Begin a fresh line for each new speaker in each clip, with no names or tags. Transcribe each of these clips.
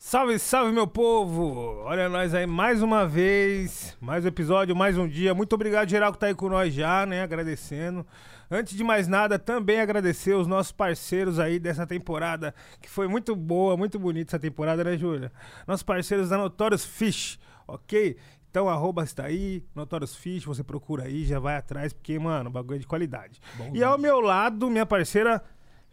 Salve, salve, meu povo! Olha nós aí mais uma vez, mais um episódio, mais um dia. Muito obrigado, geral, que tá aí com nós já, né? Agradecendo. Antes de mais nada, também agradecer os nossos parceiros aí dessa temporada, que foi muito boa, muito bonita essa temporada, né, Júlia? Nossos parceiros da Notorious Fish, ok? Então, arroba está aí, Notorious Fish, você procura aí, já vai atrás, porque, mano, o bagulho é de qualidade. e ao meu lado, minha parceira,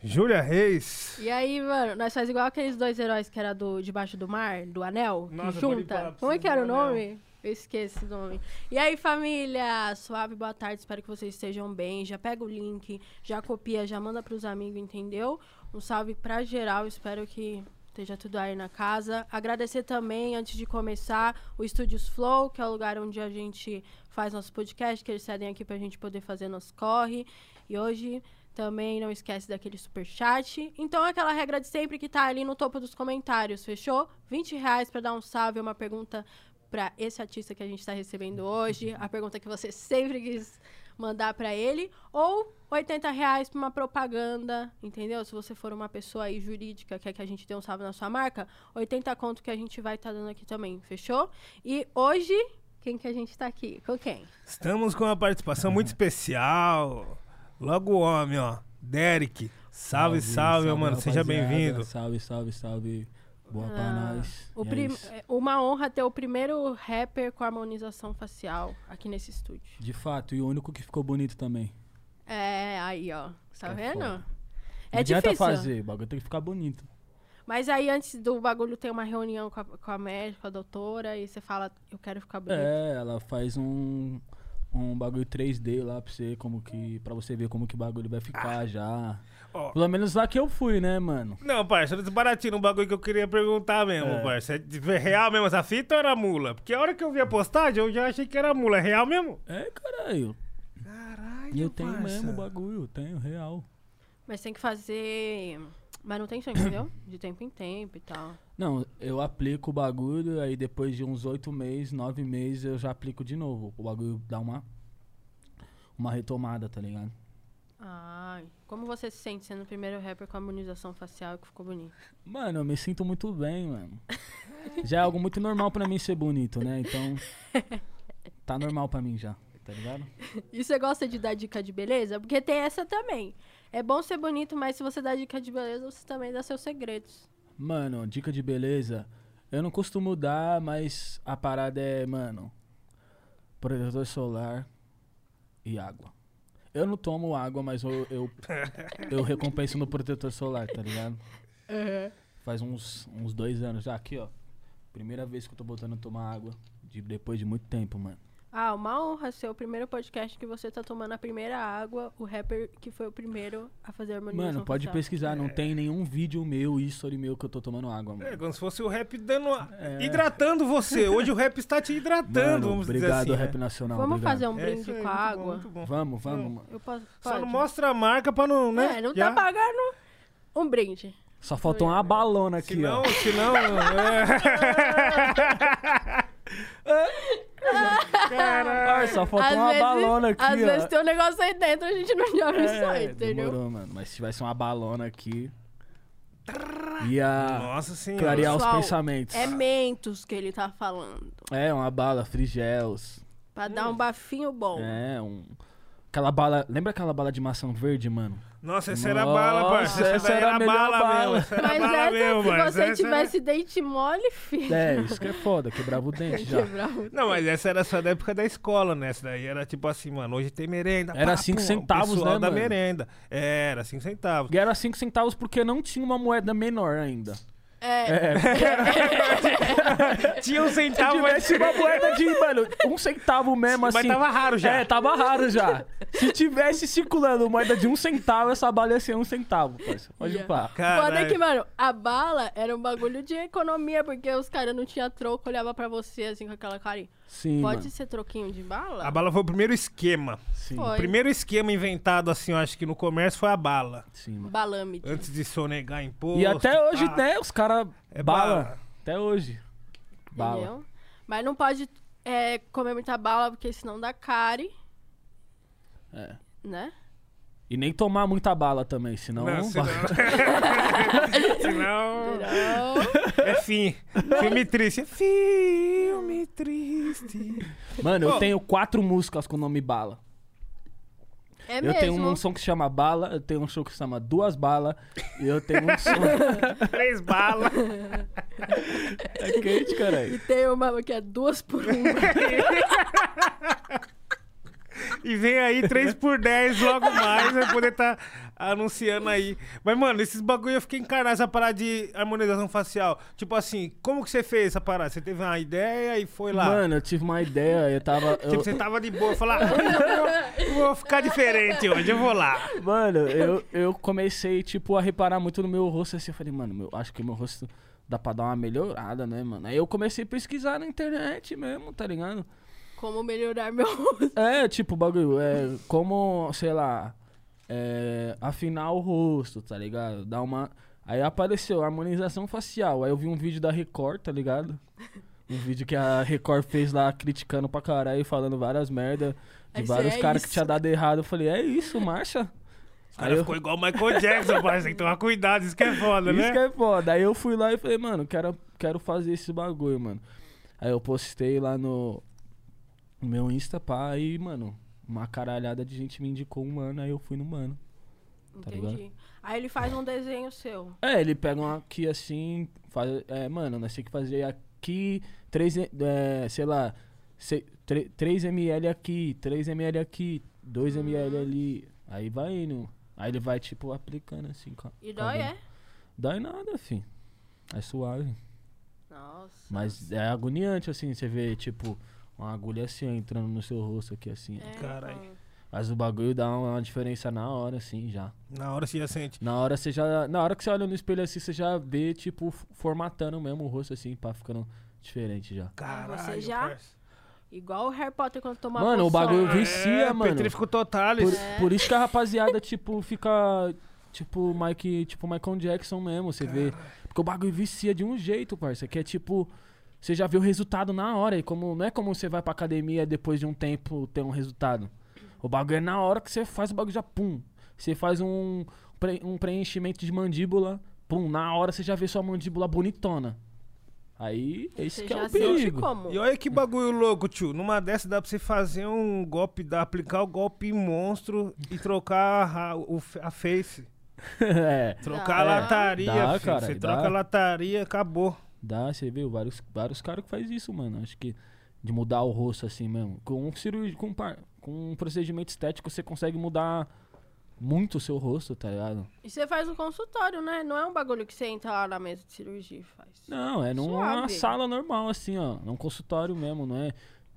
Júlia Reis.
E aí, mano, nós faz igual aqueles dois heróis que era do Debaixo do Mar, do Anel,
Nossa,
que
pode falar pra
junta. Como é
vocês
que era o
do Anel.
nome? Eu esqueço o nome. E aí, família, suave, boa tarde, espero que vocês estejam bem. Já pega o link, já copia, já manda pros amigos, entendeu? Um salve pra geral, espero que esteja tudo aí na casa. Agradecer também, antes de começar, o Estúdios Flow, que é o lugar onde a gente faz nosso podcast, que eles cedem aqui pra gente poder fazer nosso corre. E hoje também não esquece daquele superchat. Então, aquela regra de sempre que tá ali no topo dos comentários, fechou? 20 reais pra dar um salve, uma pergunta pra esse artista que a gente tá recebendo hoje, a pergunta que você sempre quis mandar pra ele, ou 80 reais pra uma propaganda, entendeu? Se você for uma pessoa aí jurídica, quer que a gente dê um salve na sua marca, 80 conto que a gente vai tá dando aqui também, fechou? E hoje, quem que a gente tá aqui? Com quem?
Estamos com uma participação muito especial. Logo o homem, ó. Derek. Salve, salve, meu mano. Seja
rapaziada.
bem-vindo.
Salve, salve, salve. Boa pra
Ah,
nós.
O
E é
prim-
isso.
é Uma honra ter o primeiro rapper com harmonização facial aqui nesse estúdio.
De fato, e o único que ficou bonito também.
É, aí, ó. Tá
É
vendo?
foda.
É
Não adianta
difícil.
fazer, o bagulho tem que ficar bonito.
Mas aí, antes do bagulho, tem uma reunião com a, com a médica, com a doutora, e você fala, eu quero ficar bonito.
É, ela faz um um bagulho 3D lá pra você, como que para você ver como que o bagulho vai ficar
Ah.
já.
Ó.
Pelo menos lá que eu fui, né, mano?
Não, parça, desbaratina um bagulho que eu queria perguntar mesmo, parça. É de- é real mesmo essa fita ou era mula? Porque a hora que eu vi a postagem, eu já achei que era mula. É real mesmo?
É, caralho.
Caralho,
E eu tenho
parça.
mesmo o bagulho, eu tenho real.
Mas tem que fazer manutenção, entendeu? De tempo em tempo e tal.
Não, eu aplico o bagulho, aí depois de uns oito meses, nove meses, eu já aplico de novo. O bagulho dá uma, uma retomada, tá ligado?
Ai, como você se sente sendo o primeiro rapper com harmonização facial que ficou bonito?
Mano, eu me sinto muito bem, mano. Já é algo muito normal pra mim ser bonito, né? Então. Tá normal pra mim já, tá ligado?
E você gosta de dar dica de beleza? Porque tem essa também. É bom ser bonito, mas se você dá dica de beleza, você também dá seus segredos.
Mano, dica de beleza. Eu não costumo dar, mas a parada é, mano. Protetor solar e água. Eu não tomo água, mas eu, eu, eu recompenso no protetor solar, tá ligado? Faz uns, uns dois anos já. Aqui, ó. Primeira vez que eu tô botando a tomar água. de- depois de muito tempo, mano.
Ah, uma honra ser o primeiro podcast que você tá tomando a primeira água, o rapper que foi o primeiro a fazer a harmonização
Mano, pode
facial.
pesquisar, não tem nenhum vídeo meu, history meu que eu tô tomando água,
É
mano.
como se fosse o rap dando. a- hidratando você. Hoje o rap está te hidratando,
Mano,
vamos
obrigado,
dizer assim.
Rap
né?
Nacional.
Vamos
obrigado.
fazer um
É isso
brinde
aí,
com a
muito bom,
água?
muito bom.
Vamos, vamos, mano.
Eu posso.
Só não
pode?
mostra a marca pra não, né?
É, não
Já.
tá pagando um brinde.
Só faltou
um
uma balona aqui,
Se não,
ó.
se não. é.
Ai,
Caralho.
só faltou
Às
uma
vezes-
balona aqui,
Às
ó.
vezes tem um negócio aí dentro, a gente não já não
É,
sai, entendeu?
Demorou, mano. Mas se tivesse uma balona aqui. Ia
Nossa senhora.
clarear os
Pessoal,
pensamentos.
É mentos que ele tá falando.
É, uma bala, frigels.
Pra dar um bafinho bom.
É, um. Aquela bala. Lembra aquela bala de maçã verde, mano?
Nossa, essa era
Nossa,
bala, parceiro.
essa era a melhor bala.
mesmo. Essa era
Mas
bala
essa,
mesmo,
se
parça,
você
essa é- era-
tivesse dente mole, filho.
É, isso que é foda, quebrava o dente já.
Quebrar o-
Não, mas essa era só da época da escola, né? Essa daí era tipo assim, mano, hoje tem merenda.
Era
pá,
cinco
pum,
centavos,
o pessoal
né,
da
mano?
merenda. É, era 5 centavos.
E era 5 centavos porque não tinha uma moeda menor ainda.
É,
Tinha um
Se
centavo, mas...
tivesse uma moeda de, mano, um centavo mesmo,
mas
assim.
tava raro já.
É, tava raro já. Se tivesse circulando moeda de um centavo, essa bala ia ser um centavo, parça. Pode
Yeah.
pá.
Foda é
Caralho.
que, mano, a bala era um bagulho de economia, porque os caras não tinham troco, olhava pra você assim com aquela cara. aí,
Sim,
Pode
mano.
ser troquinho de bala?
A bala foi o primeiro esquema.
Sim,
Foi.
O primeiro esquema inventado, assim, eu acho que no comércio foi a bala.
sim, mano.
Balâmide.
Antes de sonegar imposto. tá?
E até hoje,
pá.
né, os caras...
É
bala.
bala.
Até hoje. Bala.
Entendeu? Mas não pode é, comer muita bala, porque senão dá cárie,
É.
né?
E nem tomar muita bala também, senão.
Não,
Não,
senão... senão
Não.
é fim. Filme triste. É filme triste.
Mano,
Bom.
eu tenho quatro músicas com o nome bala.
É
eu
mesmo.
tenho um som que se chama Bala, eu tenho um show que se chama Duas Balas, e eu tenho um som.
Três balas.
é quente, caralho.
E tem uma que é duas por uma.
E vem aí 3 por 10 logo mais, vai poder estar anunciando aí. Mas, mano, esses bagulho eu fiquei encarnado, essa parada de harmonização facial. Tipo assim, como que você fez essa parada? Você teve uma ideia e foi lá.
Mano, eu tive uma ideia, eu tava. eu-
Tipo, você tava de boa, falar, "Hoje eu vou, vou ficar diferente hoje, eu vou lá.
Mano, eu, eu comecei, tipo, a reparar muito no meu rosto, assim, eu falei, mano, meu, acho que meu rosto dá pra dar uma melhorada, né, mano? Aí eu comecei a pesquisar na internet mesmo, tá ligado?
Como melhorar meu rosto.
É, tipo, bagulho, é como, sei lá, é, afinar o rosto, tá ligado? Dar uma... Aí apareceu harmonização facial, aí eu vi um vídeo da Record, tá ligado? Um vídeo que a Record fez lá criticando pra caralho, falando várias merda de
Aí cê,
vários
"É
caras que
isso."
tinha dado errado. Eu falei, é isso, marcha.
O cara ficou igual o Michael Jackson, parceiro. Tem que tomar cuidado, isso que é foda,
Isso
né?
que é foda. Aí eu fui lá e falei, mano, quero, quero fazer esse bagulho, mano. Aí eu postei lá no no meu Insta, pá, aí, mano, uma caralhada de gente me indicou um mano, aí eu fui no mano. Tá
Entendi. Aí ele faz um desenho seu.
É, ele pega uma aqui assim, faz, é, mano, nós temos que fazer aqui, 3, é, sei lá, 3ml aqui, 3ml aqui, 2ml ali, aí vai indo. Aí ele vai, tipo, aplicando assim. com a-
E
com a
dói,
mão.
é?
Dói nada, fi. É suave.
Nossa.
Mas é agoniante, assim, você vê, tipo, uma agulha assim, entrando no seu rosto aqui, assim.
É,
Caralho.
então.
Mas o bagulho dá uma diferença na hora, assim, já.
Na hora você já sente.
Na hora você já. Na hora que você olha no espelho assim, você já vê, tipo, f- formatando mesmo o rosto, assim, pá, ficando diferente já.
Caralho,
Ah, você já-
parça.
Igual o Harry Potter quando toma
Mano, o
poção. né?
bagulho Vicia,
é,
mano.
Petrificou total.
Por,
isso.
É.
por isso que a rapaziada, tipo, fica. Tipo, Mike, tipo Michael Jackson mesmo, você vê. Porque o bagulho vicia de um jeito, parça. Que é tipo. Você já vê o resultado na hora. E como, não é como você vai pra academia e depois de um tempo ter um resultado. O bagulho é na hora que você faz o bagulho já pum. Você faz um, pre- um preenchimento de mandíbula. Pum, na hora você já vê sua mandíbula bonitona. Aí, esse
Você
que é
já
o
sente
perigo.
como?
E olha que bagulho louco, tio. Numa dessa dá pra você fazer um golpe, dá, aplicar o golpe monstro e trocar a, o- a face.
é,
Trocar a
Dá.
lataria,
Dá,
filho.
cara,
você
dá.
troca a lataria, acabou.
Dá, você viu? Vários, vários caras que faz isso, mano. Acho que de mudar o rosto assim mesmo. Com um cirurgia, com, um par- com um procedimento estético, você consegue mudar muito o seu rosto, tá ligado?
E você faz um consultório, né? Não é um bagulho que você entra lá na mesa de cirurgia e faz.
Não, é numa
Suave.
sala normal, assim, ó. Num consultório mesmo, não é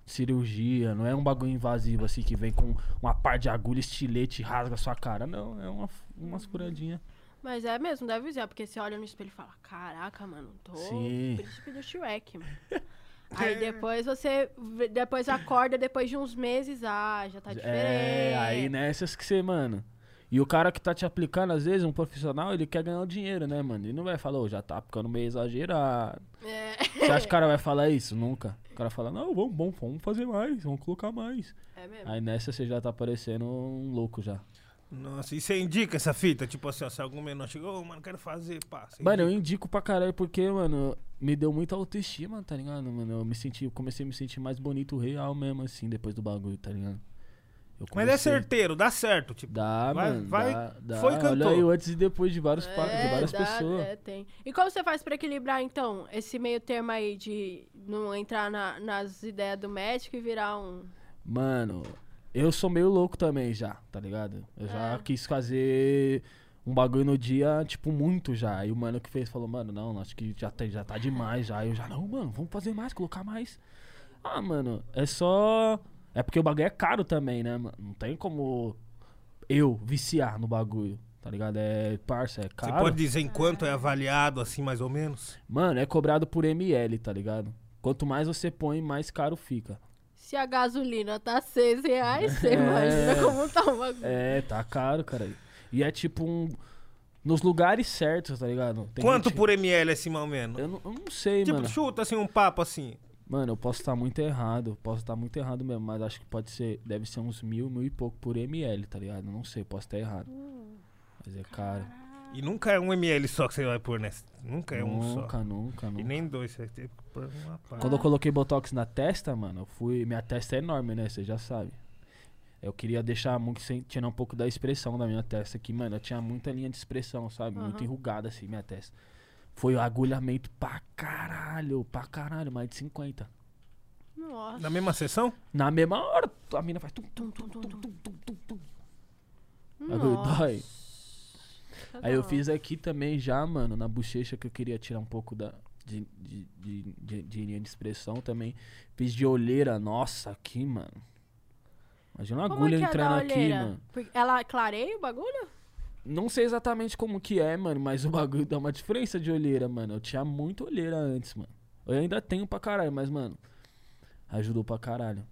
cirurgia, não é um bagulho invasivo, assim, que vem com uma par de agulha, estilete, e rasga a sua cara. Não, é uma, umas furadinhas.
Mas é mesmo, deve ser, porque você olha no espelho e fala, caraca, mano, tô
Sim.
príncipe do Shrek, mano. Aí depois você vê- depois acorda, depois de uns meses, ah, já tá diferente.
É, aí nessas que você, mano. E o cara que tá te aplicando, às vezes, um profissional, ele quer ganhar o dinheiro, né, mano? Ele não vai falar, ô, já tá ficando meio exagerado.
É.
Você acha que o cara vai falar isso? Nunca. O cara fala, não, vamos, vamos, vamos fazer mais, vamos colocar mais.
É mesmo.
Aí nessa você já tá parecendo um louco já.
Nossa, e você indica essa fita? Tipo assim, ó, se algum menor chegou, ô, mano, quero fazer, pá. você
Mano, eu
indica.
indico pra caralho porque, mano, me deu muita autoestima, tá ligado, mano? Eu me senti, eu comecei a me sentir mais bonito real mesmo, assim, depois do bagulho, tá ligado? Eu
Mas é
comecei-
certeiro, dá certo. Tipo,
Dá,
Vai-
mano.
vai-
dá, dá.
foi,
Olha
cantou.
aí, o antes e depois de, vários pa- de
É,
várias
dá-
pessoas.
é, tem. E como você faz pra equilibrar, então, esse meio termo aí de não entrar na- nas ideias do médico e virar um.
Mano, eu sou meio louco também já, tá ligado? Eu já
É.
quis fazer um bagulho no dia, tipo, muito já. Aí o mano que fez falou, mano, não, acho que já tá, já tá demais já. Aí eu já, não, mano, vamos fazer mais, colocar mais. Ah, mano, é só. É porque o bagulho é caro também, né, mano? Não tem como eu viciar no bagulho, tá ligado? É parça, é
você
caro.
pode dizer em quanto é avaliado, assim, mais ou menos?
Mano, é cobrado por ml, tá ligado? Quanto mais você põe, mais caro fica.
Se a gasolina tá 6 reais, você
É.
imagina como tá o bagulho.
É, tá caro, cara. E é tipo um. Nos lugares certos, tá ligado? Tem
quanto
gente-
por ml, assim, mais ou menos?
Eu não, eu não sei,
tipo,
mano.
chuta, assim, um papo, assim.
Mano, eu posso estar muito errado, posso estar muito errado mesmo, mas acho que pode ser, deve ser uns mil, mil e pouco por ml, tá ligado? Não sei, posso estar errado. Mas é caro.
E nunca é um ml só que você vai pôr, né? Nunca é um só.
nunca, nunca,
E
nunca.
nem dois, você tem que pôr uma parte.
Quando eu coloquei botox na testa, mano, eu fui. Minha testa é enorme, né? Você já sabe. Eu queria deixar muito sem tirar um pouco da expressão da minha testa, que, mano, eu tinha muita linha de expressão, sabe? Muito
Aham.
enrugada, assim, minha testa. Foi agulhamento pra caralho, pra caralho, mais de 50.
Nossa.
Na mesma sessão?
Na mesma hora, a mina faz. Tum, tum,
Tum, tum, tum, tum.
Bagulho
Nossa.
dói. Aí eu
Não.
fiz aqui também já, mano, na bochecha que eu queria tirar um pouco da, de, de, de, de- de linha de expressão também. Fiz de olheira, nossa, aqui, mano. Imagina uma
Como
agulha
é que é
entrando
da
aqui,
olheira?
mano.
Porque Ela clareia o bagulho?
Não sei exatamente como que é, mano, mas o bagulho dá uma diferença de olheira, mano. Eu tinha muito olheira antes, mano. Eu ainda tenho pra caralho, mas, mano, ajudou pra caralho.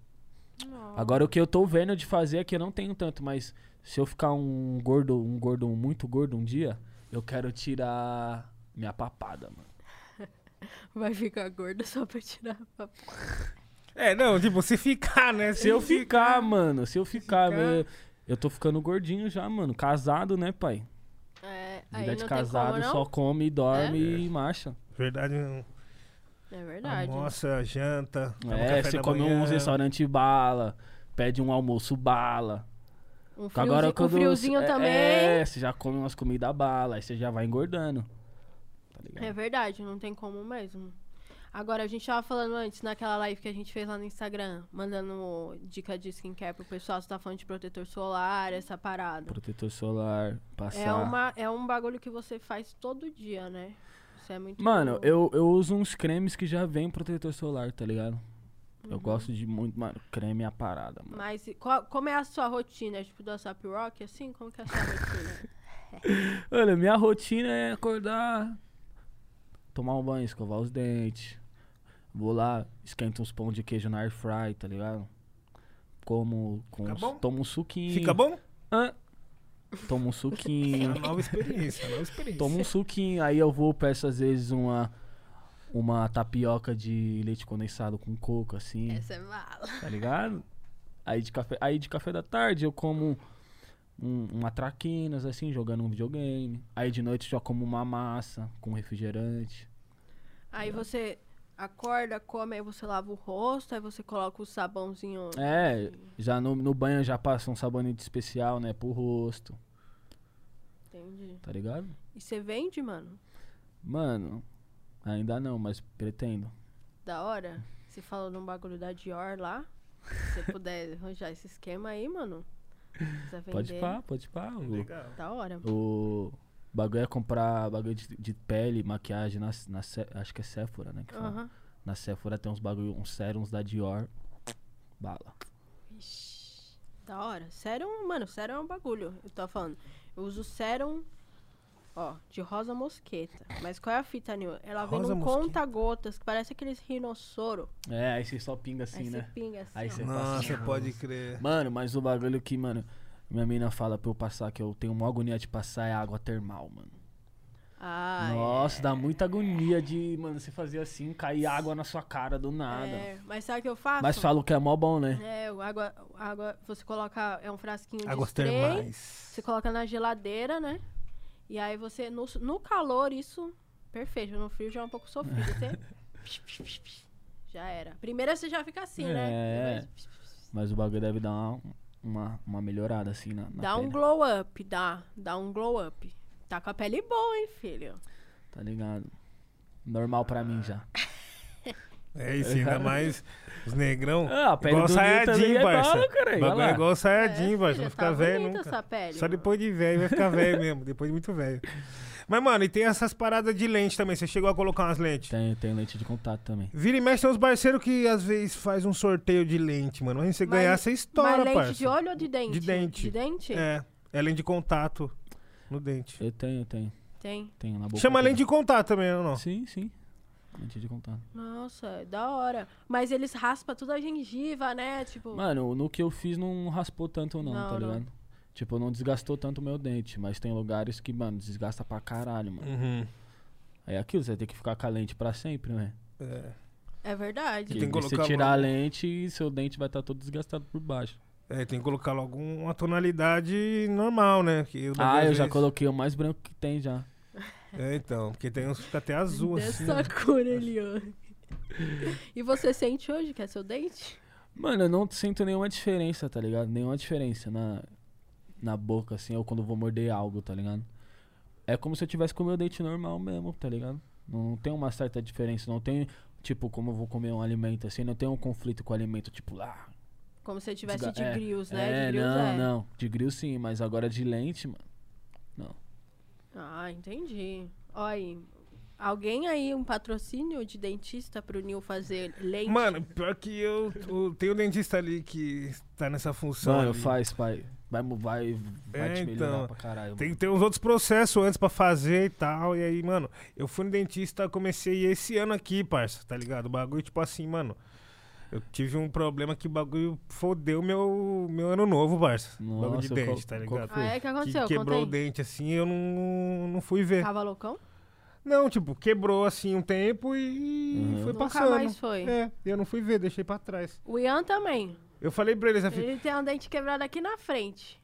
Nossa.
Agora o que eu tô vendo de fazer é que eu não tenho tanto, mas se eu ficar um gordo, um gordo muito gordo um dia, eu quero tirar minha papada, mano.
Vai ficar gorda só pra tirar a papa.
É, não, tipo, se ficar, né?
Se eu ficar, mano, se eu ficar,
ficar-
eu, eu tô ficando gordinho já, mano. Casado, né, pai?
É, aí
Vida
não
de
tem
casado
como, não?
só come, dorme
É?
e marcha.
Verdade, não.
É verdade.
almoça, janta. toma
é,
café
você
da
come
manhã.
um restaurante bala, pede um almoço bala.
Um
Porque
friozinho,
agora
um
quando
friozinho
é,
também.
É, você já come umas comidas bala, aí você já vai engordando. Tá ligado?
É verdade, não tem como mesmo. Agora, a gente tava falando antes, naquela live que a gente fez lá no Instagram, mandando dica de skincare pro pessoal, você tá falando de protetor solar, essa parada.
Protetor solar, passar.
É, uma, é um bagulho que você faz todo dia, né? Isso é muito...
Mano,
Tipo
eu, eu uso uns cremes que já vem protetor solar, tá ligado?
Uhum.
Eu gosto de muito, mano, creme é a parada, mano.
Mas e qual- como é a sua rotina? É tipo da Sap Rock, assim? Como que é a sua rotina?
Olha, minha rotina é acordar, tomar um banho, escovar os dentes. Vou lá, esquento uns pão de queijo na air fry, tá ligado? Como com
Fica
uns-
bom?
tomo um suquinho.
Fica bom?
Hã? Tomo um
É
suquinho.
uma nova experiência, uma nova experiência.
Tomo um suquinho, aí eu vou, peço às vezes uma uma tapioca de leite condensado com coco assim.
Essa é mala.
tá ligado? Aí de café, aí de café da tarde eu como um, uma traquinas, assim, jogando um videogame. Aí de noite eu já como uma massa com refrigerante.
Aí você acorda, come, aí você lava o rosto, aí você coloca o sabãozinho...
É, já no, no banho eu já passa um sabonete especial, né, pro rosto,
Entendi.
tá ligado?
E você vende, mano?
Mano, ainda não, mas pretendo.
Da hora? Você falou num bagulho da Dior lá. Se você puder arranjar esse esquema aí, mano. Precisa vender.
Pode pá, pode pá. O,
Legal.
Da hora.
o bagulho é comprar bagulho de, de pele, maquiagem, na, na, Se- acho que é Sephora, né, que fala.
Aham.
Na Sephora tem uns bagulho, uns serums da Dior. Bala.
Ixi, Da hora. Sérum, mano, sérum é um bagulho. Eu tô falando. Eu uso sérum, ó, de rosa mosqueta. Mas qual é a fita, Nil? Ela vem
Rosa
num
mosqueta.
conta-gotas, que parece aqueles rinossoro.
É, aí você só pinga assim,
aí você
né?
pinga assim,
Aí
ó.
você
Nossa,
passa.
pode crer.
Mano, mas o bagulho que, mano, minha mina fala pra eu passar, que eu tenho uma agonia de passar, é água termal, mano.
Ah,
Nossa, dá muita agonia de, mano, você fazer assim, cair água na sua cara do nada.
é. Mas sabe o que eu faço?
Mas falam que é mó bom, né?
É, o água, água, você coloca, é um frasquinho de
Águas
spray,
termais.
Você coloca na geladeira, né? E aí você, no, no calor, isso, perfeito. No frio já é um pouco sofrido. Você... já era. Primeiro você já fica assim,
É.
né? Depois-
Mas o bagulho deve dar uma, uma, uma melhorada, assim, na, na
Dá um
pele.
glow up, dá. Dá um glow up. Tá com a pele boa, hein, filho?
Tá ligado? Normal pra mim já.
É isso, ainda mais os negrão.
Ah, a pele
igual
do
Sayajin,
Newton é
parça.
bala, caralho,
Bagulho
vai
é
lá.
igual o Sayajin,
É,
parça.
filho,
Não
tá
fica velho
bonita
nunca.
essa pele,
Só
mano.
depois de velho, vai ficar velho mesmo. Depois de muito velho. Mas, mano, e tem essas paradas de lente também. Você chegou a colocar umas lentes?
Tem, tem lente de contato também.
Vira e mexe tem uns parceiros que às vezes faz um sorteio de lente, mano. Mas se você
Mas-
ganhar, você estoura,
Mas lente
parça.
de olho ou de dente?
De dente.
De dente?
É, é lente de contato no dente.
Eu tenho, eu tenho.
Tem.
Tenho na boca.
Chama
eu
lente
tenho.
de contato também, ou não?
Sim, sim. Lente de contato.
Nossa, é da hora. Mas eles raspam tudo a gengiva, né? Tipo,
Mano, no que eu fiz não raspou tanto não,
Não,
tá
não.
ligado? Tipo, não desgastou tanto o meu dente, mas tem lugares que, mano, desgasta pra caralho, mano.
Uhum.
Aí é aquilo, você tem que ficar com a lente pra sempre, né?
É.
É verdade.
tem que
se você
colocar
tirar a
logo.
lente e seu dente vai estar todo desgastado por baixo.
É, tem que colocar logo uma tonalidade normal, né? Que o bagulho
Ah, eu
às
já
vezes-
coloquei o mais branco que tem já.
É, então, porque tem uns que fica até azul, assim.
Dessa
né?
cor ali, ó. E você sente hoje que é seu dente?
Mano, eu não sinto nenhuma diferença, tá ligado? Nenhuma diferença na, na boca, assim, ou quando eu vou morder algo, tá ligado? É como se eu tivesse com o meu dente normal mesmo, tá ligado? Não tem uma certa diferença, não tem, tipo, como eu vou comer um alimento, assim, não tem um conflito com o alimento, tipo, ah...
Como se tivesse
desga-
de grills, né?
É,
de grills
não,
é.
não. De grill sim, mas agora de lente, mano.
Ah, entendi. Olha aí. Alguém aí, um patrocínio de dentista pro Nil fazer lente?
né? Mano, pior que eu, eu tenho um dentista ali que tá nessa função.
Mano,
ali.
faz, pai. Vai, mu- vai, vai
É,
te melhorar
então,
pra caralho.
Tem
mano.
que ter uns outros processos antes pra fazer e tal. E aí, mano, eu fui no dentista, comecei esse ano aqui, parça, tá ligado? O bagulho, tipo assim, mano. Eu tive um problema que o bagulho fodeu meu, meu ano novo, parça. O bagulho de
Nossa, qual-
dente, tá
qual
ligado?
ah, é? O que
Que
aconteceu?
quebrou o
Conta aí.
dente, assim, eu não, não fui ver.
Tava loucão?
Não, tipo, quebrou, assim, um tempo e
Uhum.
foi
Nunca
passando.
mais foi.
É, eu não fui ver, deixei pra trás.
O Ian também.
Eu falei pra eles, eu falei,
Ele tem um dente quebrado aqui na frente.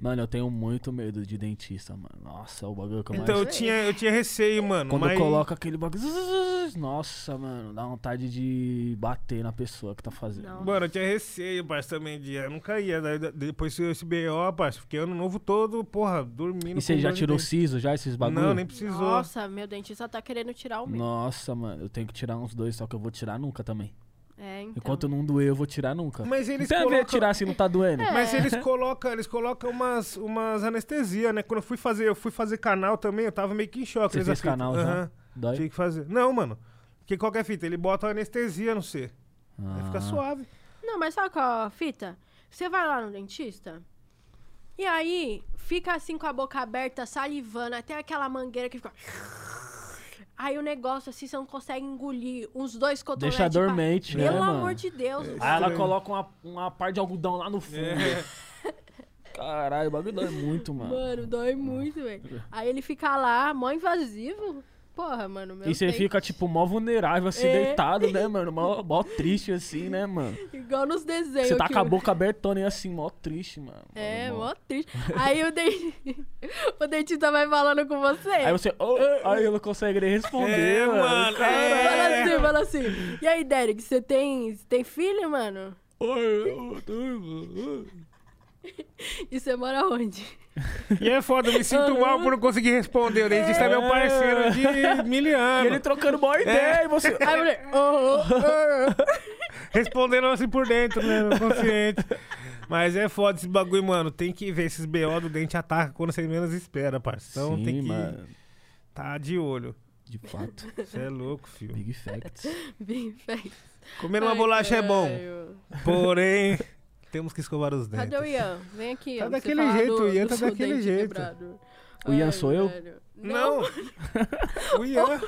Mano, eu tenho muito medo de dentista, mano. Nossa, é o bagulho que eu mais
Então eu
Mas-
tinha, eu tinha receio, mano.
Quando
mas...
coloca aquele bagulho. zzzz, Nossa, mano, dá vontade de bater na pessoa que tá fazendo.
Não.
Mano, eu tinha receio, parça, também de. Eu não caía. Daí, da- depois que esse BO, parça, fiquei ano novo todo, porra, dormindo.
E você
com
já
dor de
tirou o
dente.
siso já, esses bagulhos?
Não, nem precisou.
Nossa, meu dentista tá querendo tirar o meu.
Nossa, mano, eu tenho que tirar uns dois, só que eu vou tirar nunca também.
É, então.
Enquanto não doer, eu vou tirar nunca.
Mas eles
Tem a ver
colocam. É.
tirar se não tá doendo.
É.
Mas eles colocam, eles colocam umas, umas anestesia, né? Quando eu fui fazer, eu fui fazer canal também, eu tava meio que em choque.
Você
eles
fez
afitam.
canal né? já?
Aham,
Dói?
Tinha que fazer. Não, mano. Porque qualquer fita, ele bota uma anestesia, não sei. Aí
Ah.
fica suave.
Não, mas sabe qual é a fita? Você vai lá no dentista e aí fica assim com a boca aberta, salivando, até aquela mangueira que fica. Aí o negócio assim, você não consegue engolir uns dois cotonetes.
Deixa
pra-
dormente, né,
Pelo
mano? É.
amor de Deus.
Aí ela
Estranho.
coloca uma, uma par de algodão lá no fundo.
É.
Caralho, o bagulho dói muito, mano.
Mano, dói muito, velho. Aí ele fica lá, mó invasivo. Porra, mano, meu
e você
dente-
fica, tipo, mó vulnerável, assim,
É.
deitado, né, mano? Mó, mó triste, assim, né, mano?
Igual nos desenhos.
Você tá
que
com a
o-
boca abertona e assim, mó triste, mano.
É, mó triste. Aí o, dentista, o dentista vai falando com você.
Aí você. Oh, aí eu não consegue nem responder,
É,
mano.
mano,
Caralho.
Fala assim, fala assim. E aí, Derek, você tem, você tem filho, mano?
Oi, eu tô, mano.
E você mora onde?
E é foda, eu me sinto mal por não conseguir responder. O dentista é meu parceiro de mil
É. E ele tá-
anos.
trocando
É.
boa ideia e você.
Aí eu falei, oh, oh,
Respondendo assim por dentro, né? no Consciente. Mas é foda esse bagulho, mano. Tem que ver esses BO do dente ataca quando você menos espera, parça. Então
Sim,
tem que
mano.
tá de olho.
De fato.
Você é louco, filho.
Big facts.
oh. Bem feito.
Comer uma bolacha é bom, porém temos que escovar os dentes.
Cadê o Ian? Vem aqui.
Tá
pra você
daquele
falar
jeito,
do-
o Ian
do
tá
seu
daquele
dente
jeito.
quebrado.
O Ian sou eu?
velho.
Não! o Ian.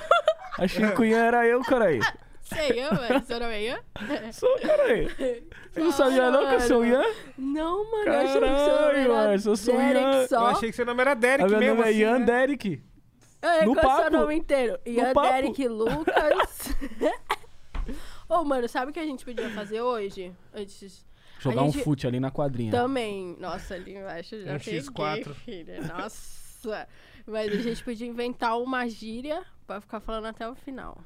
Achei que o Ian era eu, caralho.
Sei eu, velho. Seu nome é Ian?
Sou, caralho. Você não sabia não que eu sou o Ian?
Não, Ah, mano. eu achei que seu nome
Caralho,
era
mas eu sou o
Derek
Ian.
Eu
só.
achei que seu nome era Derek
Ah, Meu
mesmo.
nome é
assim,
Ian
né?
Derek.
É,
No
qual é o seu
papo.
nome inteiro? Ian
papo.
Derek Lucas. Ô, mano, sabe o que a gente podia fazer hoje? Antes.
Jogar um
gente-
fute ali na quadrinha.
Também. Nossa, ali embaixo eu já
Um
peguei,
X4.
filha. Nossa. Mas a gente podia inventar uma gíria pra ficar falando até o final.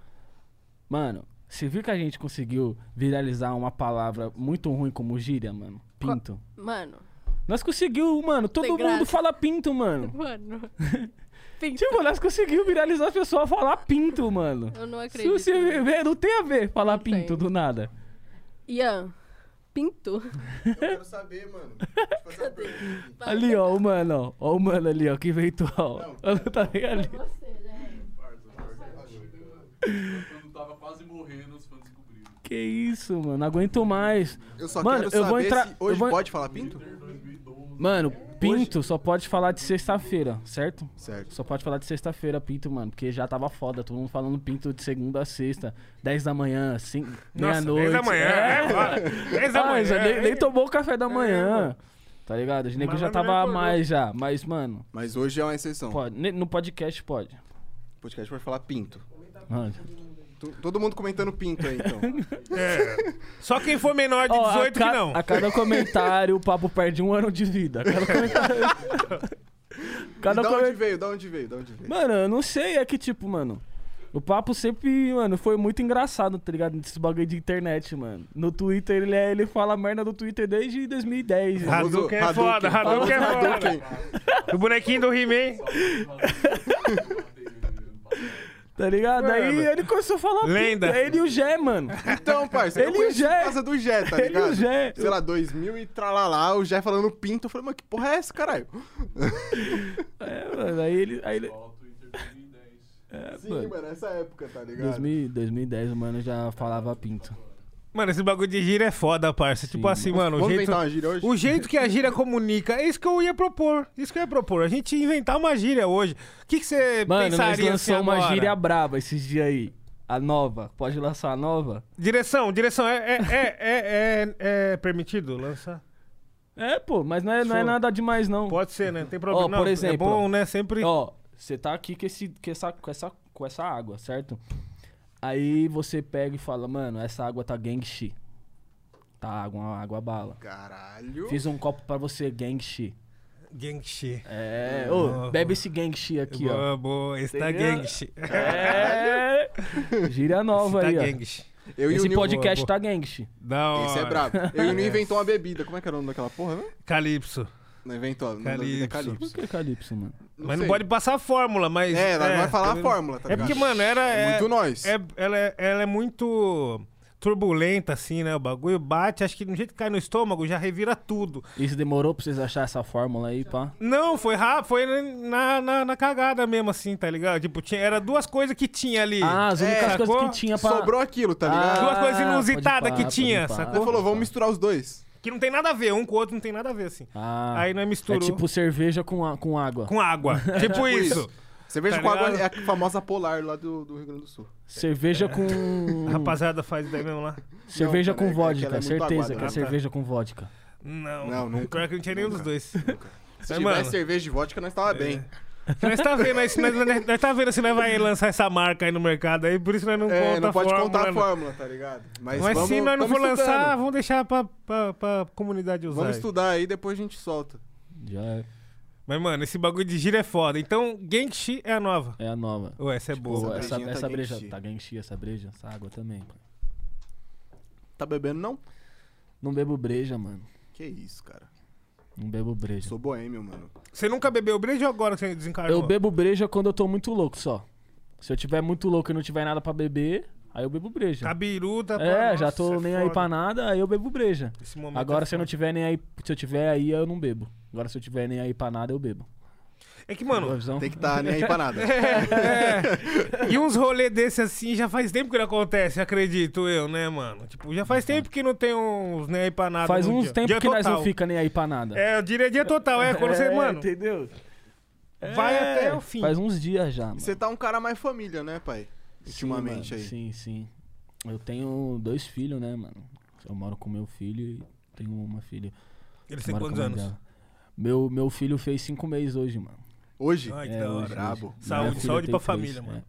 Mano, você viu que a gente conseguiu viralizar uma palavra muito ruim como gíria, mano? Pinto.
Mano,
Nós conseguiu, mano. Todo
Tem
mundo
graça.
fala pinto, mano.
mano. Pinto.
Tipo, nós conseguimos viralizar as pessoas a falar pinto, mano.
Eu não
Se
acredito.
você é ver, não tem a ver falar
Não tem.
pinto do nada.
Ian, pinto.
Eu quero saber, mano. Tipo assim, Deixa eu fazer uma pergunta aqui.
Ali, ó, o mano, ó. Ó o mano ali, ó, que inventou, ó.
Não.
Tá bem ali.
Quando tava quase morrendo, os fãs descobriram.
Que isso, mano. Não aguento mais.
Eu só
Mano,
quero
eu
saber
vou entrar-
se
eu
hoje
vou-
pode falar pinto?
Mano, pinto só pode falar de sexta-feira, certo?
Certo.
Só pode falar de sexta-feira, Pinto, mano, porque já tava foda, todo mundo falando Pinto de segunda a sexta, 10 da manhã, cin-
Nossa,
meia-noite.
10 da manhã. É, bora. 10 da
Ah, mas
manhã.
nem, nem
hein?
tomou o café da manhã,
mano.
tá ligado? Os negros
Mas
já
não
tava a
acordou.
mais já, mas, mano,
Mas hoje é uma exceção.
pode, ne- no podcast pode.
O podcast pode falar pinto.
Mano,
Tu- Todo mundo comentando pinto aí, então.
É. Só quem for menor de
Ó, a
18
ca-
que não.
A cada comentário, o papo perde um ano de vida. Cada comentário...
E
cada
da
comentário...
onde veio? Da onde veio? Da onde veio?
Mano, eu não sei, é que tipo, mano. O papo sempre, mano, foi muito engraçado, tá ligado? Esses bagulho de internet, mano. No Twitter, ele, é- ele fala merda do Twitter desde 2010. né?
Famoso
Hadouken é foda,
Famoso
Hadouken é foda.
Hadouken.
O bonequinho do He-Man.
Tá ligado?
É,
Aí
mano.
ele começou a falar.
Lenda.
puta, Ele e o Gé, mano.
Então, parceiro,
Ele
eu
e o
conheci
Jé.
por causa do Jé, tá
Ele e o
ligado?
Jé.
Sei lá, 2000 e tralalá, o Jé falando pinto. Eu falei, mas que porra é essa, caralho?
É, mano. Aí ele. Aí ele
Igual o Twitter 2010.
é,
Sim,
mano.
mano, essa época, tá ligado?
2000, 2010, o mano já falava pinto.
Mano, esse bagulho de gira é foda, parça. Tipo
Sim,
assim, mano, o
Vamos
jeito,
inventar uma gíria hoje?
o jeito que a gíria comunica, é isso que eu ia propor. Isso que eu ia propor. A gente inventar uma gíria hoje. O que que você
Mano, nós
pensaria
lançou
assim
uma
agora?
gíria braba esses dias aí. A nova. Pode lançar a nova?
Direção, direção. É, é, é, é, é, é permitido lançar?
É, pô, mas não é, não é
Show.
nada demais, não.
Pode ser, né? Não tem problema.
Ó, por
não, é
exemplo,
bom, né? Sempre...
Ó, você tá aqui com, esse, com, essa, com, essa, com essa água, certo? Aí você pega e fala, mano, essa água tá gangshi. Tá água, uma água bala.
Caralho.
Fiz um copo pra você, gangshi.
Gengshi.
É, ô,
Ah,
bebe esse gangshi aqui, ó.
Boa, boa. Esse tá
Entendeu?
Gengshi.
É, gíria
Esse
nova
tá
aí, ó.
Gengshi.
Eu e o
Esse
Nil...
boa,
podcast
boa.
tá gangshi.
Da hora.
Esse é brabo. Eu e o Nil inventou uma bebida. Como é que era o nome daquela porra, né?
Calypso.
Não inventou, o nome da bebida é
Calypso.
Calypso.
Por que Calypso, mano?
mas não
sei.
pode passar a fórmula, mas...
É, ela não vai falar
tá
a
vendo?
fórmula, tá
É
ligado?
porque, mano, era... É,
Muito nós.
é- ela, é, ela é muito turbulenta, assim, né? O bagulho bate, acho que do jeito que cai no estômago, já revira tudo.
Isso demorou pra vocês acharem essa fórmula aí, pá?
Não, foi rápido, foi na, na, na cagada mesmo, assim, tá ligado? Tipo, tinha, era duas coisas que tinha ali.
Ah, as
É,
únicas coisas
sacou?
que tinha pra...
Sobrou aquilo, tá
Ah,
ligado?
Duas coisas
pode
inusitadas
pá, Ah.
que
pode
tinha,
pá.
sacou?
Ele falou, vamos misturar os dois.
Que não tem nada a ver, um com o outro não tem nada a ver, assim.
Ah,
Aí nós
é
misturou
tipo cerveja com, a- com água.
com água. tipo isso.
Cerveja
Tá
com água é
ligado?
a famosa polar lá do, do Rio Grande do Sul.
Cerveja com.
A rapaziada faz daí mesmo lá.
cerveja
Não,
com
cara, é que
vodka,
ela é muito
certeza
aguada,
que é
né?
cerveja com vodka.
Não,
Não, nunca.
Pior que não tinha nenhum dos dois.
Se
Mas,
tivesse
mano, É.
cerveja e vodka, nós tava bem.
nós tá vendo, aí, se nós, nós, nós tá vendo se nós vai lançar essa marca aí no mercado aí, por isso nós não
É,
conta
não
a
pode
fórmula,
contar a
né?
fórmula, tá ligado? Mas,
Mas
vamos,
se nós não
tamo
for lançar, ah,
estudando.
vamos deixar pra, pra, pra comunidade usar.
Vamos
aí.
estudar aí, depois a gente solta.
Já é,
Mas, mano, esse bagulho de gira é foda. Então, Genki é a nova.
é a nova.
Ou essa é boa.
Boa, essa,
brejinha tá
essa breja.
Genki.
Tá Genki, essa breja, essa água também. pô.
Tá bebendo, não?
Não bebo breja, mano.
Que isso, cara.
Não bebo breja.
Sou boêmio, mano.
Você nunca bebeu breja ou agora que você desencarnou?
Eu bebo breja quando eu tô muito louco só. Se eu tiver muito louco e não tiver nada pra beber, aí eu bebo breja.
Cabiruta, pá,
é,
nossa,
já tô
isso é
nem aí
foda.
pra nada, aí eu bebo breja.
Esse momento
Agora
é
se eu não
foda.
tiver nem aí, se eu tiver aí, eu não bebo. Agora se eu tiver nem aí pra nada, eu bebo.
É que,
Boa
mano,
visão?
Tem que tá nem aí pra nada.
É, é. E uns rolê desse assim já faz tempo que não acontece, acredito eu, né, mano? Tipo, já faz tempo que não tem uns nem aí pra nada.
Faz
num
uns
um dia.
tempos
Dia
que nós não
total.
fica nem aí pra nada.
É, eu diria dia total, é. Quando você, mano,
Entendeu?
vai até o fim.
É. Faz um- uns dias já. Mano.
Você tá um cara mais família, né, pai?
Sim,
Ultimamente
mano,
aí.
Sim, sim. Eu tenho dois filhos, né, mano? Eu moro com meu filho e tenho uma filha.
Eles têm
Moro com a
quantos
mãe
anos?
dela. Meu, meu filho fez cinco meses hoje, mano.
Hoje,
Ai, que
É,
da
hoje,
hora.
hoje.
Brabo.
Minha
Saúde,
filha
saúde
tem
pra
três,
família,
é.
mano.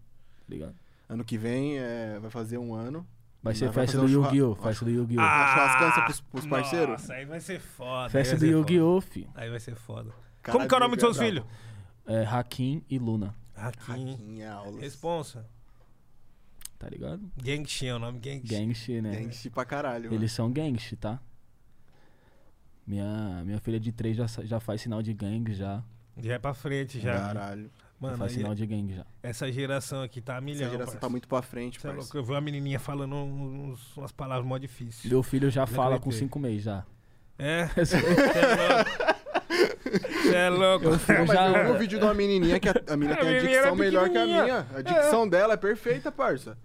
Obrigado.
ano que vem, é, vai fazer um ano.
Vai ser
Nós vai
festa
fazer
do
um
Yu-Gi-Oh!
churrasco.
Festa do Yu-Gi-Oh!
Ah, churrascança pros- pros parceiros?
Nossa, aí vai ser foda.
festa
aí vai
do
ser é foda.
Yu-Gi-Oh! filho.
Aí vai ser foda.
Caralho,
Como que é o nome dos seus
brabo.
filhos?
É, Hakim e Luna,
Hakim.
Em aula.
Responsa.
tá ligado?
Gengshi é o nome, Gengshi.
Gangshi, né?
Gangshi pra caralho, mano.
Eles são gangshi, tá? Minha, minha filha de três já, sa- já faz sinal de gangue já.
Já é pra frente, já.
Caralho.
já
Mano,
faz
aí- é-
sinal de gangue já.
essa geração aqui tá a milhão,
Essa geração tá
parça.
muito pra frente,
Cê é
parceiro.
louco, eu vi uma menininha falando uns- umas palavras mó difíceis.
Meu filho já
Não
fala com
acreditei.
cinco meses já.
É? Você é louco. Cê é louco.
Eu
Mas eu
já,
vi um vídeo de uma menininha que a, a menina
É, a
tem a
menina
dicção
era
melhor que a minha.
pequenininha.
A dicção dela é perfeita, parça.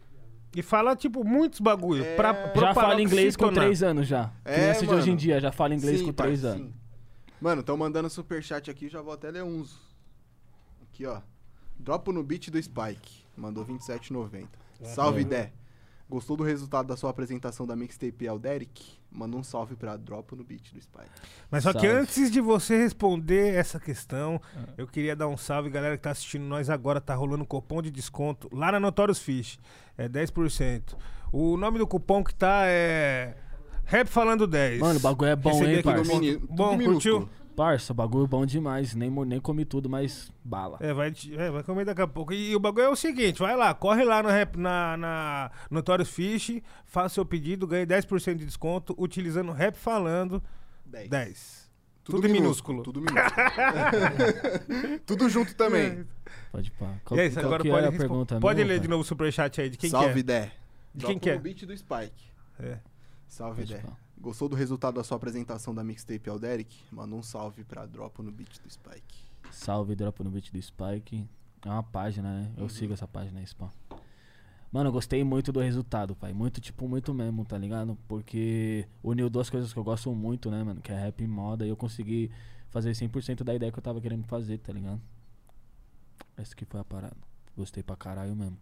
E fala, tipo, muitos bagulho.
É.
Pra,
Já
proparoxítona.
já fala inglês com três anos já.
É,
Criança de hoje em
mano.
dia já fala inglês
Sim,
com três
parça,
anos.
sim. Mano, estão mandando superchat aqui, já vou até ler uns. Aqui, ó. Dropo no beat do Spike. Mandou 27,90. Salve, Dé. Gostou do resultado da sua apresentação da mixtape ao Derek? Manda um salve pra Drop no Beat do Spy.
Mas só que
Salve.
antes de você responder essa questão, eu queria dar um salve, galera que tá assistindo nós agora. Tá rolando um cupom de desconto lá na Notorious Fish. É 10%. O nome do cupom que tá é. Rap Falando 10.
Mano, o bagulho é bom,
Recebi
hein,
aqui no
parça?
ponto.
Tudo
Bom,
minúsculo.
curtiu?
Parça, bagulho é bom demais. Nem, mo- nem comi tudo, mas bala.
É vai, te- é, vai comer daqui a pouco. E, o bagulho é o seguinte: vai lá, corre lá no rap, na, na Notorious Fish, faça seu pedido, ganhe 10% de desconto utilizando Rap Falando
10.
10.
Tudo,
Tudo minúsculo.
minúsculo. Tudo minúsculo. Tudo junto também.
Pode pá.
e é isso, agora
que
pode,
era a
respo-
pergunta
pode
mesmo,
ler de
cara?
novo o superchat aí de quem
Salve,
que
Dé.
é. De quem que é?
no beat do Spike.
É.
Salve,
Pode
Dé.
pá.
Gostou do resultado da sua apresentação da mixtape ao Derek? Manda um salve pra Dropa no beat do Spike.
Salve, Drop no Beat do Spike. É uma página, né?
Uhum.
Eu sigo essa página aí, Spam. Mano, eu gostei muito do resultado, pai. Muito, tipo, muito mesmo, tá ligado? Porque uniu duas coisas que eu gosto muito, né, mano? Que é rap e moda. E eu consegui fazer 100% da ideia que eu tava querendo fazer, tá ligado? Essa que foi a parada. Gostei pra caralho mesmo.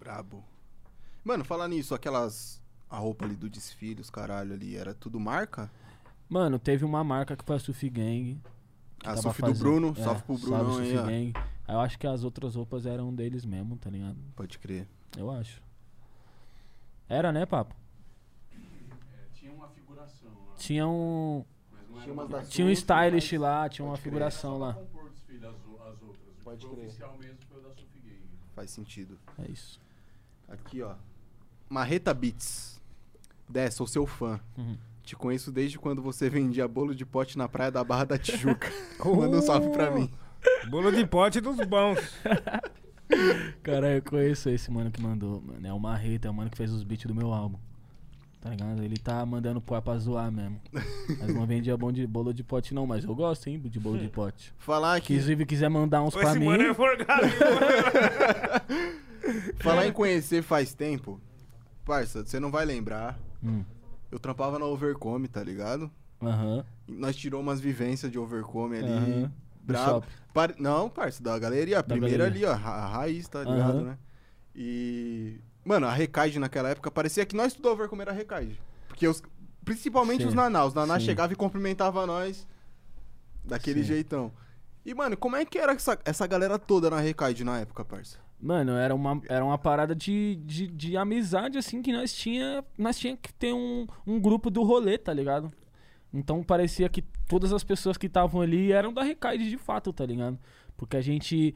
Brabo. Mano, falar nisso, aquelas. A roupa ali do desfile, os caralho ali, era tudo marca?
Mano, teve uma marca que foi a Sufi Gang. que
A
tava
Sofi Ah, do
fazendo-
Bruno,
É,
salve pro
salve,
Brunão aí,
Sufi
ó.
Gang. Eu acho que as outras roupas eram deles mesmo, tá ligado?
Pode crer.
Eu acho. Era, né, papo?
É, tinha uma figuração lá.
Tinha um.
Mas não
Tinha
era
umas
uma-
da
Tinha um
Sufi,
stylist
mas-
lá, tinha uma
Pode crer.
figuração
Só pra
lá.
compor o desfile, as, o- as outras. O que
Pode
foi
crer.
oficial mesmo foi o da Sufi Gang.
Faz sentido.
É isso.
Aqui, ó. Marreta Beats. Dé, sou seu fã.
Uhum.
Te conheço desde quando você vendia bolo de pote na praia da Barra da Tijuca.
Oh!
Manda um salve pra mim.
Bolo de pote dos bons.
Cara, eu conheço esse mano que mandou, mano. É o Marreta, é o mano que fez os beats do meu álbum. Tá ligado? Ele tá mandando pôr pra zoar mesmo. Mas não vendia bom de bolo de pote, não, mas eu gosto, hein, de bolo de pote.
Falar que
Inclusive, quiser mandar uns pra
Esse
mim.
mano é forgado.
Falar em conhecer faz tempo, parça, você não vai lembrar.
Hum,
Eu trampava na Overcome, tá ligado?
Aham.
E nós tirou umas vivências de Overcome ali.
Aham. Do
Brabo.
shopping.
Par- Não, parça, da galeria. A
Da
primeira
galeria.
ali, ó. A a raiz, tá
Aham.
ligado, né? E. Mano, a Recaide naquela época parecia que nós tudo Overcome era Recaide. Porque os. Principalmente
Sim.
os Naná. Os Naná
Sim.
chegavam e cumprimentavam nós daquele
Sim.
jeitão. E, mano, como é que era essa, essa galera toda na Recaide na época, parça?
Mano, era uma, era uma parada de, de, de amizade, assim, que nós tinha, nós tinha que ter um, um grupo do rolê, tá ligado? Então parecia que todas as pessoas que estavam ali eram da Recaide de fato, tá ligado? Porque a gente,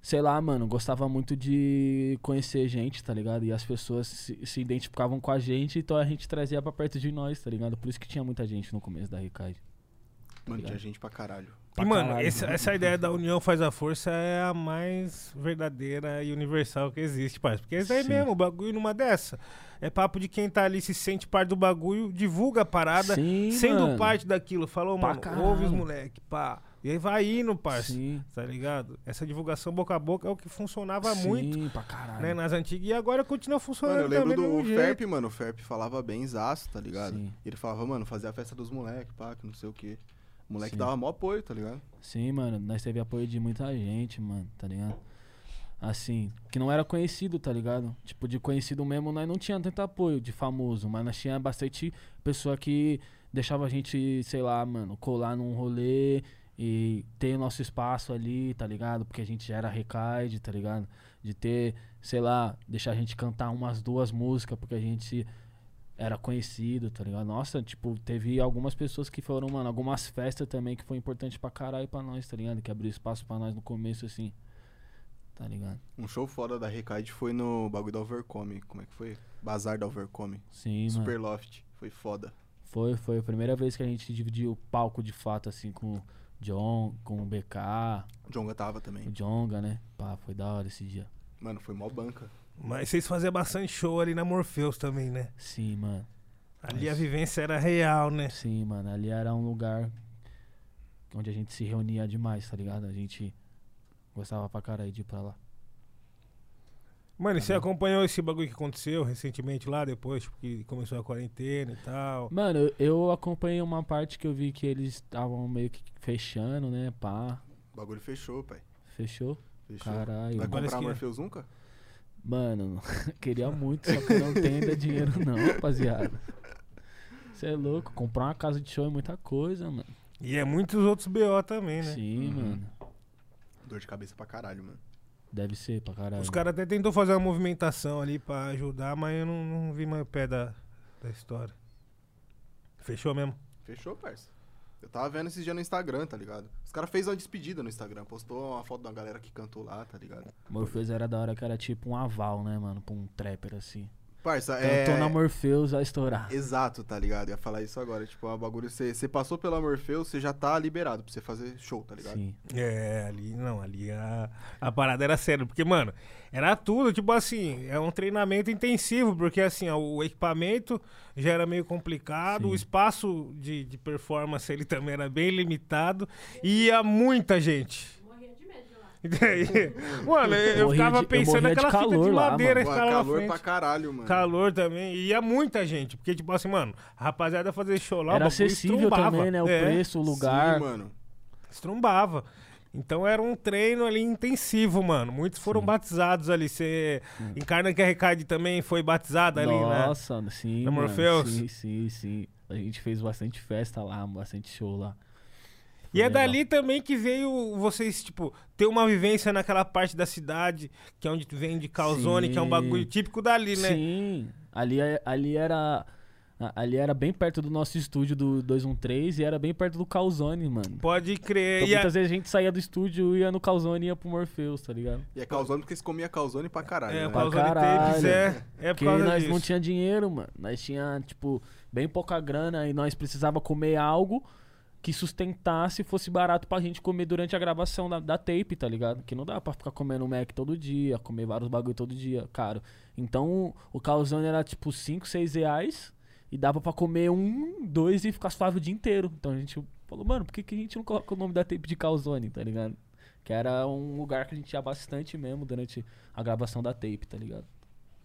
sei lá, mano, gostava muito de conhecer gente, tá ligado? E as pessoas se, se identificavam com a gente, então a gente trazia pra perto de nós, tá ligado? Por isso que tinha muita gente no começo da Recaide.
Mano, tinha
ligado?
gente pra caralho.
E,
Pra
mano, é,
caralho. né?
essa, essa ideia da união faz a força é a mais verdadeira e universal que existe, parceiro. Porque é isso aí
Sim.
mesmo, o bagulho numa dessa. É papo de quem tá ali, se sente parte do bagulho, divulga a parada,
Sim,
sendo
mano.
parte daquilo. Falou,
Pra
mano,
caralho.
ouve os moleque, pá. E aí vai indo, parceiro.
Sim,
Tá ligado? Essa divulgação boca a boca é o que funcionava
sim,
muito
pra caralho.
né, nas antigas e agora continua funcionando.
Mano, eu lembro
também
do
mesmo jeito.
Ferp, mano. O Ferp falava bem zaço, tá ligado?
Sim.
E ele falava, mano, fazer a festa dos moleques, pá, que não sei o quê. O moleque
Sim.
dava mó apoio, tá ligado?
Sim, mano, nós teve apoio de muita gente, mano, tá ligado? Assim, que não era conhecido, tá ligado? Tipo, de conhecido mesmo, nós não tinha tanto apoio de famoso, mas nós tinha bastante pessoa que deixava a gente, sei lá, mano, colar num rolê e ter o nosso espaço ali, tá ligado? Porque a gente já era recaide, tá ligado? De ter, sei lá, deixar a gente cantar umas duas músicas, porque a gente era conhecido, tá ligado? Nossa, tipo, teve algumas pessoas que foram, mano, algumas festas também que foi importante pra caralho pra nós, tá ligado? Que abriu espaço pra nós no começo, assim. Tá ligado?
Um show foda da Recaide foi no bagulho da Overcome. Como é que foi? Bazar da Overcome.
Sim, mano.
Superloft. Foi foda.
Foi, foi a primeira vez que a gente dividiu o palco de fato, assim, com o John, com o BK,
O Jonga tava
o
também.
Jonga, né? Pá, foi da hora esse dia.
Mano, foi mó banca.
Mas vocês faziam bastante show ali na Morpheus também, né?
Sim, mano.
Ali a
Mas-
vivência era real, né?
Sim, mano. Ali era um lugar onde a gente se reunia demais, tá ligado? A gente gostava pra caralho de ir pra lá.
Mano, e você acompanhou esse bagulho que aconteceu recentemente lá, depois tipo, que começou a quarentena e tal?
Mano, eu- eu acompanhei uma parte que eu vi que eles estavam meio que fechando, né? Pá,
O bagulho fechou, pai.
fechou?
Fechou.
Caralho.
Vai
Parece
comprar um,
que-
Morpheus nunca?
Mano, queria muito, só que não tem ainda dinheiro não, rapaziada. Você é louco, comprar uma casa de show é muita coisa, mano.
E é muitos outros BO também, né?
Sim, mano.
Dor de cabeça pra caralho, mano.
Deve ser pra caralho.
Os caras até tentou fazer uma movimentação ali pra ajudar, mas eu não, não vi mais o pé da, da história. Fechou mesmo?
Fechou, parça. Eu tava vendo esses dias no Instagram, tá ligado? Os caras fez uma despedida no Instagram, postou uma foto da galera que cantou lá, tá ligado?
Morpheus era da hora que era tipo um aval, né, mano? Pra um trapper assim.
Parça,
É...
é.
Cantou na Morpheus a estourar.
Exato, tá ligado? Eu ia falar isso agora. Tipo, é um bagulho. Você você passou pela Morfeu, você já tá liberado pra você fazer show, tá ligado?
Sim.
É, ali não, ali a, a parada era séria, porque, mano, era tudo, tipo assim, é um treinamento intensivo, porque assim, ó, o equipamento já era meio complicado, o
Sim.
espaço de, de performance ele também era bem limitado, e ia muita gente.
Morria de medo de lá.
E daí, mano, eu, eu
Morria
ficava
de- eu
pensando
morria de
naquela fita de
calor lá,
madeira
Pô, é
que ficava na
calor
frente.
pra caralho, mano.
Calor também, e ia muita gente, porque, tipo assim, mano, a rapaziada fazer show lá, o
Era
bagulho
acessível
estrumbava.
também, né? O
É.
preço, o
Sim,
lugar.
mano.
Estrumbava. Então era um treino ali intensivo, mano. Muitos foram batizados ali. Você encarna que a Recade também foi batizada ali, né?
Hum. Nossa, sim.
Na
mano,
Morpheus?
Sim, sim, sim. A gente fez bastante festa lá, bastante show lá.
E é
legal.
dali também que veio vocês, tipo, ter uma vivência naquela parte da cidade, que é onde vem de calzone, que é um
Sim.
bagulho típico dali, né?
Sim, ali, é- ali era. a- Ali era bem perto do nosso estúdio do 213 e era bem perto do Calzone, mano.
Pode crer.
Então,
e a-
muitas vezes a gente saía do estúdio, ia no Calzone e ia pro Morpheus, tá ligado?
E é calzone porque eles comiam calzone pra caralho.
É,
né?
o calzone
caralho.
tapes é, é por
Porque
causa
nós
disso.
não tinha dinheiro, mano. Nós tinha, tipo, bem pouca grana e nós precisava comer algo que sustentasse e fosse barato pra gente comer durante a gravação da, da tape, tá ligado? Que não dá pra ficar comendo um Mac todo dia, comer vários bagulho todo dia, caro. Então, o calzone era, tipo, 5, 6 reais e dava pra comer um, dois e ficar suave o dia inteiro. Então a gente falou, mano, por que, que a gente não coloca o nome da tape de calzone, tá ligado? Que era um lugar que a gente ia bastante mesmo durante a gravação da tape, tá ligado?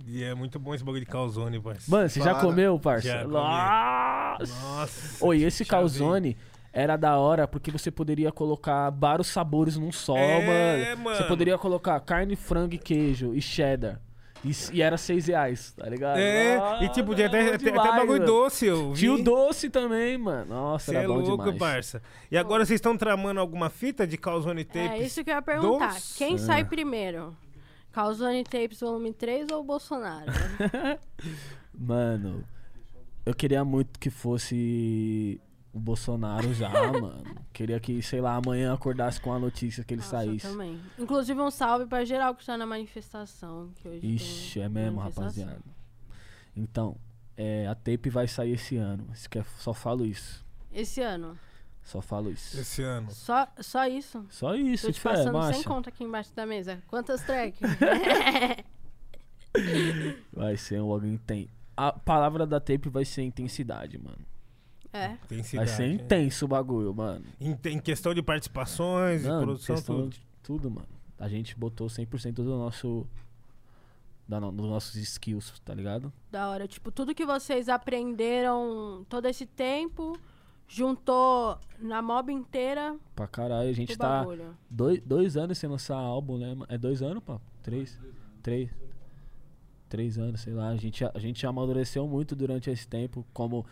E é muito bom esse bagulho de calzone, parceiro.
Mano, você já
Fala.
comeu, parça?
Já comi.
Nossa!
Nossa.
Oi, esse
já vi.
calzone era da hora porque você poderia colocar vários sabores num só,
É,
mano.
mano.
Você poderia colocar carne, frango e queijo e cheddar. E, s- e era seis reais, tá ligado?
É,
Nossa,
e tipo, tinha até,
era bom
até- até
demais,
bagulho
mano.
doce, eu vi.
Tinha o doce também, mano. Nossa,
Você
era
é
bom
louco,
demais.
parça. E agora vocês estão tramando alguma fita de Calzone Tapes?
É isso que eu ia perguntar.
Doce.
É.
Quem sai primeiro? Calzone Tapes volume 3 ou Bolsonaro?
Mano, eu queria muito que fosse o Bolsonaro já, mano. Queria que, sei lá, amanhã acordasse com a notícia que ele
Nossa, eu
saísse.
também. Inclusive um salve pra geral que está na manifestação. Que hoje tem
Ixi, é mesmo,
manifestação.
rapaziada. Então, é, a tape vai sair esse ano. Isso que é- só falo isso.
Esse ano.
Só falo isso.
Esse ano.
Só, só isso.
Só isso,
Tô te
fé,
passando sem
macho.
conta aqui embaixo da mesa. Quantas tracks?
Vai ser um login tem. A palavra da tape vai ser intensidade, mano.
é.
Vai
Intensidade.
ser
né?
intenso o bagulho, mano.
Em, em questão de participações, de
Mano,
produção,
questão
tudo.
de tudo, mano. A gente botou 100% do nosso da no- dos nossos skills, tá ligado?
Da hora. Tipo, tudo que vocês aprenderam todo esse tempo, juntou na mob inteira
Pra caralho, a gente
o
tá
bagulho.
Dois, dois anos sem lançar álbum, né? mano? É dois anos, pá? Três? Três. Três anos, sei lá. A gente, a gente amadureceu muito durante esse tempo, como,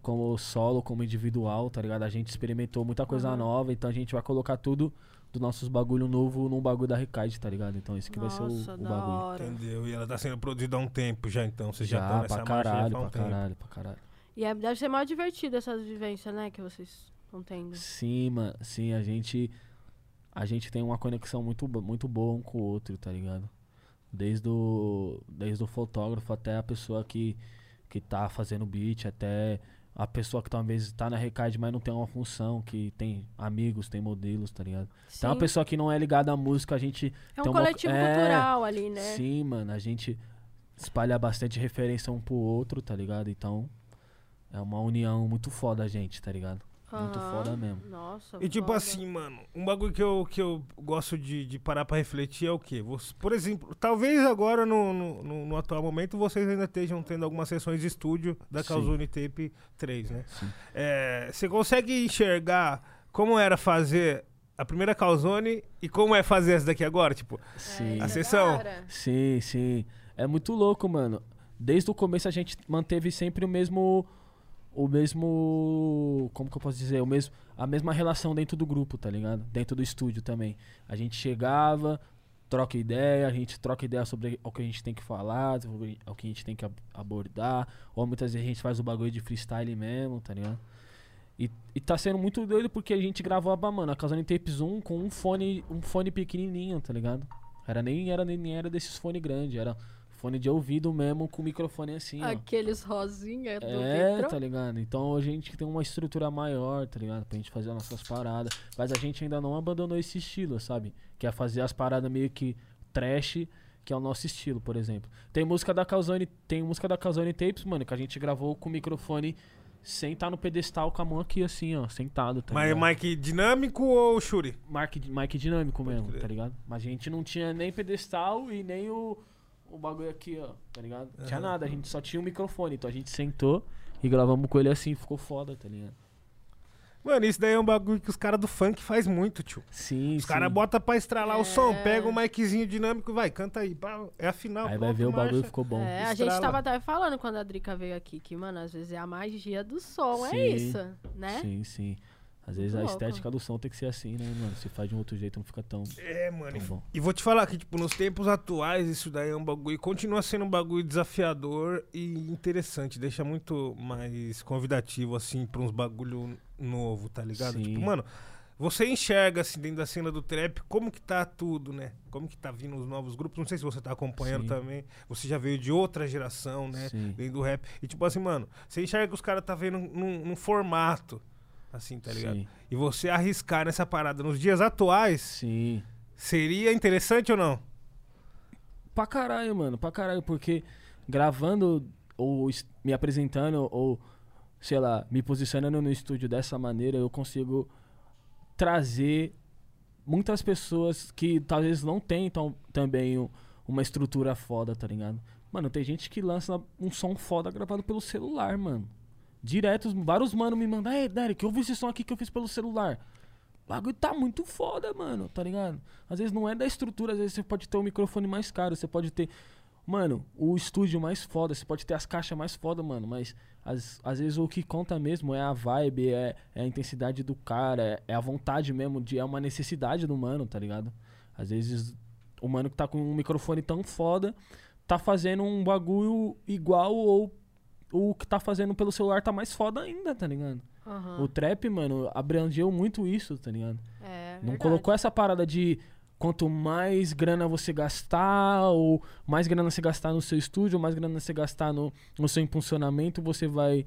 como solo, como individual, tá ligado? A gente experimentou muita
Uhum.
coisa nova, então a gente vai colocar tudo dos nossos bagulho novo num bagulho da Recade, tá ligado? Então isso que vai ser
Nossa,
o, o
da
bagulho.
hora.
Entendeu? E ela tá sendo produzida há um tempo já, então. Vocês já estão
Já,
nessa
pra
marcha
caralho,
já faz
pra
um tempo.
caralho, pra caralho.
E é- deve ser mais divertido essas vivências, né? Que vocês estão tendo.
Sim, mano, sim, a gente a gente tem uma conexão muito, bo- muito boa um com o outro, tá ligado? Desde o, desde o fotógrafo até a pessoa que, que tá fazendo beat, até a pessoa que talvez tá na Recade, mas não tem uma função, que tem amigos, tem modelos, tá ligado?
Sim.
Tem uma pessoa que não é ligada à música, a gente.
é um
tem uma-
coletivo
é,
cultural ali, né?
Sim, mano, a gente espalha bastante referência um pro outro, tá ligado? Então é uma união muito foda, gente, tá ligado? Muito
Aham.
foda mesmo.
Nossa.
E tipo
foda.
assim, mano, um bagulho que eu, que eu gosto de, de parar pra refletir é o quê? Você- por exemplo, talvez agora, no, no, no- no atual momento, vocês ainda estejam tendo algumas sessões de estúdio da
Sim.
Calzone Tape 3, né? É, você consegue enxergar como era fazer a primeira calzone e como é fazer essa daqui agora? Tipo,
É.
Sim.
A sessão.
né?
Sim, sim. É muito louco, mano. Desde o começo a gente manteve sempre o mesmo. O mesmo. Como que eu posso dizer? O mesmo, a mesma relação dentro do grupo, tá ligado? Dentro do estúdio também. A gente chegava, troca ideia, a gente troca ideia sobre o que a gente tem que falar, sobre o que a gente tem que ab- abordar. Ou muitas vezes a gente faz o bagulho de freestyle mesmo, tá ligado? E, e tá sendo muito doido porque a gente gravou a mano, a Casone Tapes 1 com um fone, um fone pequenininho, tá ligado? Era nem era nem era desses fone grande, era fone de ouvido mesmo com microfone assim,
Ah,
ó.
Aqueles rosinha do
É,
Vitro.
tá ligado? Então a gente tem uma estrutura maior, tá ligado? Pra gente fazer as nossas paradas. Mas a gente ainda não abandonou esse estilo, sabe? Que é fazer as paradas meio que trash, que é o nosso estilo, por exemplo. Tem música da Calzone, tem música da Calzone Tapes, mano, que a gente gravou com o microfone sem estar no pedestal com a mão aqui, assim, ó, sentado, tá
mas
ligado?
Mike dinâmico ou Shuri?
Mic, mic dinâmico mesmo,
crer.
tá ligado? Mas a gente não tinha nem pedestal e nem o, o bagulho aqui, ó, tá ligado? Não tinha nada, a gente só tinha o microfone. Então a gente sentou e gravamos com ele assim, ficou foda, tá ligado?
Mano, isso daí é um bagulho que os caras do funk faz muito, tio.
Sim,
Os é caras botam pra estralar o som, pega o miczinho dinâmico e vai, canta aí. pá, É a final.
Aí vai
pronto,
ver o bagulho
marcha.
ficou bom.
É, a
Estrala.
gente tava até falando quando a Drica veio aqui que, mano, às vezes é a magia do som,
Sim.
é isso, né?
Sim, sim. Às vezes a
Muito louco.
estética do som tem que ser assim, né, mano? Se faz de um outro jeito, não fica tão,
É, mano.
tão
e-
Tá bom.
E vou te falar que, tipo, nos tempos atuais, isso daí é um bagulho. Continua sendo um bagulho desafiador e interessante. Deixa muito mais convidativo, assim, pra uns bagulho novo, tá ligado?
Sim.
Tipo, mano, você enxerga, assim, dentro da cena do trap, como que tá tudo, né? Como que tá vindo os novos grupos. Não sei se você tá acompanhando
Sim.
também. Você já veio de outra geração, né?
Sim.
Dentro do rap. E, tipo, assim, mano, você enxerga que os caras tá vendo num, num formato, assim, tá ligado?
Sim.
E você arriscar nessa parada nos dias atuais.
Sim.
Seria interessante ou não?
Pra caralho, mano, pra caralho, porque gravando ou es- me apresentando ou, sei lá, me posicionando no estúdio dessa maneira, eu consigo trazer muitas pessoas que talvez não tenham tam- também um- uma estrutura foda, tá ligado? Mano, tem gente que lança um som foda gravado pelo celular, mano. Direto, os- vários mano me mandam, ei, Derek, eu vi esse som aqui que eu fiz pelo celular. O bagulho tá muito foda, mano, tá ligado? Às vezes não é da estrutura, às vezes você pode ter o microfone mais caro, você pode ter, mano, o estúdio mais foda, você pode ter as caixas mais foda, mano, mas às, às vezes o que conta mesmo é a vibe, é, é a intensidade do cara, é, é a vontade mesmo, de, é uma necessidade do mano, tá ligado? Às vezes o mano que tá com um microfone tão foda tá fazendo um bagulho igual ou o que tá fazendo pelo celular tá mais foda ainda, tá ligado?
Aham.
O trap, mano, abrangeu muito isso, tá ligado?
É,
Não
verdade.
colocou essa parada de quanto mais grana você gastar, ou mais grana você gastar no seu estúdio, mais grana você gastar no, no seu impulsionamento, você vai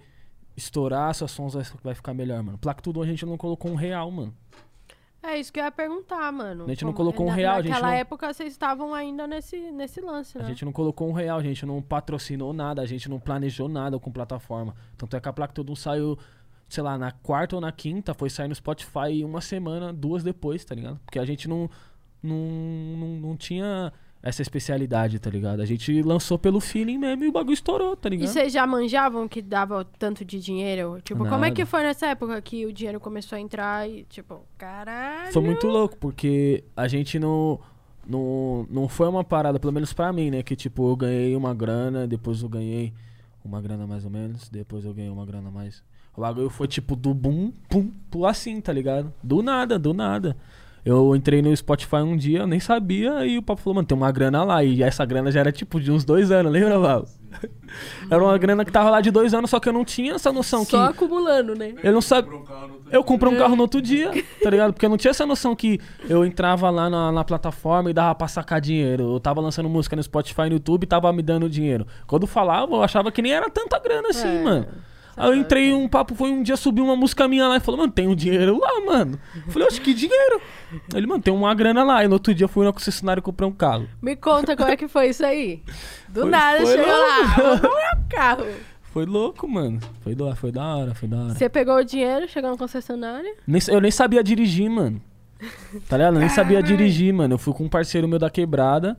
estourar, suas sons vai, vai ficar melhor, mano. Plactudon a gente não colocou um real, mano.
É isso que eu ia perguntar, mano.
A gente não colocou um
na-
real, a gente
Naquela
não-
época vocês estavam ainda nesse, nesse lance,
A
né?
gente não colocou um real, a gente não patrocinou nada, a gente não planejou nada com plataforma. Tanto é que a Plactudon saiu, sei lá, na quarta ou na quinta, foi sair no Spotify uma semana, duas depois, tá ligado? Porque a gente não, não, não, não tinha essa especialidade, tá ligado? A gente lançou pelo feeling mesmo e o bagulho estourou, tá
E
ligado?
vocês já manjavam que dava tanto de dinheiro? Tipo, como é
Nada.
que foi nessa época que o dinheiro começou a entrar e, tipo, caralho.
Foi muito louco, porque a gente não. Não, não foi uma parada, pelo menos pra mim, né? Que tipo, eu ganhei uma grana, depois eu ganhei uma grana mais ou menos, depois eu ganhei uma grana mais. O bagulho foi tipo do bum, pum, pum, assim, tá ligado? Do nada, do nada. Eu entrei no Spotify um dia, eu nem sabia, e o papo falou, mano, tem uma grana lá. E essa grana já era tipo de uns dois anos, lembra, Val? Era uma grana que tava lá de dois anos, só que eu não tinha essa noção
Uhum. Só
que.
acumulando, né?
Eu não sabia.
Comprou um carro no outro
Eu comprei um carro no outro dia, tá ligado? Porque eu não tinha essa noção que eu entrava lá na, na plataforma e dava pra sacar dinheiro. Eu tava lançando música no Spotify, no YouTube e tava me dando dinheiro. Quando falava, eu achava que nem era tanta grana assim,
É,
mano. Aí eu entrei um papo, foi um dia subiu uma música minha lá e falou, mano, tem um dinheiro lá, mano. Eu falei, oxe, que dinheiro? Ele, mano, tem uma grana lá. E no outro dia eu fui na concessionária e comprei um carro.
Me conta como é que foi isso aí. Do
Foi-
nada
foi
chegou
louco.
lá, vamos é o carro.
Foi louco, mano. Foi da, foi da hora, foi da hora.
Você pegou o dinheiro, chegou no concessionário.
Nem- eu nem sabia dirigir, mano. Tá ligado? Eu nem sabia dirigir, mano. Eu fui com um parceiro meu da quebrada.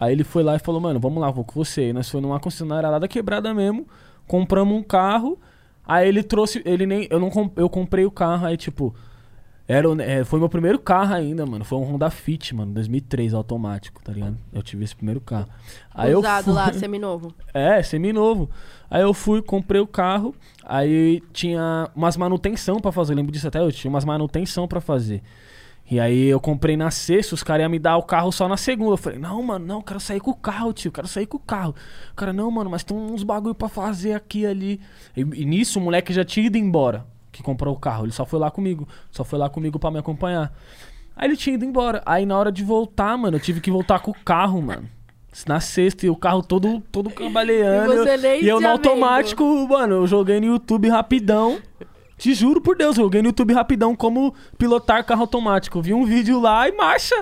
Aí ele foi lá e falou, mano, vamos lá, vou com você. E nós fomos numa concessionária lá da quebrada mesmo. Compramos um carro. Aí ele trouxe. Ele nem. Eu, não, com- eu comprei o carro. Aí, tipo, Era, o- é, foi meu primeiro carro ainda, mano. Foi um Honda Fit, mano, 2003, automático, tá ligado? Eu tive esse primeiro carro. Aí
Usado
eu fui...
lá, seminovo.
É, seminovo. Aí eu fui, comprei o carro, aí tinha umas manutenção pra fazer, eu lembro disso até hoje, tinha umas manutenção pra fazer. E aí eu comprei na sexta, os caras iam me dar o carro só na segunda. Eu falei, não, mano, não, quero sair com o carro, tio, quero sair com o carro. O cara, não, mano, mas tem uns bagulho pra fazer aqui e ali. E, e nisso o moleque já tinha ido embora, que comprou o carro. Ele só foi lá comigo, só foi lá comigo pra me acompanhar. Aí ele tinha ido embora. Aí na hora de voltar, mano, eu tive que voltar com o carro, mano. Na sexta, e o carro todo, todo cambaleando.
E você nem
e eu
se
no automático, mano, eu joguei no YouTube rapidão. Te juro por Deus, eu joguei no YouTube rapidão como pilotar carro automático. Vi um vídeo lá e marcha.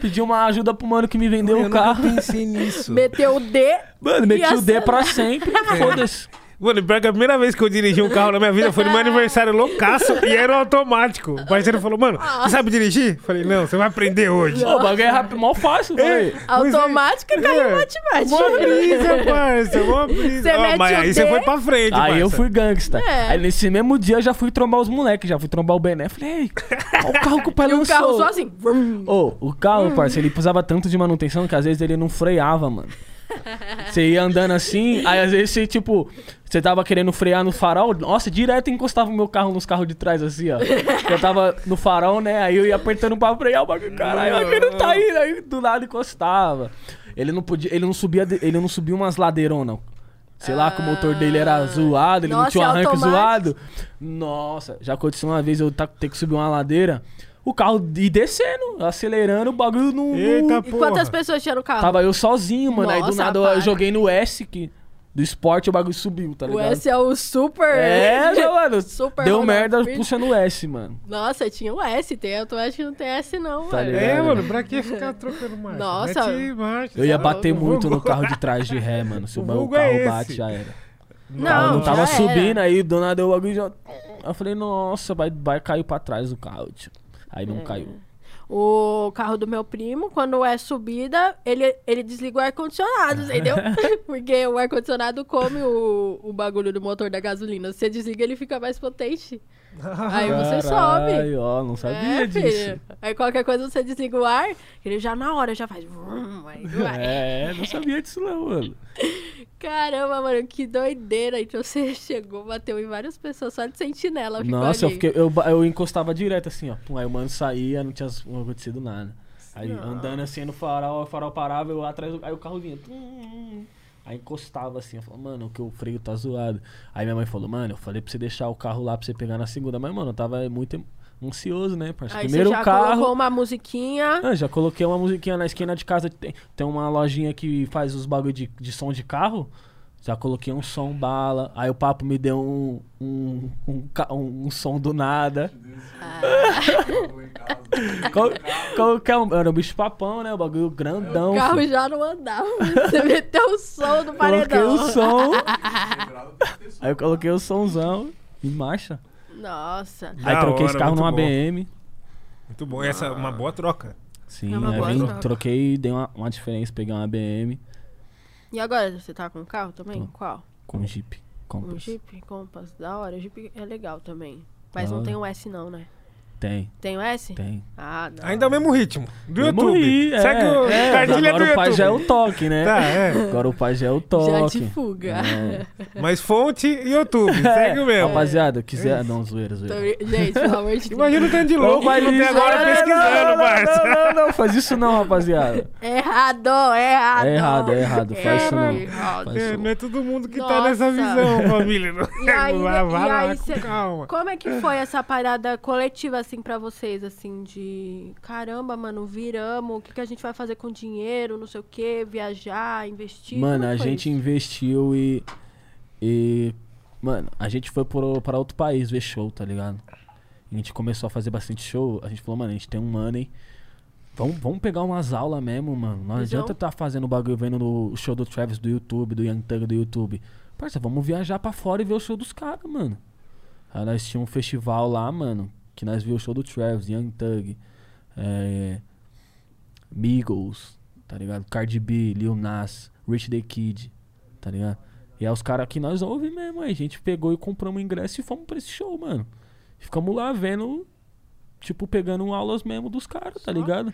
Pedi uma ajuda pro mano que me vendeu
eu
o
nunca
carro.
pensei nisso.
Meteu o D.
Mano, meti o D
acelera.
pra sempre. Foda-se.
Mano, pior que a primeira vez que eu dirigi um carro na minha vida foi no meu aniversário loucaço e era automático. O parceiro falou, mano,
Ah.
você sabe dirigir? Falei, não, você vai aprender hoje.
Pô, o bagulho é rápido, mó fácil. Falei.
Pois é.
Automático e
É.
caiu
Mó
matemática.
brisa, parça, mó brisa.
Você
Ó,
mete
mas
o
aí você
dedo.
foi pra frente,
Aí eu
parça.
fui gangsta.
É.
Aí nesse mesmo dia eu já fui trombar os moleques, já fui trombar o Bené. Falei, ei, qual o carro que o pai
E o
lançou?
carro só assim. vrum.
Ô, o carro, parceiro, ele precisava tanto de manutenção que às vezes ele não freava, mano. Você ia andando assim, aí às vezes você, tipo, você tava querendo frear no farol, nossa, direto encostava o meu carro nos carros de trás, assim, ó. Eu tava no farol, né? Aí eu ia apertando pra frear o bagulho, caralho, o bagulho não tá indo, aí do lado encostava. Ele não podia, ele não subia, de- ele não subia umas ladeironas. Sei lá, que o motor dele era zoado, ele não
Ah. Nossa,
tinha um
é
arranque
automático.
zoado. Nossa, já aconteceu uma vez eu ta- ter que subir uma ladeira, o carro e descendo, acelerando, o bagulho não. não-
Eita,
E
porra.
quantas pessoas tinham no carro?
Tava eu sozinho, mano. aí do
Nossa,
nada
para.
eu joguei no S que, do esporte o bagulho subiu, tá
o
ligado?
S é o super.
É, já, mano.
Super
deu
Ronaldo
merda
Fritz.
puxando o S, mano.
Nossa, tinha o S, tem automático e não tem S, não,
Tá
mano.
ligado?
É, mano, pra que ficar trocando marcha?
Nossa.
Mete marcha,
Eu ia
tá
bater
louco.
muito no
Vulgo.
carro de trás de ré, mano. Se o,
O
ba- o
vulgo
carro
é esse.
bate, já era.
Não,
Tava- não
já
tava
era.
subindo, né? aí do nada eu bagulho já. Eu falei, nossa, vai, vai cair pra trás o carro, tio. Aí
É.
não caiu.
O carro do meu primo, quando é subida, ele, ele desliga o ar-condicionado,
Ah.
entendeu? Porque o ar-condicionado come o, o bagulho do motor da gasolina. Se você desliga, ele fica mais potente. Aí você sobe.
Aí, ó, não sabia
É, filho.
disso.
Aí qualquer coisa você desliga o ar, ele já na hora já faz. vrum, aí vai.
É, não sabia disso não, mano.
Caramba, mano, que doideira. Então você chegou, bateu em várias pessoas só de sentinela. ficou
Nossa, eu,
ali.
fiquei, eu, ba- eu encostava direto assim, ó. Pum, aí o mano saía, não tinha s- não acontecido nada. Aí andando assim no farol, o farol parava, eu atrás do. Aí o carro vinha. tum. Aí encostava assim, eu falava, mano, que o freio tá zoado. Aí minha mãe falou, mano, eu falei pra você deixar o carro lá pra você pegar na segunda. Mas, mano, eu tava muito em- ansioso, né, parceiro?
Aí
Primeiro
você já
o carro.
colocou uma musiquinha.
Ah, já coloquei uma musiquinha na esquina de casa. Tem, tem uma lojinha que faz os bagulho de, de som de carro. Já coloquei um som bala. Aí o papo me deu um, um, um, ca- um- um som do nada. Qual, qual que é o. Era o bicho papão, né? O bagulho grandão.
O carro
filho.
já não andava. Você meteu o som do
Coloquei
paredão.
o som.
Aí
Aí eu coloquei o somzão. E marcha.
Nossa.
Aí
Da
troquei esse
hora,
carro
muito
numa
bom.
BM.
Muito bom, essa é uma boa troca.
Sim,
É uma
aí
boa
vim,
troca.
troquei, dei uma, uma diferença, peguei uma BM
E agora, você tá com carro também? Qual?
com um Jeep.
Um
Compass.
Jeep? Compass. Da hora. Jeep é legal também. Mas não
Da
tem o S não, né?
Tem,
Tem o S?
tem.
Ah, não.
Ainda é o mesmo ritmo. Do
Eu
YouTube.
morri, é,
Segue o
é,
cartilha do
agora o pai
YouTube.
já é o toque, né?
Tá, é.
Agora o pai já é o
Já
toque.
de fuga.
É.
Mas fonte e YouTube. Segue o mesmo.
Rapaziada, quiser. Não, zoeira,
Tô-
zoeira.
Gente, pelo amor de Deus.
Imagina o tanto de louco que
Então, Mas
não tem
isso-
Então
é
agora
não, não,
pesquisando,
não,
parça. É,
Não, não, não, não, faz isso não, rapaziada.
Errado, errado.
É errado, é errado, faz isso não.
Errado.
Faz
É,
isso.
não é todo mundo que tá nessa
Nossa.
visão, família. Não é,
E aí,
vai vai
e
lá,
aí
com
cê-
calma.
Como é que foi essa parada coletiva, assim, pra vocês, assim, de caramba, mano, viramos, o que, que a gente vai fazer com o dinheiro, não sei o quê, viajar, investir?
Mano,
Como
a
foi
gente
isso?
investiu e. E. Mano, a gente foi pro, pra outro país ver show, tá ligado? A gente começou a fazer bastante show. A gente falou, mano, a gente tem um money. Vamos, vamos pegar umas aulas mesmo, mano. Não
Visão.
adianta tá fazendo bagulho vendo no- o show do Travis do YouTube, do Young Thug do YouTube. Parça, vamos viajar pra fora e ver o show dos caras, mano. Aí nós tínhamos um festival lá, mano, que nós viu o show do Travis, Young Thug, é, Beagles, tá ligado? Cardi B, Lil Nas, Rich The Kid, tá ligado? E aí os caras que nós ouvimos mesmo, aí a gente pegou e compramos o ingresso e fomos pra esse show, mano. Ficamos lá vendo tipo, pegando aulas mesmo dos caras, tá ligado?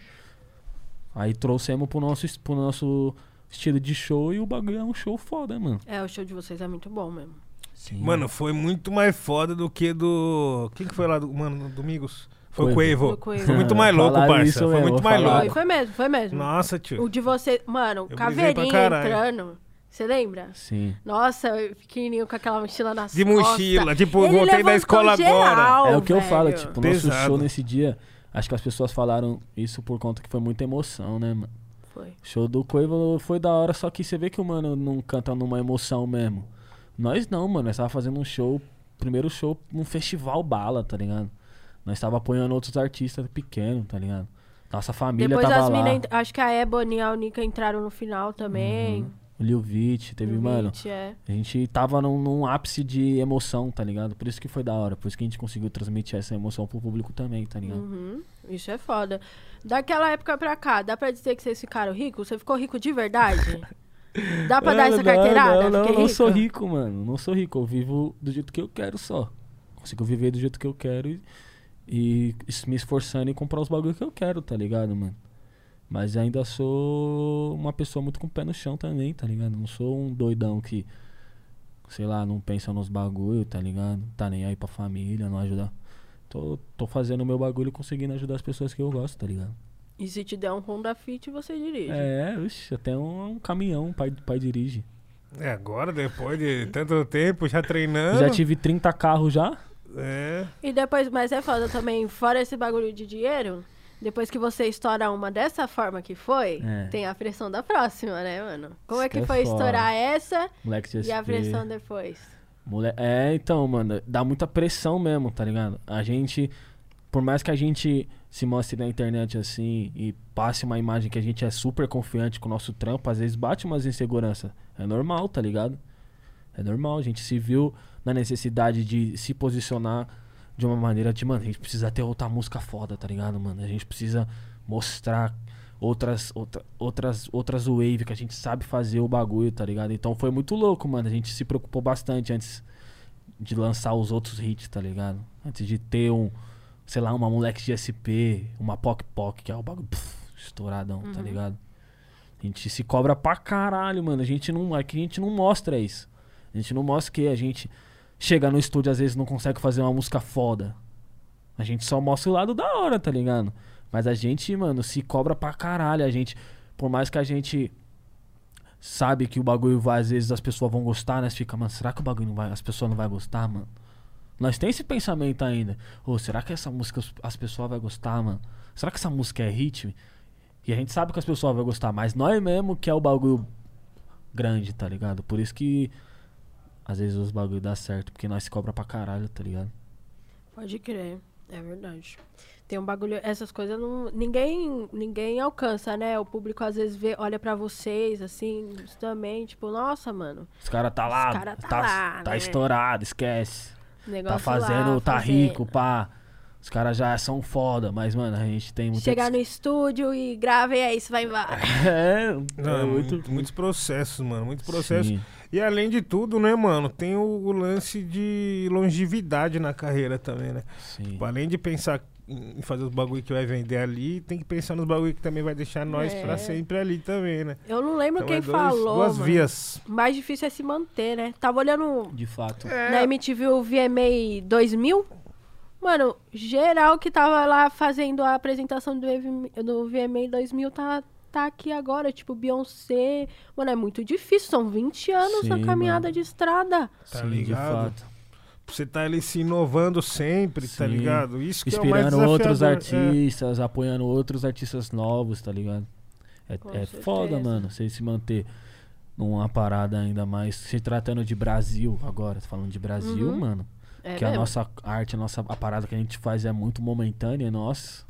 Aí trouxemos pro nosso, es- pro nosso estilo de show e o bagulho é um show foda, mano.
É, o show de vocês é muito bom mesmo.
Sim.
Mano, foi muito mais foda do que do. Quem que foi lá, do... mano, no Domingos? Foi o
Cuevo.
Quavo.
Do Quavo.
Foi muito mais louco,
Falaram
parça.
isso
Foi
mesmo,
muito mais
falaram.
Foi,
Tá louco.
foi mesmo, foi mesmo.
Nossa, tio.
O de vocês. Mano,
brisei pra
caveirinha
caralho.
entrando. Você lembra?
Sim.
Nossa, eu pequenininho com aquela mochila nas
De
costas.
mochila, tipo,
Ele
voltei da
levantou
escola
geral,
agora.
É o que eu
velho.
falo, tipo, o nosso
Pesado.
show nesse dia, acho que as pessoas falaram isso por conta que foi muita emoção, né, mano?
Foi.
O show do Coivo foi da hora, só que você vê que o mano não canta numa emoção mesmo. Nós não, mano, nós tava fazendo um show, primeiro show num festival bala, tá ligado? Nós tava apoiando outros artistas pequenos, tá ligado? Nossa família
Depois
tava
as
lá.
meninas. Acho que a Ebony e a Unica entraram no final também.
O Lil Vit, Uhum. teve,
Do
mano,
Vit, é.
A gente tava num, num ápice de emoção, tá ligado? Por isso que foi da hora, por isso que a gente conseguiu transmitir essa emoção pro público também, tá ligado?
Uhum, Isso é foda. Daquela época pra cá, dá pra dizer que vocês ficaram ricos? Você ficou rico de verdade? Dá pra dar
Não,
essa carteirada?
É, Não, não,
Fiquei
não, não
rica?
sou rico, mano. Não sou rico. Eu vivo do jeito que eu quero só. Consigo viver do jeito que eu quero e, e es- me esforçando em comprar os bagulhos que eu quero, tá ligado, mano? Mas ainda sou uma pessoa muito com o pé no chão também, tá ligado? Não sou um doidão que, sei lá, não pensa nos bagulho, tá ligado? Tá nem aí pra família, não ajuda. Tô, tô fazendo o meu bagulho e conseguindo ajudar as pessoas que eu gosto, tá ligado?
E se te der um Honda Fit, você dirige.
É, oxe, até um, um caminhão, o pai, pai dirige.
É, agora, depois de tanto tempo já treinando.
Já tive 30 carros já.
É.
E depois, mas é foda também, fora esse bagulho de dinheiro, depois que você estoura uma dessa forma que foi,
É.
tem a pressão da próxima, né, mano? Como é
Isso
que
que é
foi
foda.
estourar essa
Moleque de
e a
SP.
pressão depois?
Mole- É, então, mano, dá muita pressão mesmo, tá ligado? A gente, por mais que a gente se mostre na internet assim e passe uma imagem que a gente é super confiante com o nosso trampo, às vezes bate umas inseguranças. É normal, tá ligado? É normal, a gente se viu na necessidade de se posicionar de uma maneira de, mano, a gente precisa ter outra música foda, tá ligado, mano? A gente precisa mostrar outras outra, outras outras wave que a gente sabe fazer o bagulho, tá ligado? Então foi muito louco, mano. A gente se preocupou bastante antes de lançar os outros hits, tá ligado? Antes de ter um, sei lá, uma moleque de SP, uma Poc Poc, que é o bagulho pff, estouradão, tá ligado? A gente se cobra pra caralho, mano. A gente não, é que a gente não mostra isso. A gente não mostra que a gente chega no estúdio às vezes não consegue fazer uma música foda. A gente só mostra o lado da hora, tá ligado? Mas a gente, mano, se cobra pra caralho. A gente, por mais que a gente sabe que o bagulho vai, às vezes as pessoas vão gostar, né? Você fica, mano, será que o bagulho não vai, as pessoas não vai gostar, mano? Nós tem esse pensamento ainda. Ô, será que essa música as- as pessoas vai gostar, mano? Será que essa música é hit? E a gente sabe que as pessoas vão gostar, mas nós mesmo que é o bagulho grande, tá ligado? Por isso que às vezes os bagulho dá certo, porque nós se cobra pra caralho, tá ligado?
Pode crer, é verdade. Tem um bagulho, essas coisas não, ninguém, ninguém alcança, né? O público às vezes vê, olha pra vocês assim, isso também, tipo, nossa, mano,
Os caras tá lá,
cara tá
tá,
lá,
tá
né?
estourado, esquece.
negócio
tá fazendo,
lá,
tá
fazendo.
rico, pá. Os caras já são foda, mas, mano, a gente tem muito.
Chegar no estúdio e gravem aí, isso vai embora.
É,
Não,
é
é
muito.
muito- muitos processos, mano. Muitos processos.
Sim.
E além de tudo, né, mano, tem o, o lance de longevidade na carreira também, né?
Sim.
Tipo, além de pensar em fazer os bagulho que vai vender ali, tem que pensar nos bagulho que também vai deixar nós
É.
pra sempre ali também, né?
Eu não lembro quem
é dois-
falou.
Duas
mano.
vias.
Mais difícil é se manter, né? Tava olhando
De fato.
É.
na MTV o VMA 2000. Mano, geral que tava lá fazendo a apresentação do, EV do VMA 2000 tá, tá aqui agora. Tipo, Beyoncé. Mano, é muito difícil. São 20 anos na
Sim,
caminhada
mano.
de estrada.
Tá
Sim,
ligado?
de fato.
Você tá ali se inovando sempre, tá
Sim.
ligado? Isso que é o mais
Inspirando
desafiador.
outros
É.
artistas, apoiando outros artistas novos, tá ligado? É,
Com
é foda,
certeza.
mano, você se manter numa parada ainda mais. Se tratando de Brasil agora, tô falando de Brasil,
Uhum.
mano.
É
que a
mesmo?
nossa arte, a nossa a parada que a gente faz é muito momentânea, nossa.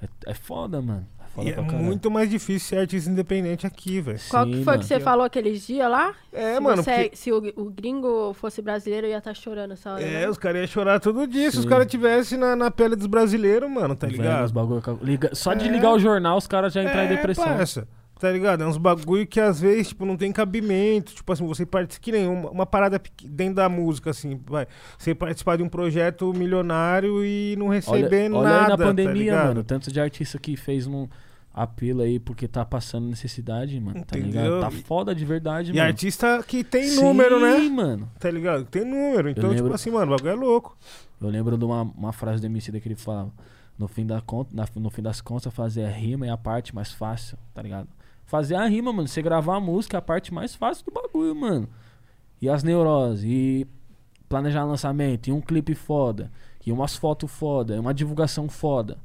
É, é foda, mano. É foda
E é
pra caralho.
muito mais difícil ser artista independente aqui, velho.
Qual
Sim,
que foi
mano.
que você falou aqueles dias lá?
É,
se
mano,
você-
porque-
Se o, o gringo fosse brasileiro, eu ia estar chorando essa hora.
É,
né?
os caras iam chorar todo dia se os
Sim.
caras estivessem na, na pele dos brasileiros, mano, tá
Vendo os
ligado?
bagulho que- liga- só de
É.
ligar o jornal, os caras já entram em depressão.
parça. É, Tá ligado? É uns bagulho que às vezes, tipo, não tem cabimento. Tipo assim, você participa que nem uma, uma parada pequ- dentro da música, assim, vai. Você participar de um projeto milionário e não
Olha,
receber
olha
nada.
aí na
tá
pandemia,
ligado?
mano. Tanto de artista que fez um apelo aí porque tá passando necessidade, mano. Tá
Entendeu?
ligado? Tá foda de verdade,
E
mano.
artista que tem
Sim,
número, né?
mano.
Tá ligado? Tem número. Então, tipo
lembro-
assim, mano, o bagulho é louco.
Eu lembro de uma, uma frase do MC que ele falava. No fim, da conta, na- no fim das contas, fazer a rima é a parte mais fácil, tá ligado? Fazer a rima, mano. Você gravar a música é a parte mais fácil do bagulho, mano. E as neuroses, e planejar lançamento, e um clipe foda, e umas fotos foda, e uma divulgação foda.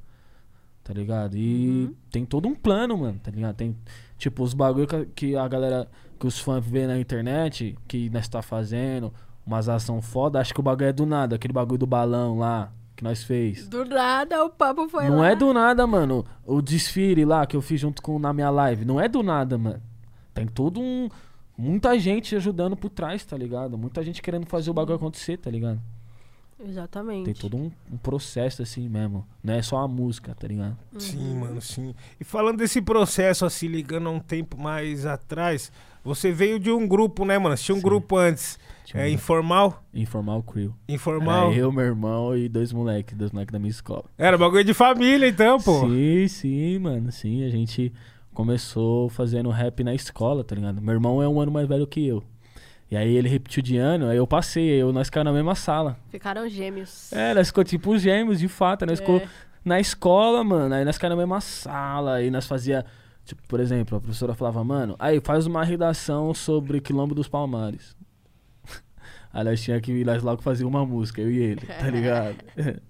Tá ligado? E tem todo um plano, mano, tá ligado? Tem, tipo, os bagulho que a- que a galera, que os fãs vê na internet, que nós tá fazendo, umas ação foda, acho que o bagulho é do nada, aquele bagulho do balão lá, que nós fez.
Do nada o papo foi
não
lá.
é do nada, mano. O desfile lá que eu fiz junto com na minha live, não é do nada, mano. Tem todo um muita gente ajudando por trás, tá ligado? Muita gente querendo fazer o bagulho acontecer, tá ligado?
Exatamente.
Tem todo um, um processo assim mesmo. Não é só a música, tá ligado?
Sim, mano, sim. E falando desse processo, assim, ligando a um tempo mais atrás, você veio de um grupo, né, mano? Você tinha um
Sim.
grupo antes.
Tinha
É
um-
informal?
Informar o crew.
Informal?
Era eu, meu irmão e dois moleques, dois moleques da minha escola.
Era bagulho de família, então, pô.
Sim, sim, mano. Sim, a gente começou fazendo rap na escola, tá ligado? Meu irmão é um ano mais velho que eu. E aí ele repetiu de ano, aí eu passei, aí eu, nós ficamos na mesma sala.
Ficaram gêmeos.
um- É, nós ficou tipo gêmeos, de fato. Nós ficou
É.
na escola, mano. Aí nós ficamos na mesma sala, aí nós fazia... Tipo, por exemplo, a professora falava, mano, aí faz uma redação sobre Quilombo dos Palmares. Aí nós tinha que ir nós logo fazer uma música, eu e ele, tá ligado?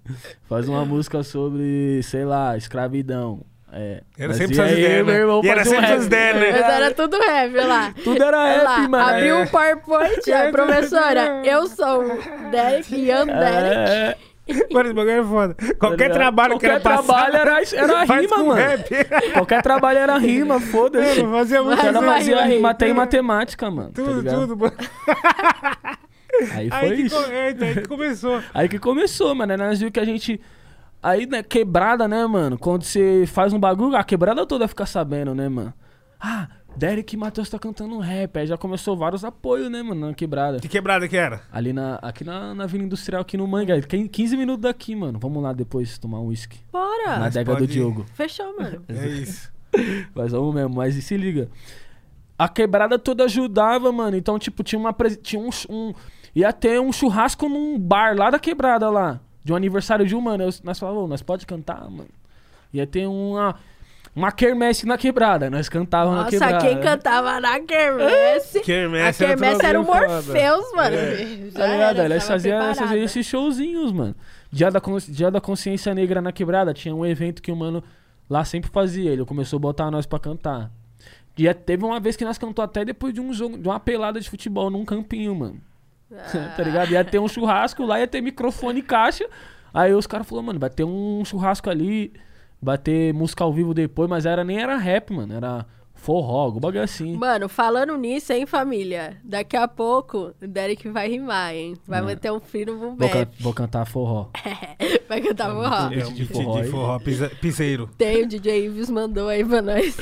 Faz uma música sobre, sei lá, escravidão. É.
Era
Nós
sempre
ia
essas
eu e
ideias,
meu
né?
irmão
E era
fazer um
sempre
rap.
essas ideias, né?
Mas era tudo heavy lá.
Tudo era
Olha lá,
rap, mano. É.
abriu um PowerPoint, a professora, eu sou o Derek, Ian Derek.
É, é, Tá
Mano, esse bagulho é foda. Qualquer
ligado?
trabalho que era
Qualquer trabalho
passar,
era, era
faz
rima,
com
mano.
rap.
Qualquer trabalho era rima, foda-se.
Mano, fazia muito
Mas
Ela
vai,
fazia
vai.
rima até em matemática, mano. tá
né? tudo,
ligado?
tudo. mano.
Aí foi
Aí que,
isso.
co- é, então, aí que começou.
Aí que começou, mano. Aí Nós viu que a gente. Aí, né, quebrada, né, mano? Quando você faz um bagulho, a quebrada toda fica sabendo, né, mano? Ah, Derek e Matheus tá cantando um rap. Aí já começou vários apoios, né, mano, na quebrada.
Que quebrada que era?
Ali na. Aqui na, na Vila Industrial, aqui no Manga. Quem- 15 minutos daqui, mano. Vamos lá depois tomar um uísque.
Bora!
Na adega do
Ah, pode ir.
Diogo.
Fechou, mano.
É isso.
Mas vamos mesmo, mas e se liga. A quebrada toda ajudava, mano. Então, tipo, tinha uma. pres- Tinha um, chu- um- Ia ter um churrasco num bar lá da quebrada lá. De um aniversário de um, mano. Eu- nós falávamos, nós pode cantar, mano. Ia ter uma. Uma quermesse na quebrada. Nós cantávamos na
Nossa,
quebrada.
quem cantava na quermesse.
Quermesse
a
era
quermesse
um
era o
tudo foda.
Morpheus, mano. Já
Tá ligado?
era,
Elas
tava
faziam, elas
preparada.
faziam esses showzinhos, mano. Dia da, Cons- Dia da Consciência Negra na Quebrada, tinha um evento que o mano lá sempre fazia. Ele começou a botar nós pra cantar. E é- teve uma vez que nós cantou até depois de um jogo, de uma pelada de futebol num campinho, mano. tá ligado? Ia ter um churrasco lá, ia ter microfone e caixa. Aí os caras falaram, mano, vai ter um churrasco ali, vai ter música ao vivo depois, mas era nem era rap, mano, era forró, algum bagulho assim.
Mano, falando nisso, hein, família? Daqui a pouco o Derek vai rimar, hein? Vai
Mano.
meter um frio no
Vou, can-
bumbé.
vou cantar forró.
Vai cantar forró.
É um
De
beat
forró,
de
hein?
forró, pisa- piseiro.
Tem, o DJ Ives mandou aí pra nós.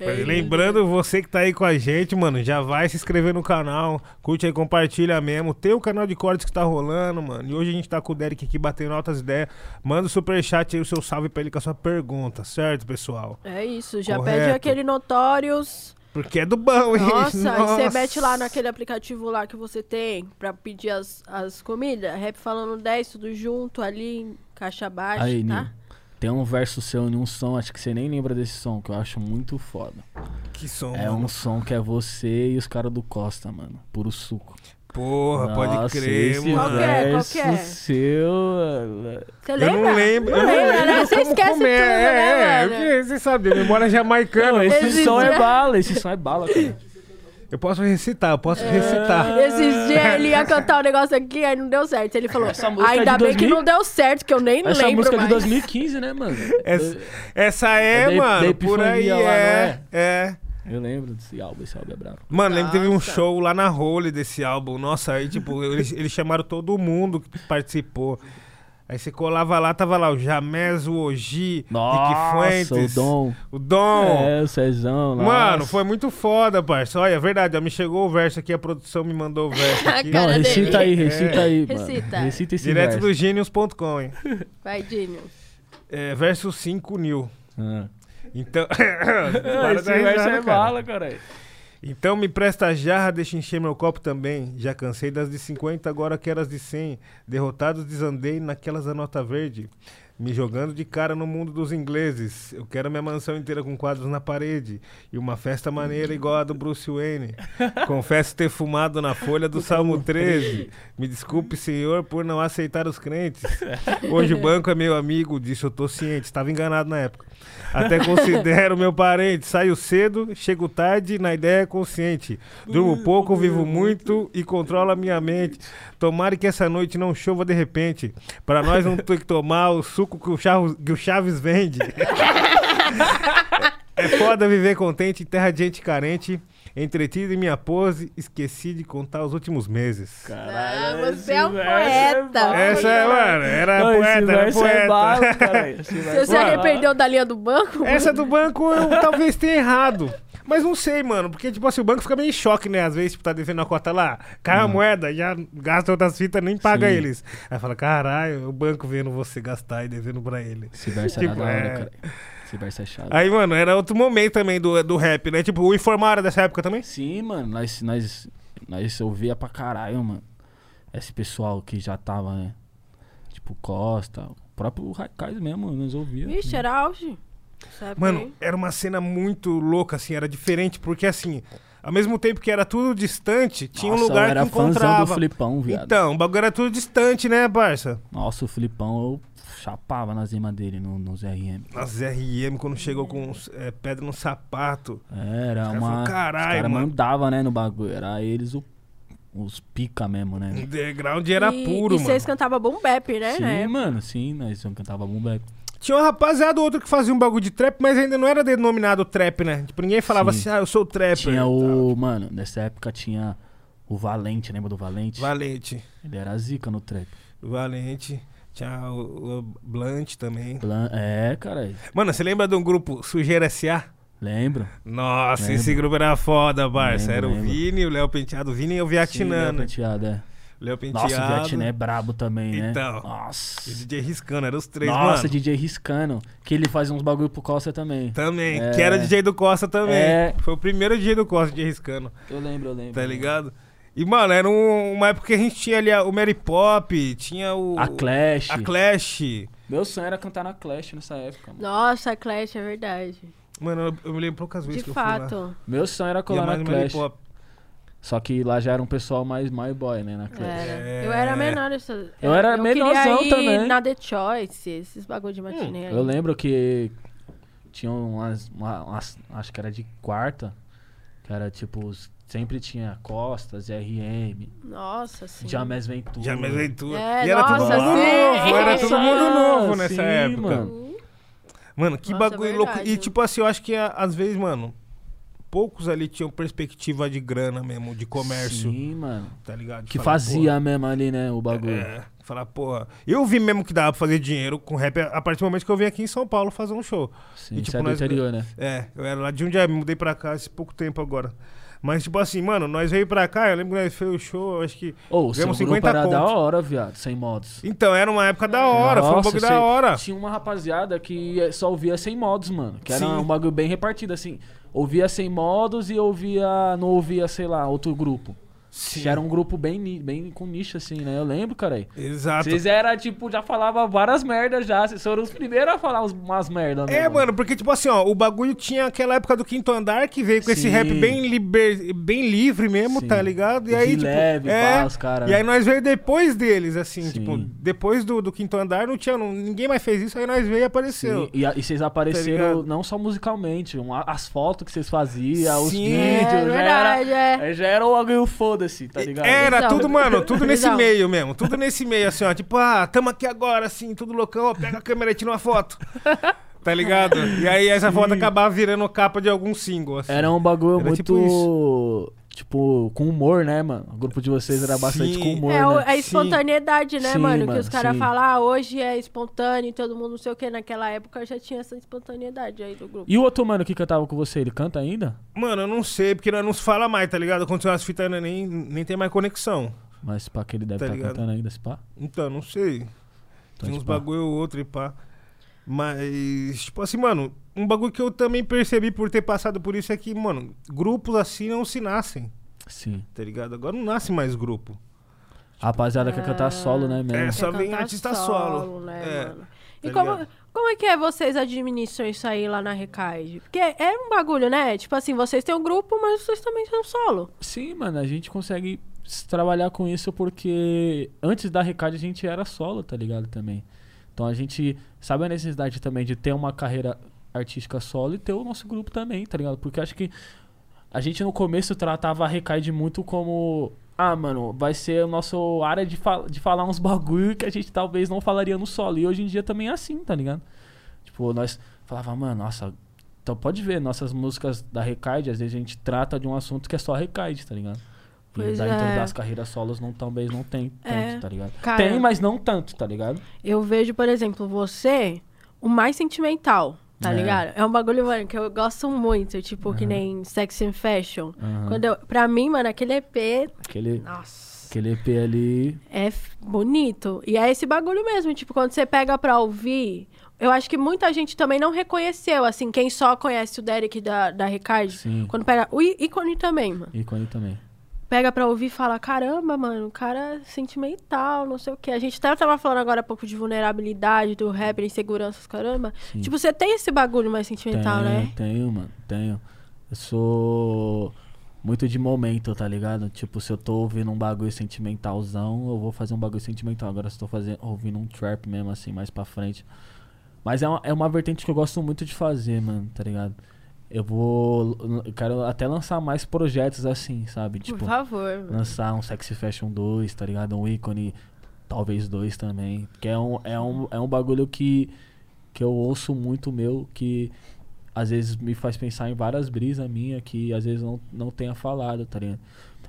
Mas
né?
Lembrando, você que tá aí com a gente, mano, já vai se inscrever no canal, curte aí, compartilha mesmo. Tem o canal de cortes que tá rolando, mano. E hoje a gente tá com o Derek aqui batendo altas ideias. Manda o superchat aí, o seu salve pra ele com a sua pergunta, certo, pessoal?
É isso, já pede
Correto.
aquele Notorious.
Porque é do bom, hein?
Nossa, e você
Nossa.
mete lá naquele aplicativo lá que você tem pra pedir as, as comidas. Rap falando 10, tudo junto ali, em caixa baixa,
Aí,
tá?
Nil, tem um verso seu em um som, acho que você nem lembra desse som, que eu acho muito foda.
Que som,
É um som que é você e os caras do Costa, mano. Puro suco.
Porra, pode
Nossa,
crer,
esse
mano.
Qual que é? Qual
verso
que é?
seu, mano.
Você
Eu
lembra?
não lembro.
Não
eu
lembra, né?
lembro
Você
como
esquece tudo,
comer. É,
né,
é,
mano?
porque você sabe, a memória jamaicana.
Não, esse
Esse
som
dia-
é bala, esse som é bala, cara.
Eu posso recitar, eu
É.
posso recitar.
Esses dias ele ia cantar um negócio aqui, aí não deu certo. Ele falou,
Essa música é
ainda
de
bem que
2000?
não deu certo, que eu nem
Essa
lembro
música é
mais.
de 2015, né, mano?
Essa, essa é,
É da-
mano,
da
por aí
Epifania lá,
é. É.
Eu lembro desse álbum, esse álbum é brabo.
Mano, lembro que teve um
Nossa.
show lá na Role desse álbum. Nossa, aí, tipo, eles, eles chamaram todo mundo que participou. Aí você colava lá, tava lá o Jamés, o Oji, Rick
Nossa, o
Fuentes.
Dom.
O Dom.
É, o Cezão. nossa.
Mano, foi muito foda, parça. Olha, é verdade, ó, me chegou o verso aqui, a produção me mandou o verso aqui.
Não,
Cara dele.
recita aí, recita aí, mano.
Recita.
Recita esse
É. Direto
verso.
do genius.com, hein?
Vai, Dinho.
É, verso 5 New.
Ah.
Então. Para
esse
dar
verso
risada,
é
cara.
bala, caralho.
Então me presta a jarra, deixa encher meu copo também. Já cansei das de 50, agora quero as de 100. Derrotados desandei naquelas da nota verde. Me jogando de cara no mundo dos ingleses. Eu quero minha mansão inteira com quadros na parede. E uma festa maneira igual a do Bruce Wayne. Confesso ter fumado na folha do Salmo 13. Me desculpe, senhor, por não aceitar os crentes. Hoje o banco é meu amigo, disso eu tô ciente. Estava enganado na época. Até considero meu parente. Saio cedo, chego tarde, na ideia é consciente. Durmo pouco, vivo muito e controlo a minha mente. Tomara que essa noite não chova de repente. Pra nós não ter que tomar o suco que o Chaves, que o Chaves vende. É foda viver contente em terra de gente carente. Entretido em minha pose, esqueci de contar os últimos meses.
Ah, você é um
esse verso
poeta.
bala,
Essa, é,
caralho.
mano, era
Não,
poeta, era
verso é bala,
poeta.
caralho. Esse
Você
verso
se
é bala.
arrependeu da linha do banco?
Essa do banco eu talvez tenha errado. Mas não sei, mano, porque, tipo assim, o banco fica meio em choque, né? Às vezes, tipo, tá devendo a cota lá, cai a moeda, já gasta outras fitas, nem paga
Hum. Sim.
eles. Aí fala, caralho, o banco vendo você gastar e devendo pra ele.
Esse verso é
Tipo,
da hora,
é.
caralho. Esse verso é chato.
Aí, mano, era outro momento também do, do rap, né? Tipo, o Informara dessa época também?
Sim, mano, nós, nós, nós ouvia pra caralho, mano. Esse pessoal que já tava, né? Tipo Costa, o próprio Raikais mesmo, nós ouvia.
Vixe, era auge. Essa época,
Mano,
hein?
era uma cena muito louca, assim, era diferente, porque, assim, ao mesmo tempo que era tudo distante, tinha
Nossa,
um
eu
lugar
era
que
fãzão do
encontrava.
Filipão, viado.
Então, o bagulho era tudo distante, né, parça?
Nossa, o Filipão, eu chapava nas rimas dele no, nos RM.
Nas RM, quando chegou com eh, pedra no sapato.
Era
caras
uma.
falam,
Os
"Caralho,
caras
mano."
mandavam, né, no bagulho. Era eles o- os pica mesmo, né?
Underground era
E-
puro,
e
mano.
vocês cantavam boom bap, né?
sim,
né?
mano, sim, nós cantava Boombeck.
Tinha um rapaziada ou outro que fazia um bagulho de trap, mas ainda não era denominado trap, né? Tipo, ninguém falava
Sim.
assim, ah, eu sou trapper.
Tinha
Tal.
o. Mano, nessa época tinha o Valente, lembra do Valente?
Valente.
Ele era zica no trap.
Valente. Tinha o, o Blunt também.
Plan- É, cara,
Mano, você lembra de um grupo Sujeira S.A.?
lembro.
Nossa,
Lembro.
esse grupo era foda, parça.
Lembro,
era o
lembro.
Vini, o Léo Penteado. O Vini e o
Sim,
Viatinã,
Léo
né?
Penteado, é.
Léo Penteado.
Nossa, o Vietnã é brabo também, né?
Então. E o
Nossa.
DJ Riscando, eram os três,
Nossa,
mano.
DJ riscando. Que ele faz uns bagulho pro Costa também.
Também,
É.
que era DJ do Costa também.
É.
Foi o primeiro DJ do Costa, DJ Riscando.
Eu lembro, eu lembro.
Tá ligado? E, mano, era um- uma época que a gente tinha ali a- o Mary Pop, tinha o.
A Clash.
A Clash.
Meu sonho era cantar na Clash nessa época, mano.
Nossa, Clash, é verdade.
Mano, eu, eu me lembro poucas vezes
De
que eu fui lá.
fato.
Meu sonho era
Ia
colar
mais
na
no Mary
Clash.
Pop.
Só que lá já era um pessoal mais my boy, né, na Clash.
Era.
É.
Eu era menor. Eu, só-
Eu era menorzão
queria ir
também. Hum,
na The Choice, esses bagulho de matiné.
Eu lembro que tinha umas, uma- umas- Acho que era de quarta. Que era tipo. os- Sempre tinha Costas, RM,
Nossa, sim.
James Ventura.
Já me leitura.
É,
e era todo
nossa,
mundo
sim.
novo, era todo
Nossa,
mundo novo nessa
sim,
época. Mano,
mano.
que
Nossa,
bagulho
é
louco. E
verdade.
tipo assim, eu acho que a- às vezes, mano, poucos ali tinham perspectiva de grana mesmo, de comércio,
Sim, mano.
tá ligado? De
Que
falar,
fazia mesmo ali, né, o
pô,
bagulho.
É, falar, porra. Eu vi mesmo que dava pra fazer dinheiro com rap a partir do momento que eu vim aqui em São Paulo fazer um show.
Sim,
E,
isso
tipo,
é do
nós-
interior, né?
É, eu era lá de um dia, me mudei pra cá esse pouco tempo agora. Mas, tipo assim, mano, nós veio pra cá, eu lembro que nós fez o show, eu acho que.
Ô, o seu
Ganhamos
grupo
50
era da
conto.
hora, viado, sem modos.
Então, era uma época da hora, foi um
Nossa,
pouco
cê-
da hora.
Tinha uma rapaziada que eh, só ouvia sem modos, mano. Que era
Sim.
um bagulho bem repartido, assim. Ouvia sem modos e ouvia. Não ouvia, sei lá, outro grupo. Que era um grupo bem, ni- bem com nicho, assim, né? Eu lembro, cara.
Exato.
Vocês era tipo, já falava várias merdas já. Vocês foram os primeiros a falar uns- umas merdas, né?
É, mano, porque, tipo assim, ó, o bagulho tinha aquela época do quinto andar que veio com esse
Sim.
rap bem, liber... bem livre mesmo,
Sim.
tá ligado? E aí,
De
tipo,
leve,
é,
pá, os cara.
E aí nós veio depois deles, assim,
Sim.
tipo, depois do, do quinto andar, não tinha, não- ninguém mais fez isso, aí nós veio e apareceu.
Sim, e, a- e vocês apareceram
ligado?
não só musicalmente, um- a- as fotos que vocês faziam, os
Sim.
É,
vídeos, já
verdade,
era,
é.
é, já era o bagulho foda-se, tá ligado?
Era
Visão.
tudo, mano, tudo nesse
Visão.
meio mesmo. Tudo nesse meio, assim, ó. Tipo, ah, tamo aqui agora, assim, tudo loucão, ó, pega a câmera e tira uma foto. Tá ligado? E aí essa foto acabava virando capa de algum single, assim.
Era um bagulho
Era
muito.
tipo
Tipo, com humor, né, mano? O grupo de vocês era bastante
Sim.
com humor,
É, o-
né?
a espontaneidade, né,
Sim,
mano? Que
mano,
os caras
sim.
falam, ah, hoje é espontâneo, todo mundo não sei o que. Naquela época já tinha essa espontaneidade aí do grupo.
E o outro mano que cantava com você, ele canta ainda?
Mano, eu não sei, porque nós não se fala mais, tá ligado? Quando tem umas fitas, nós nem, nem tem mais conexão.
Mas pá, que ele deve
Tá
estar
ligado.
cantando ainda, se pá.
Então, não sei.
Então,
Tem uns
se pá.
bagulho ou outro e pá. Mas, tipo assim, mano, um bagulho que eu também percebi por ter passado por isso é que, mano, grupos assim não se nascem,
Sim.
tá ligado? Agora não nasce mais grupo.
A rapaziada quer cantar
Ah.
solo, né, mesmo?
É,
Quer
só vem
cantar
artista solo.
né,
É,
mano? E
tá
como,
ligado?
como é que é vocês administram isso aí lá na Recaide? Porque é um bagulho, né? Tipo assim, vocês têm um grupo, mas vocês também são solo.
Sim, mano, a gente consegue s- trabalhar com isso porque antes da Recade a gente era solo, tá ligado? Também. Então a gente sabe a necessidade também de ter uma carreira artística solo e ter o nosso grupo também, tá ligado? Porque acho que a gente no começo tratava a Recade muito como. Ah, mano, vai ser a nossa área de, fa- de falar uns bagulho que a gente talvez não falaria no solo. E hoje em dia também é assim, tá ligado? Tipo, nós falava, mano, nossa, então pode ver, nossas músicas da Recaide, às vezes a gente trata de um assunto que é só Recaide, tá ligado?
Pois
e da,
é.
então, das carreiras solos não, talvez não tem tanto,
É.
tá ligado?
Cara-
Tem, mas não tanto, tá ligado?
Eu vejo, por exemplo, você, o mais sentimental, tá
É. Uhum.
ligado? É um bagulho, mano, que eu gosto muito. Tipo, que nem Sex and Fashion.
Aham.
Quando eu, pra mim, mano, aquele EP...
Aquele,
Nossa...
aquele EP ali.
É f- bonito. E é esse bagulho mesmo, tipo, quando você pega pra ouvir, eu acho que muita gente também não reconheceu, assim, quem só conhece o Derek da, da Ricardo.
Sim.
Quando pega. O í- ícone também, mano.
Ícone também.
Pega pra ouvir e fala: caramba, mano, o cara é sentimental, não sei o quê. A gente até tava falando agora há pouco de vulnerabilidade, do rap, inseguranças, caramba.
Sim.
Tipo, você tem esse bagulho mais sentimental,
tenho,
né?
Tenho, mano, tenho. Eu sou muito de momento, tá ligado? Tipo, se eu tô ouvindo um bagulho sentimentalzão, eu vou fazer um bagulho sentimental. Agora se eu tô fazendo, ouvindo um trap mesmo, assim, mais pra frente. Mas é uma, é uma vertente que eu gosto muito de fazer, mano, tá ligado? Eu vou. Eu quero até lançar mais projetos assim, sabe? Tipo,
Por favor. mano.
lançar um Sexy Fashion 2, tá ligado? Um ícone, talvez dois também. Que é um, é um, é um bagulho que, que eu ouço muito meu, que às vezes me faz pensar em várias brisas minhas que às vezes não, não tenha falado, tá ligado?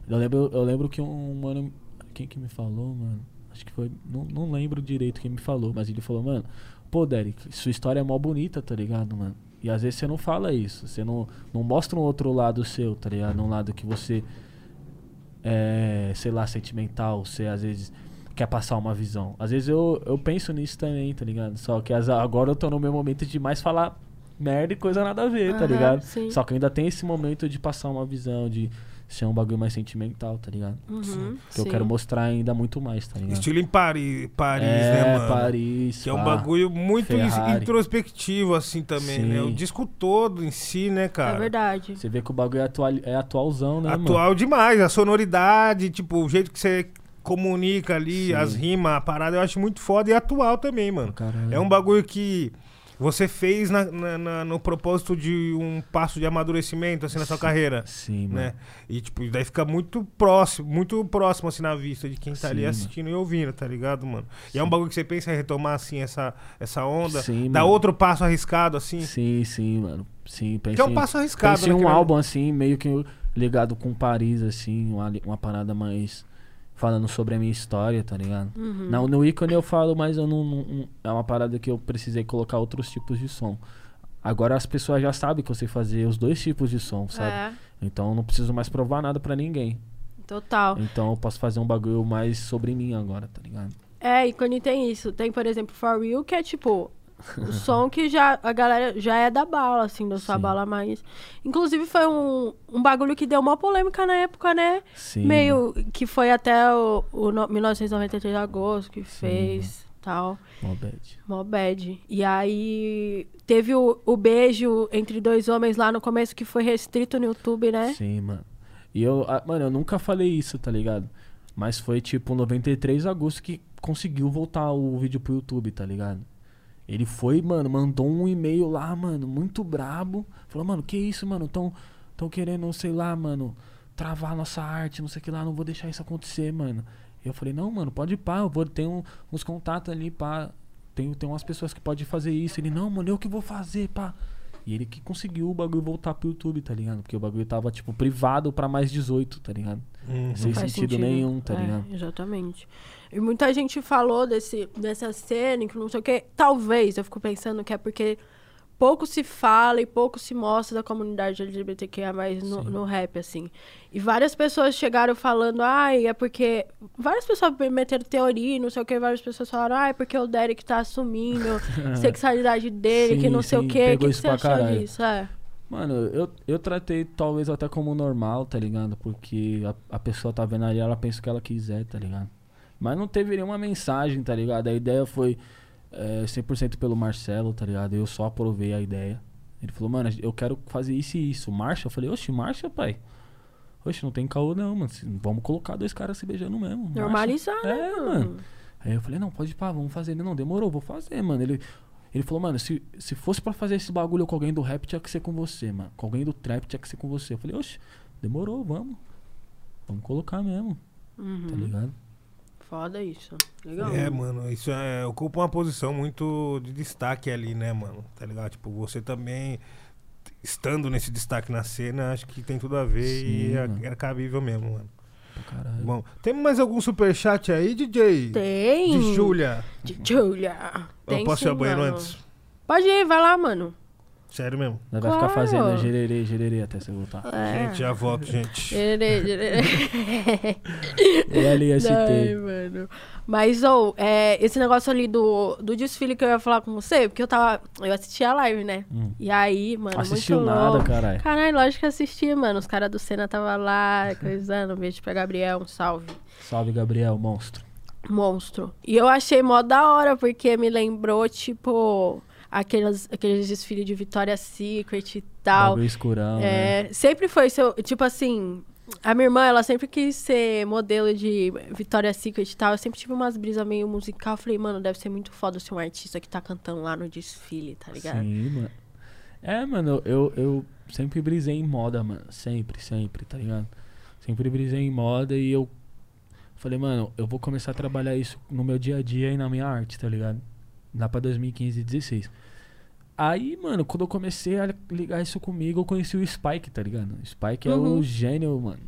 Eu lembro, eu lembro que um mano. Quem que me falou, mano? Acho que foi. Não, não lembro direito quem me falou, mas ele falou, mano, pô, Derek, sua história é mó bonita, tá ligado, mano? E às vezes você não fala isso, você não, não mostra um outro lado seu, tá ligado? Um lado que você é, sei lá, sentimental, você às vezes quer passar uma visão. Às vezes eu, eu penso nisso também, tá ligado? Só que as- agora eu tô no meu momento de mais falar merda e coisa nada a ver, tá
Aham,
ligado?
sim.
Só que ainda tem esse momento de passar uma visão, de ser um bagulho mais sentimental, tá ligado?
Uhum,
Que eu
sim.
quero mostrar ainda muito mais, tá ligado?
Estilo em Paris, Paris
é,
né, mano?
Paris.
Que é um
pá.
bagulho muito ins-
Ferrari.
introspectivo, assim, também, né? O
Sim.
disco todo em si, né, cara?
É verdade.
Você vê que o bagulho é, atual, é atualzão, né, mano?
Atual demais, a sonoridade, tipo, o jeito que você comunica ali,
Sim.
as rimas, a parada, eu acho muito foda e atual também, mano.
Caralho.
É um bagulho que você fez na- na- na- no propósito de um passo de amadurecimento, assim, na sua carreira.
Sim, mano.
Né? E tipo, daí fica muito próximo, muito próximo assim na vista de quem tá ali
Sim,
assistindo e ouvindo, tá ligado, mano? E é um bagulho que você pensa em retomar assim essa, essa onda,
Sim,
dar
mano.
outro passo arriscado assim.
Sim, sim, mano. Sim,
Que é
pensei.
um passo arriscado,
Pensei
né,
em um
querendo-
álbum assim, meio que ligado com Paris, assim, uma, li- uma parada mais. Falando sobre a minha história, tá ligado?
Uhum.
Não, no ícone eu falo, mas eu não, não- não- É uma parada que eu precisei colocar outros tipos de som. Agora as pessoas já sabem que eu sei fazer os dois tipos de som, sabe?
É,
Então eu não preciso mais provar nada pra ninguém.
total.
Então eu posso fazer um bagulho mais sobre mim agora, tá ligado?
É, e quando tem isso. Tem, por exemplo, For Real, que é tipo. O som que já a galera já é da bala, assim, da sua
Sim.
bala mais. Inclusive, foi um, um bagulho que deu uma polêmica na época, né?
Sim.
Meio que foi até o, o no- 1993 de agosto que fez tal.
Mó bad.
Mó bad. E aí teve o, o beijo entre dois homens lá no começo que foi restrito no YouTube, né?
Sim, mano. E eu, ah, mano, eu nunca falei isso, tá ligado? Mas foi tipo 93 de agosto que conseguiu voltar o vídeo pro YouTube, tá ligado? Ele foi, mano, mandou um e-mail lá, mano, muito brabo. Falou, mano, que isso, mano? Então, Tão, tão querendo, sei lá, mano, travar nossa arte, não sei o que lá, não vou deixar isso acontecer, mano. Eu falei, não, mano, pode ir pá, eu vou, tem um- uns contatos ali, pá. Tem, tem umas pessoas que podem fazer isso. Ele, não, mano, eu que vou fazer, pá. E ele que conseguiu o bagulho voltar pro YouTube, tá ligado? Porque o bagulho tava, tipo, privado pra mais 18, tá ligado? Sem
Faz
sentido, nenhum, tá
É,
ligado?
Exatamente. E muita gente falou desse, dessa cena, que não sei o quê. Talvez, eu fico pensando que é porque pouco se fala e pouco se mostra da comunidade LGBTQIA+, no,
Sim.
no rap, assim. E várias pessoas chegaram falando, ai, é porque... Várias pessoas meteram teoria, e não sei o quê. Várias pessoas falaram, ai, é porque o Derek tá assumindo sexualidade dele, que
Sim,
não sei
sim,
o quê. O
pegou
que, que
isso
você
pra
achou
caralho.
disso? É.
Mano, eu, eu tratei talvez até como normal, tá ligado? Porque a, a pessoa tá vendo ali, ela pensa o que ela quiser, tá ligado? Mas não teve nenhuma mensagem, tá ligado? A ideia foi é, 100% pelo Marcelo, tá ligado? Eu só aprovei a ideia. Ele falou, mano, eu quero fazer isso e isso. Marcha? Eu falei, oxe, marcha, pai. Oxe, não tem caô não, mano. Se- Vamos colocar dois caras se beijando mesmo. marcha."
Normalizar, né,
É,
mano?
mano. Aí eu falei, não, pode ir pá, vamos fazer. Ele, não, demorou, vou fazer, mano. Ele, ele falou, mano, se, se fosse pra fazer esse bagulho com alguém do rap, tinha que ser com você, mano. Com alguém do trap, tinha que ser com você. Eu falei, oxe, demorou, vamos. Vamos colocar mesmo,
Uhum.
tá ligado?
Foda isso. Legal.
É, mano, isso é, ocupa uma posição muito de destaque ali, né, mano? Tá ligado? Tipo, você também, estando nesse destaque na cena, acho que tem tudo a ver e
Sim,
é-
mano.
é, cabível mesmo, mano.
Pra caralho.
Bom, tem mais algum superchat aí, DJ?
Tem.
De Júlia.
De Julia.
Eu
Tem
posso ir
sim,
ao banheiro
mano.
antes?
Pode ir, vai lá, mano.
Sério mesmo.
Nós vai ficar
claro.
fazendo gererê, gererê até você voltar.
É.
Gente, já volto, gente.
Gererê, gererê. Ai,
LST.
mano. Mas, ou, é, esse negócio ali do, do desfile que eu ia falar com você, porque eu tava. Eu assisti a live, né?
Hum.
E aí, mano,
Assistiu
muito
nada,
louco.
caralho.
Caralho, lógico que eu assisti, mano. Os caras do Senna tava lá, coisando. Um beijo pra Gabriel, um salve.
Salve, Gabriel, monstro.
Monstro. E eu achei mó da hora, porque me lembrou, tipo, aqueles, aqueles desfiles de Vitória Secret e tal.
Bagulho escurão, né?
é, Sempre foi seu. Tipo assim, a minha irmã, ela sempre quis ser modelo de Vitória Secret e tal. Eu sempre tive umas brisas meio musical. Eu falei, mano, deve ser muito foda ser um artista que tá cantando lá no desfile, tá ligado?
Sim, mano. É, mano, eu, eu sempre brisei em moda, mano. Sempre, sempre, tá ligado? Sempre brisei em moda e eu falei, mano, eu vou começar a trabalhar isso no meu dia a dia e na minha arte, tá ligado? Lá pra 2015 e 16. Aí, mano, quando eu comecei a ligar isso comigo, eu conheci o Spike, tá ligado? O Spike é
Uhum.
o gênio, mano.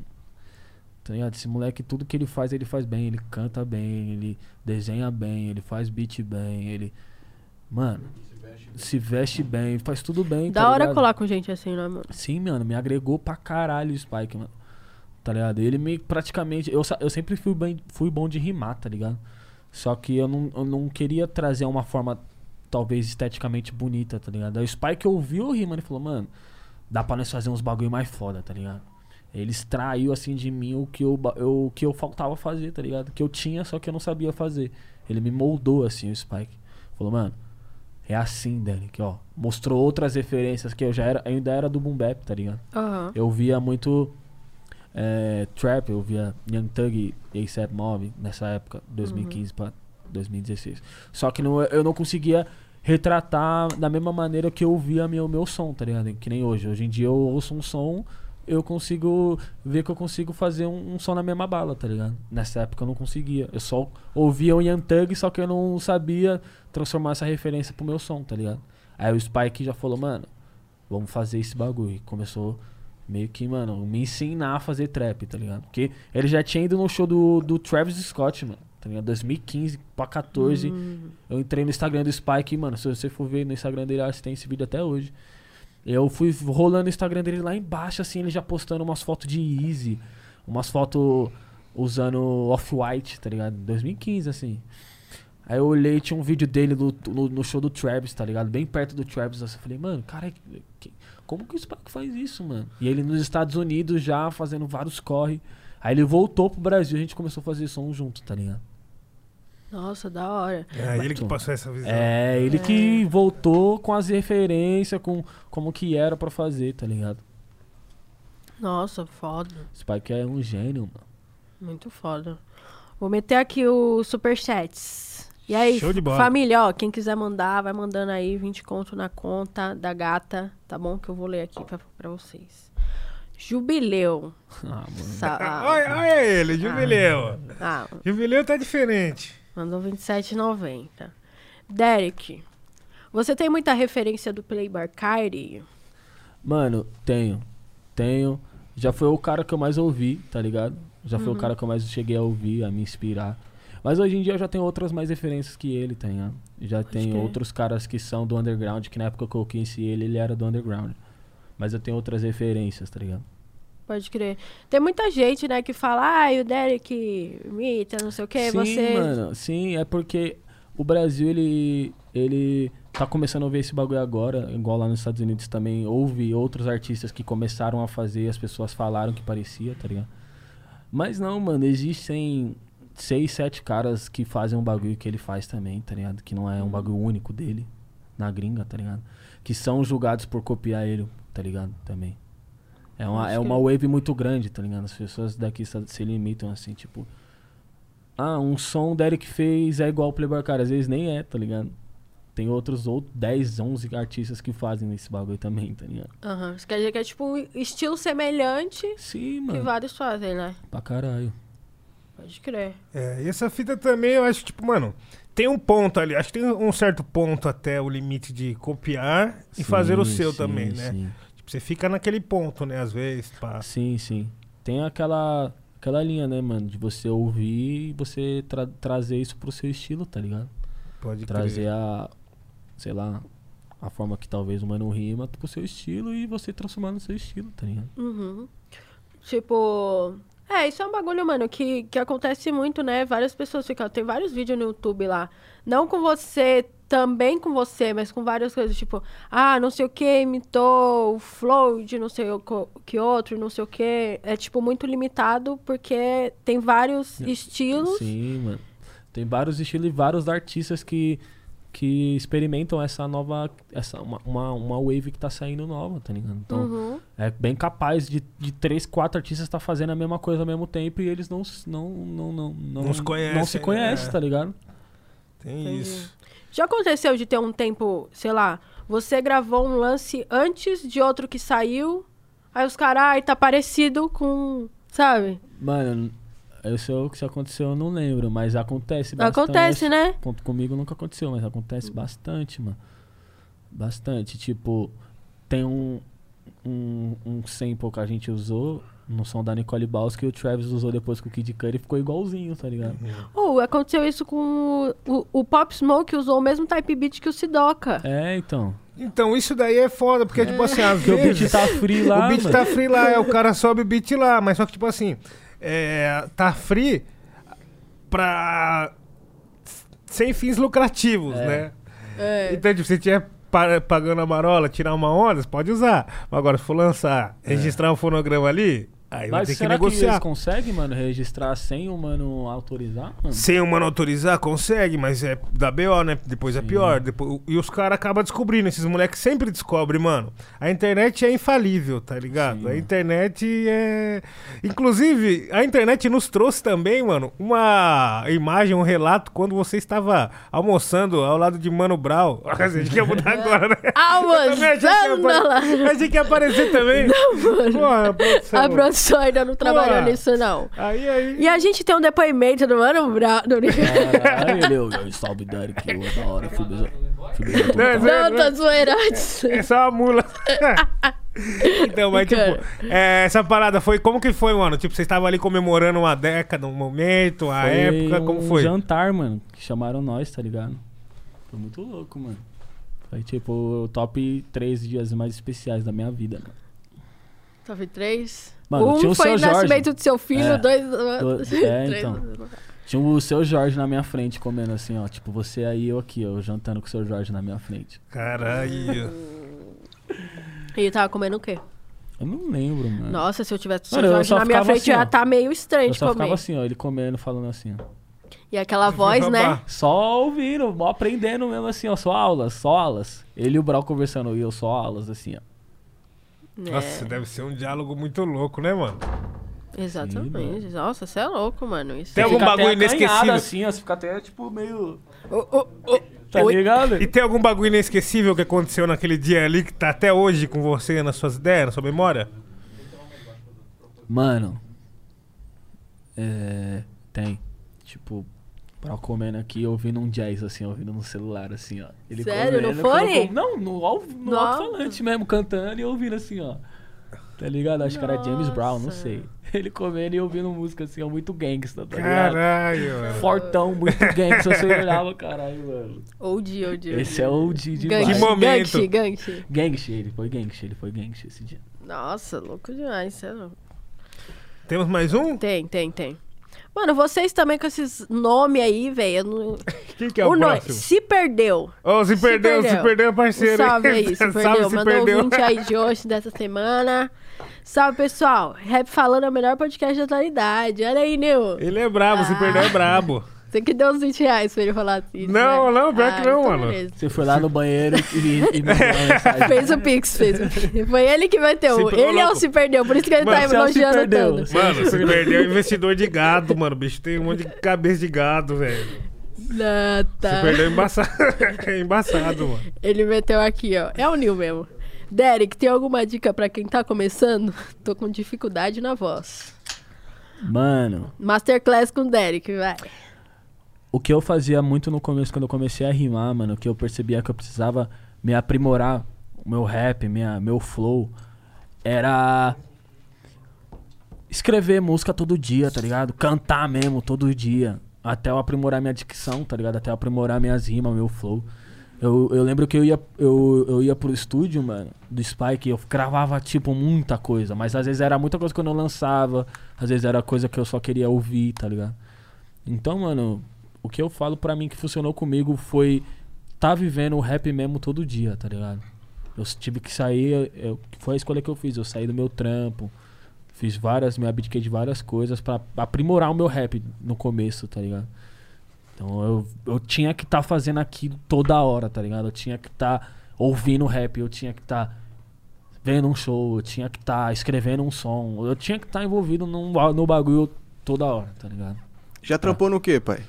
Tá ligado? Esse moleque, tudo que ele faz, ele faz bem. Ele canta bem, ele desenha bem, ele faz beat bem, ele. Mano, se veste bem, faz tudo bem.
da
tá
hora
ligado?
colar com gente assim, né, mano?
Sim, mano, me agregou pra caralho o Spike, mano. Tá ligado? Ele me praticamente. Eu, sa- eu sempre fui, bem, fui bom de rimar, tá ligado? Só que eu não, eu não queria trazer uma forma, talvez, esteticamente bonita, tá ligado? Aí o Spike ouviu eu rir, mano, e falou, mano, dá pra nós fazer uns bagulho mais foda, tá ligado? Ele extraiu, assim, de mim o que eu, ba- eu- o que eu faltava fazer, tá ligado? Que eu tinha, só que eu não sabia fazer. Ele me moldou, assim, o Spike. Falou, mano, é assim, Dani, que ó. Mostrou outras referências que eu já era, eu ainda era do Boom Bap, tá ligado?
Aham.
Eu via muito é, trap, eu via Young Thug e A$AP Mob nessa época, 2015 pra 2016. Só que não, eu não conseguia retratar da mesma maneira que eu via meu, meu som, tá ligado? Que nem hoje. Hoje em dia eu ouço um som, eu consigo ver que eu consigo fazer um, um som na mesma bala, tá ligado? Nessa época eu não conseguia. Eu só ouvia o Young Thug, só que eu não sabia transformar essa referência pro meu som, tá ligado? Aí o Spike já falou, mano, vamos fazer esse bagulho. E começou meio que, mano, me ensinar a fazer trap, tá ligado? Porque ele já tinha ido no show do, do Travis Scott, mano, tá ligado? 2015 pra 14. Eu entrei no Instagram do Spike, e, mano, se você for ver no Instagram dele, acho que tem esse vídeo até hoje. Eu fui rolando o Instagram dele lá embaixo, assim, ele já postando umas fotos de Easy, umas fotos usando Off-White, tá ligado? 2015, assim. Aí eu olhei, tinha um vídeo dele no, no, no show do Travis, tá ligado? Bem perto do Travis, assim. Eu falei, mano, cara, que- que- como que o Spike faz isso, mano? E ele nos Estados Unidos já fazendo vários corre. Aí ele voltou pro Brasil, a gente começou a fazer som junto, tá ligado?
Nossa, da hora.
É ele que passou essa visão.
É, ele que voltou com as referências, com como que era pra fazer, tá ligado?
Nossa, foda.
Spike é um gênio, mano.
Muito foda. Vou meter aqui o superchats. E aí,
Show de bola.
família, ó, quem quiser mandar, vai mandando aí 20 conto na conta da gata, tá bom? Que eu vou ler aqui pra, pra vocês. Jubileu.
Ah, mano.
Sa-
Ah, Olha, olha ele, Jubileu.
ah,
Jubileu tá diferente.
mandou 27,90. Derek, você tem muita referência do Playboy Kyrie?
Mano, tenho. Tenho. Já foi o cara que eu mais ouvi, tá ligado? Já foi o cara que eu mais cheguei a ouvir, a me inspirar. Mas hoje em dia eu já tenho outras mais referências que ele, tá ligado? Já tem
crer.
outros caras que são do underground, que na época que eu conheci ele, ele era do underground. Mas eu tenho outras referências, tá ligado?
Pode crer. Tem muita gente, né, que fala, ah, o Derek imita, não sei o quê,
sim,
você.
mano, sim, é porque o Brasil, ele, ele tá começando a ver esse bagulho agora, igual lá nos Estados Unidos também houve outros artistas que começaram a fazer e as pessoas falaram que parecia, tá ligado? Mas não, mano, existem seis, sete caras que fazem um bagulho que ele faz também, tá ligado? Que não é
Uhum.
um bagulho único dele, na gringa, tá ligado? Que são julgados por copiar ele, tá ligado? Também. É uma,
Pode
é uma
crer.
wave muito grande, tá ligado? As pessoas daqui se se limitam assim, tipo. Ah, um som o Derek fez é igual o Playboy Cara. Às vezes nem é, tá ligado? Tem outros ou 10, 11 artistas que fazem esse bagulho também, tá ligado?
Aham. Isso quer dizer que é tipo um estilo semelhante
Sim,
que
mano.
vários fazem, né?
Pra caralho.
Pode crer.
É, e essa fita também, eu acho, tipo, mano, tem um ponto ali, acho que tem um certo ponto até o limite de copiar e
Sim,
fazer o seu
sim,
também, né?
Sim.
Tipo, você fica naquele ponto, né, às vezes, pá.
Sim, sim. Tem aquela, aquela linha, né, mano? De você ouvir e você tra- trazer isso pro seu estilo, tá ligado?
Pode
Trazer
crer.
a, sei lá, a forma que talvez o mano rima pro seu estilo e você transformar no seu estilo, tá ligado?
Uhum. Tipo. É, isso é um bagulho, mano, que, que acontece muito, né? Várias pessoas ficam. Tem vários vídeos no YouTube lá. Não com você, também com você, mas com várias coisas. Tipo, ah, não sei o que, imitou o flow de não sei o co- que outro, não sei o que. É, tipo, muito limitado, porque tem vários estilos.
Sim, mano. Tem vários estilos e vários artistas que, que experimentam essa nova. Essa, uma, uma, uma wave que tá saindo nova, tá ligado? Então,
Uhum.
É bem capaz de, de três, quatro artistas estar fazendo a mesma coisa ao mesmo tempo e eles não s- não não não não,
Não se conhecem,
não se conhecem,
né?
tá ligado?
Tem
Entendi.
isso.
Já aconteceu de ter um tempo, sei lá, você gravou um lance antes de outro que saiu, aí os caras, ai, tá parecido com. Sabe?
Mano, isso é o que se aconteceu, eu não lembro, mas acontece bastante.
Acontece, né?
Com- Comigo nunca aconteceu, mas acontece bastante, mano. Bastante. Tipo, tem um, um, um sample que a gente usou no som da Nicole Baus que o Travis usou depois com o Kid Cudi e ficou igualzinho, tá ligado?
Uhum.
Ou aconteceu isso com o, o- o Pop Smoke usou o mesmo type beat que o Sidoca.
É, então.
Então, isso daí é foda, porque, tipo assim, às
Porque o beat
vezes...
tá free lá,
o beat
mano.
tá free lá, é, o cara sobe o beat lá, mas só que, tipo assim, é, tá free pra... sem fins lucrativos, né?
É.
Então, tipo, se tiver pa- pagando a marola, tirar uma onda, você pode usar. Mas agora, se for lançar, registrar um fonograma ali, aí vai
É. Mas
ter que
será que, eles
negociar.
conseguem, mano, registrar sem o mano autorizar, mano?
Sem o mano autorizar, consegue, mas é da BO, né? Depois é pior. Depois, e os caras acabam descobrindo, esses moleques sempre descobrem, mano. A internet é infalível, tá ligado? a internet é. Inclusive, a internet nos trouxe também, mano, uma imagem, um relato quando você estava almoçando ao lado de Mano Brau. Quer dizer, a gente ia mudar agora, né? Eu também achei que ia
Almoçando lá.
apare- Achei que ia aparecer também. Porra, produção.
A produção ainda não trabalhou
Porra.
nisso, não.
Aí, aí.
E a gente tem um depoimento do Mano Brown.
Caralho, ele, eu, eu salve Derek, eu da hora, fui beijo- fui beijo-
Não, é
Não,
sério, né?
tô zoeira antes.
É só a mula. então, mas
Cara.
tipo, é, essa parada foi. Como que foi, mano? Tipo, vocês estavam ali comemorando uma década, um momento, a época, como
um
foi?
jantar, mano, que chamaram nós, tá ligado? Foi muito louco, mano. Foi tipo o top 3 dias mais especiais da minha vida, mano.
Top 3.
Mano, tinha
um
o
foi
seu
o
Jorge.
nascimento do seu filho,
É.
dois.
Do- é,
três-
então. Tinha o seu Jorge na minha frente comendo assim, ó. Tipo, você aí eu aqui, ó, jantando com o seu Jorge na minha frente.
Caralho.
E tava comendo o quê?
Eu não lembro, mano.
Nossa, se eu tivesse o seu
Hum. Mano, eu
Jorge
só
na minha
ficava
frente,
assim,
eu ia
ó.
tá meio estranho
eu
de
só ficava
comer.
assim, ó, ele comendo, falando assim, ó.
E aquela voz, né?
Babá.
Só ouvindo, mó aprendendo mesmo assim, ó. Só aulas, só aulas. Ele e o Brau conversando e eu só aulas, assim, ó.
Nossa, deve ser um diálogo muito louco, né, mano?
É, exatamente. Nossa, você é louco, mano. Isso
Tem
é-
algum
Fica até
bagulho
acanhado,
inesquecível?
assim, ó. Você fica até, tipo, meio...
Ô, ô, ô.
Tá
Oi?
ligado?
E tem algum bagulho inesquecível que aconteceu naquele dia ali que tá até hoje com você nas suas ideias, na sua memória?
Mano... É... Tem. Tipo... Pra comendo aqui, ouvindo um jazz, assim, ouvindo no celular, assim, ó. Ele
Sério? No
comendo, colocou-
fone?
Não, no, al- no
No
alto-falante mesmo, cantando e ouvindo assim, ó. Tá ligado? Acho que era James Brown, não
Nossa.
sei. Ele comendo e ouvindo música, assim, ó, muito gangsta, tá ligado?
Caralho, mano.
Fortão, muito gangsta, você olhava, caralho, mano.
OG, OG.
Esse é o de
Gank,
Que
demais.
bom. momento.
Gank, gank.
Gangsta, ele foi gangsta, ele foi gangsta esse dia.
Nossa, louco demais. cê é louco.
Temos mais um?
Tem, tem, tem. Mano, vocês também com esses nomes aí, velho. eu não-
Quem que é o,
no-
próximo?
Se perdeu.
Ô, se
Se
perdeu, se
perdeu.
perdeu,
Um
parceiro.
salve aí, se perdeu.
Salve, se
Mandou o
perdeu.
ouvinte aí de hoje, dessa semana. Salve, pessoal. Rap Falando é o melhor podcast da atualidade. Olha aí, Nil.
Ele é brabo, se
Ah.
perdeu é brabo.
Você que deu uns 20 reais pra ele falar isso.
Não,
né?
não, pior que não,
então
mano.
beleza.
Você foi lá no banheiro e, e me mandou uma mensagem.
Fez o Pix, fez o Pix. Foi ele que vai ter
Se
o.
pegou
Ele é o
louco.
se perdeu, por isso que ele
Mano,
tá
se é o se
elogiando
perdeu.
tanto.
Mano, se perdeu é investidor de gado, mano. O bicho tem um monte de cabeça de gado, velho.
Ah,
Se
tá.
perdeu é embaçado. é embaçado, mano.
Ele meteu aqui, ó. É o Nil mesmo. Derek, tem alguma dica pra quem tá começando? Tô com dificuldade na voz.
Mano,
Masterclass com Derek, vai.
o que eu fazia muito no começo, quando eu comecei a rimar, mano, que eu percebia que eu precisava me aprimorar, o meu rap, minha, meu flow, era escrever música todo dia, tá ligado? Cantar mesmo todo dia. Até eu aprimorar minha dicção, tá ligado? Até eu aprimorar minhas rimas, meu flow. Eu, eu lembro que eu ia, eu, eu ia pro estúdio, mano, do Spike, eu gravava, tipo, muita coisa. Mas às vezes era muita coisa que eu não lançava, às vezes era coisa que eu só queria ouvir, tá ligado? Então, mano, o que eu falo pra mim que funcionou comigo foi tá vivendo o rap mesmo todo dia, tá ligado? Eu tive que sair, eu- eu- foi a escolha que eu fiz, eu saí do meu trampo, fiz várias, me abdiquei de várias coisas pra aprimorar o meu rap no começo, tá ligado? Então eu, eu tinha que estar fazendo aquilo toda hora, tá ligado? Eu tinha que estar ouvindo rap, eu tinha que estar vendo um show, eu tinha que estar escrevendo um som, eu tinha que estar envolvido num, ba- no bagulho toda hora, tá ligado?
Já trampou no quê, pai?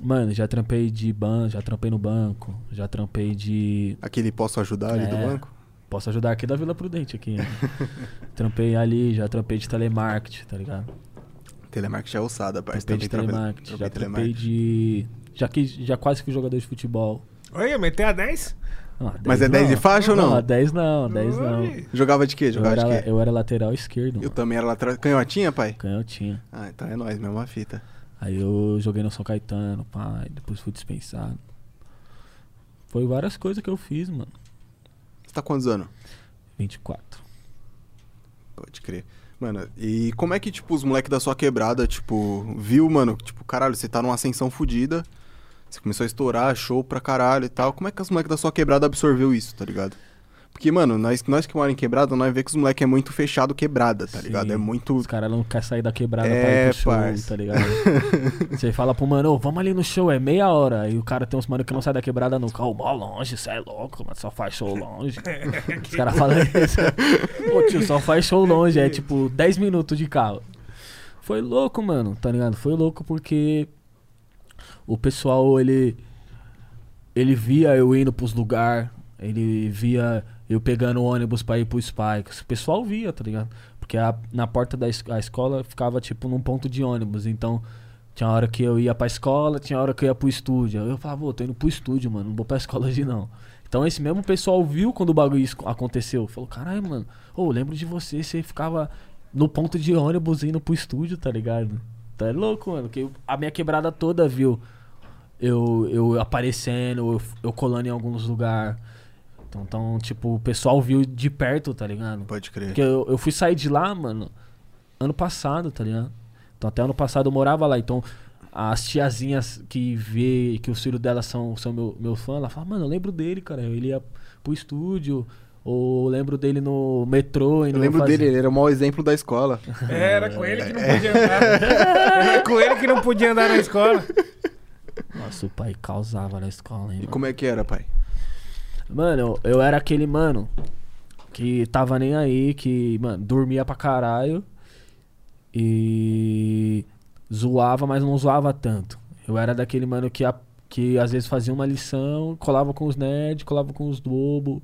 Mano, já trampei de ban, já trampei no banco, já trampei de.
Aquele posso ajudar ali do
É.
banco?
Posso ajudar aqui da Vila Prudente aqui. né? trampei ali, já trampei de telemarketing, tá ligado?
Telemarketing é ossada, pai.
Trampei de
Também
telemarketing, já trampei
telemarketing.
de. Já, que, já quase fui jogador de futebol. Ah,
Olha, meteu a 10?
Não,
Mas é 10 de faixa ou não?
Não, 10 não, 10 não.
Ui.
Jogava de quê?
Eu
Jogava
era,
de quê?
eu era lateral esquerdo,
é. Eu,
mano.
também era lateral. Canhotinha, pai?
Canhotinha.
Ah, então é nóis, mesma fita.
Aí eu joguei no São Caetano, pai, depois fui dispensado. Foi várias coisas que eu fiz, mano.
Você tá quantos anos?
24.
Pode crer. Mano, e como é que, tipo, os moleques da sua quebrada, tipo, viu, mano? Tipo, caralho, você tá numa ascensão fodida. Você começou a estourar, show pra caralho e tal. Como é que os moleques da sua quebrada absorveu isso, tá ligado? Porque, mano, nós, nós que moramos em quebrada, nós vê que os moleques é muito fechado quebrada, tá ligado?
Sim.
É muito.
Os caras não querem sair da quebrada pra
É,
ir pro show,
parça.
tá ligado? Você fala pro mano, ô, vamos ali no show, é meia hora. E o cara tem uns mano que não sai da quebrada nunca. Ô, mó longe, cê é louco, mano, só faz show longe. Os caras falam isso. Ô, tio, só faz show longe, é tipo 10 minutos de carro. Foi louco, mano, tá ligado? Foi louco porque o pessoal, ele. Ele via eu indo pros lugares, ele via eu pegando ônibus pra ir pro Spikes. O pessoal via, tá ligado? Porque a- na porta da es- a escola ficava, tipo, num ponto de ônibus. Então, tinha hora que eu ia pra escola, tinha hora que eu ia pro estúdio. Aí Eu falava, "Ô, tô indo pro estúdio, mano, não vou pra escola hoje não. Então, esse mesmo pessoal viu quando o bagulho esco- aconteceu. Falou, caralho, mano, ô, lembro de você, você ficava no ponto de ônibus indo pro estúdio, tá ligado? Tá é louco, mano, que a minha quebrada toda viu eu, eu aparecendo, eu, eu colando em alguns lugares. Então, então, tipo, o pessoal viu de perto, tá ligado?
Pode crer.
Porque eu, eu fui sair de lá, mano, ano passado, tá ligado? Então até ano passado eu morava lá. Então as tiazinhas que vê que os filhos delas são, são meu, meu fã, ela fala, mano, eu lembro dele, cara. Ele ia pro estúdio, ou eu lembro dele no metrô. E
Eu
não
lembro
fazia-
dele, ele era o maior exemplo da escola.
É, era com ele que não podia andar. né? Tá Era com ele que não podia andar na escola.
Nossa, o pai causava na escola, hein?
E
mano?
como é que era, pai?
Mano, eu, eu era aquele mano que tava nem aí, que, mano, dormia pra caralho e zoava, mas não zoava tanto. Eu era daquele mano que, a- que às vezes fazia uma lição, colava com os nerds, colava com os bobos.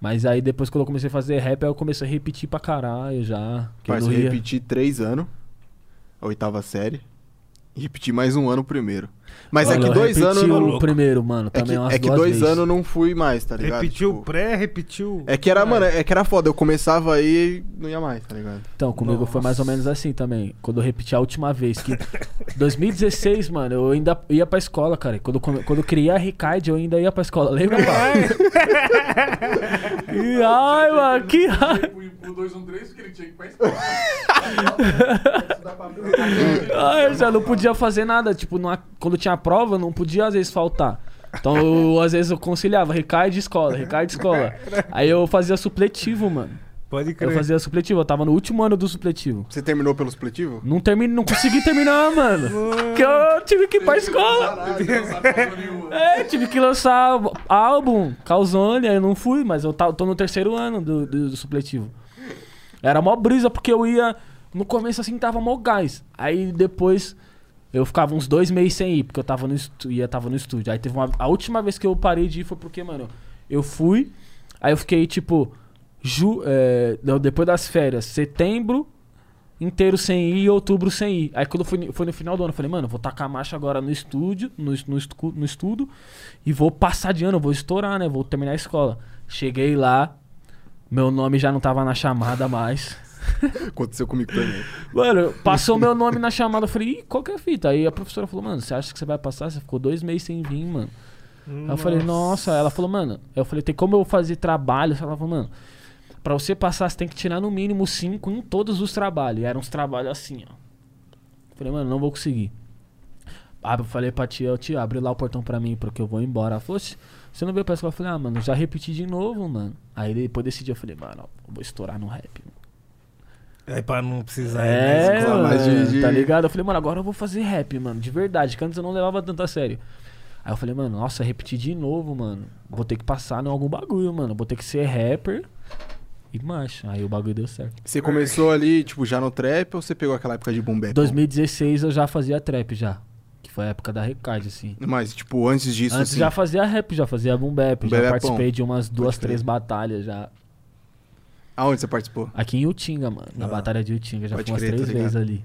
Mas aí depois quando eu comecei a fazer rap, aí eu comecei a repetir pra caralho já. Que
Parça,
não
eu
ia-
repeti três anos, a oitava série, e repeti mais um ano o primeiro. Mas é
Mano,
que
eu
dois
repeti
anos eu
não-
o primeiro, mano.
É
Também
que,
umas
é que
duas
dois
vezes.
anos eu não fui mais, tá ligado?
repetiu o Ah,
Tipo,
pré, repetiu.
É que era, mano, é que era foda. Eu começava aí e não ia mais, tá ligado?
Então, comigo foi mais ou menos assim também. Quando eu repeti a última vez. Que 2016, mano, eu ainda ia pra escola, cara. E Quando, quando, quando eu criei a Ricaid, eu ainda ia pra escola. Lembra, mano? E, ai, mano, que raiva.
O 213 que ele tinha que ir pra escola.
Ai, eu já não podia fazer nada. Tipo, numa- quando tinha prova, eu não podia às vezes faltar. Então, eu, às vezes eu conciliava, Ricaid escola, Ricaid escola. Aí eu fazia supletivo, mano.
Pode
Eu
crer.
fazia supletivo, eu tava no último ano do supletivo.
Você terminou pelo supletivo?
Não termine, não consegui terminar, mano. Porque eu tive que ir pra escola.
Caralho, não sabe porra nenhuma.
É, tive que lançar álbum, calzone, aí eu não fui, mas eu ta- tô no terceiro ano do, do- do supletivo. Era mó brisa, porque eu ia. No começo assim tava mó gás. Aí depois eu ficava uns dois meses sem ir, porque eu tava no, estu ia, tava no estúdio. Aí teve uma. A última vez que eu parei de ir foi porque, mano, eu fui. Aí eu fiquei tipo. Ju, é, não, depois das férias, setembro inteiro sem ir e outubro sem ir. Aí quando foi, foi no final do ano, eu falei, mano, vou tacar a marcha agora no estúdio, no, es- no, estu- no estudo, e vou passar de ano, vou estourar, né? Vou terminar a escola. Cheguei lá, meu nome já não tava na chamada mais.
Aconteceu comigo também.
Mano, passou meu nome na chamada, eu falei, Ih, qual que é a fita? Aí a professora falou, mano, você acha que você vai passar? Você ficou dois meses sem vir, mano. Aí eu falei, nossa, ela falou, mano, eu falei, tem como eu fazer trabalho? Ela falou, mano, pra você passar, você tem que tirar no mínimo cinco em todos os trabalhos. E eram uns trabalhos assim, ó. Eu Falei, mano, não vou conseguir. Abre, eu falei pra tia, eu, tia, abre lá o portão pra mim, porque eu vou embora. Ela falou, "Oxe, você não veio pra escola? Eu falei, ah, mano, já repeti de novo, mano. Aí depois desse dia eu falei, mano, eu vou estourar no rap, mano.
É pra não
Tá
precisar ir na
É,
escola.
mano. mais de- de-
tá ligado? Eu falei, mano, agora eu vou fazer rap, mano, de verdade, que antes eu não levava tanto a sério. Aí eu falei, mano, nossa, repetir de novo, mano. Vou ter que passar em algum bagulho, mano. Vou ter que ser rapper e macho. Aí o bagulho deu certo.
Você começou ali, tipo, já no trap ou você pegou aquela época de boom bap?
2016 eu já fazia trap já. Que foi a época da Recard, assim.
Mas, tipo, antes disso,
Antes
assim,
já fazia rap, já fazia boom bap,
Boom
já
bap é
participei
bom.
de umas duas,
crer.
três batalhas já.
aonde você participou?
Aqui em Utinga, mano. Na batalha de Utinga, já
Ah,
fui
Pode
umas
crer, tô
três vezes
ligado.
ali.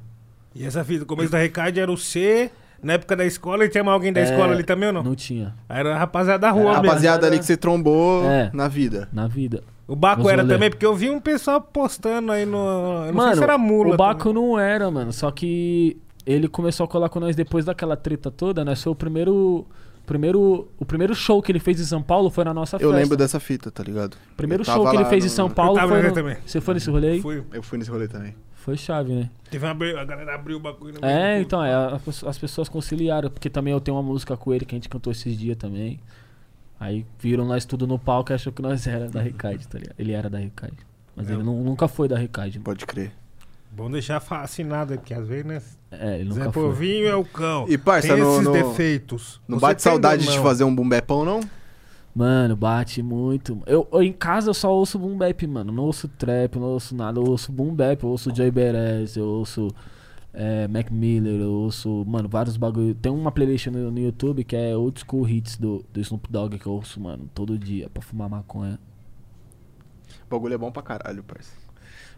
E essa fita, o começo da Recard era o C, na época da escola, e tinha mais alguém da
É,
escola ali também ou não?
Não tinha.
Aí Era a rapaziada da rua mesmo.
Rapaziada ali que você trombou
É.
na vida.
Na vida.
O Baco
Nos
era
rolê.
também, porque eu vi um pessoal postando aí no. Eu não sei
mano,
se era mula.
o Baco não era, mano. Só que ele começou a colar com nós depois daquela treta toda, né? Foi o primeiro, primeiro, o primeiro show que ele fez em São Paulo foi na nossa
Eu
festa.
lembro dessa fita, tá ligado?
O primeiro
Eu tava
show que ele
lá
fez em
no-
São Paulo
tava
foi
nele
no-
também.
Você foi nesse rolê aí?
Foi.
Eu fui nesse rolê também.
Foi chave, né?
Teve uma. bri- A galera abriu o bagulho. no meio
É,
do-
então, é, a- as pessoas conciliaram, porque também eu tenho uma música com ele que a gente cantou esses dias também. Aí viram nós tudo no palco e achou que nós era da Ricard, tá ligado? Ele era da Ricard. Mas ele nu- nunca foi da Ricard.
Pode crer.
Bom deixar fa- assinado aqui, às vezes, né?
É, ele
Zé
nunca foi.
Povinho é o cão.
E, parça,
Tem
no-
esses
no-
defeitos.
Não
Você
bate
tem
saudade
ou
de
não?
fazer um boom bapão, não?
Mano, bate muito. Eu, eu em casa eu só ouço boom bap, mano. Não ouço trap, não ouço nada. Eu ouço boom bap, eu ouço Joy Beres, eu ouço é, Mac Miller, eu ouço, mano, vários bagulho. Tem uma playlist no, no YouTube que é Old School Hits do, do Snoop Dogg que eu ouço, mano, todo dia pra fumar maconha.
O bagulho é bom pra caralho, parça.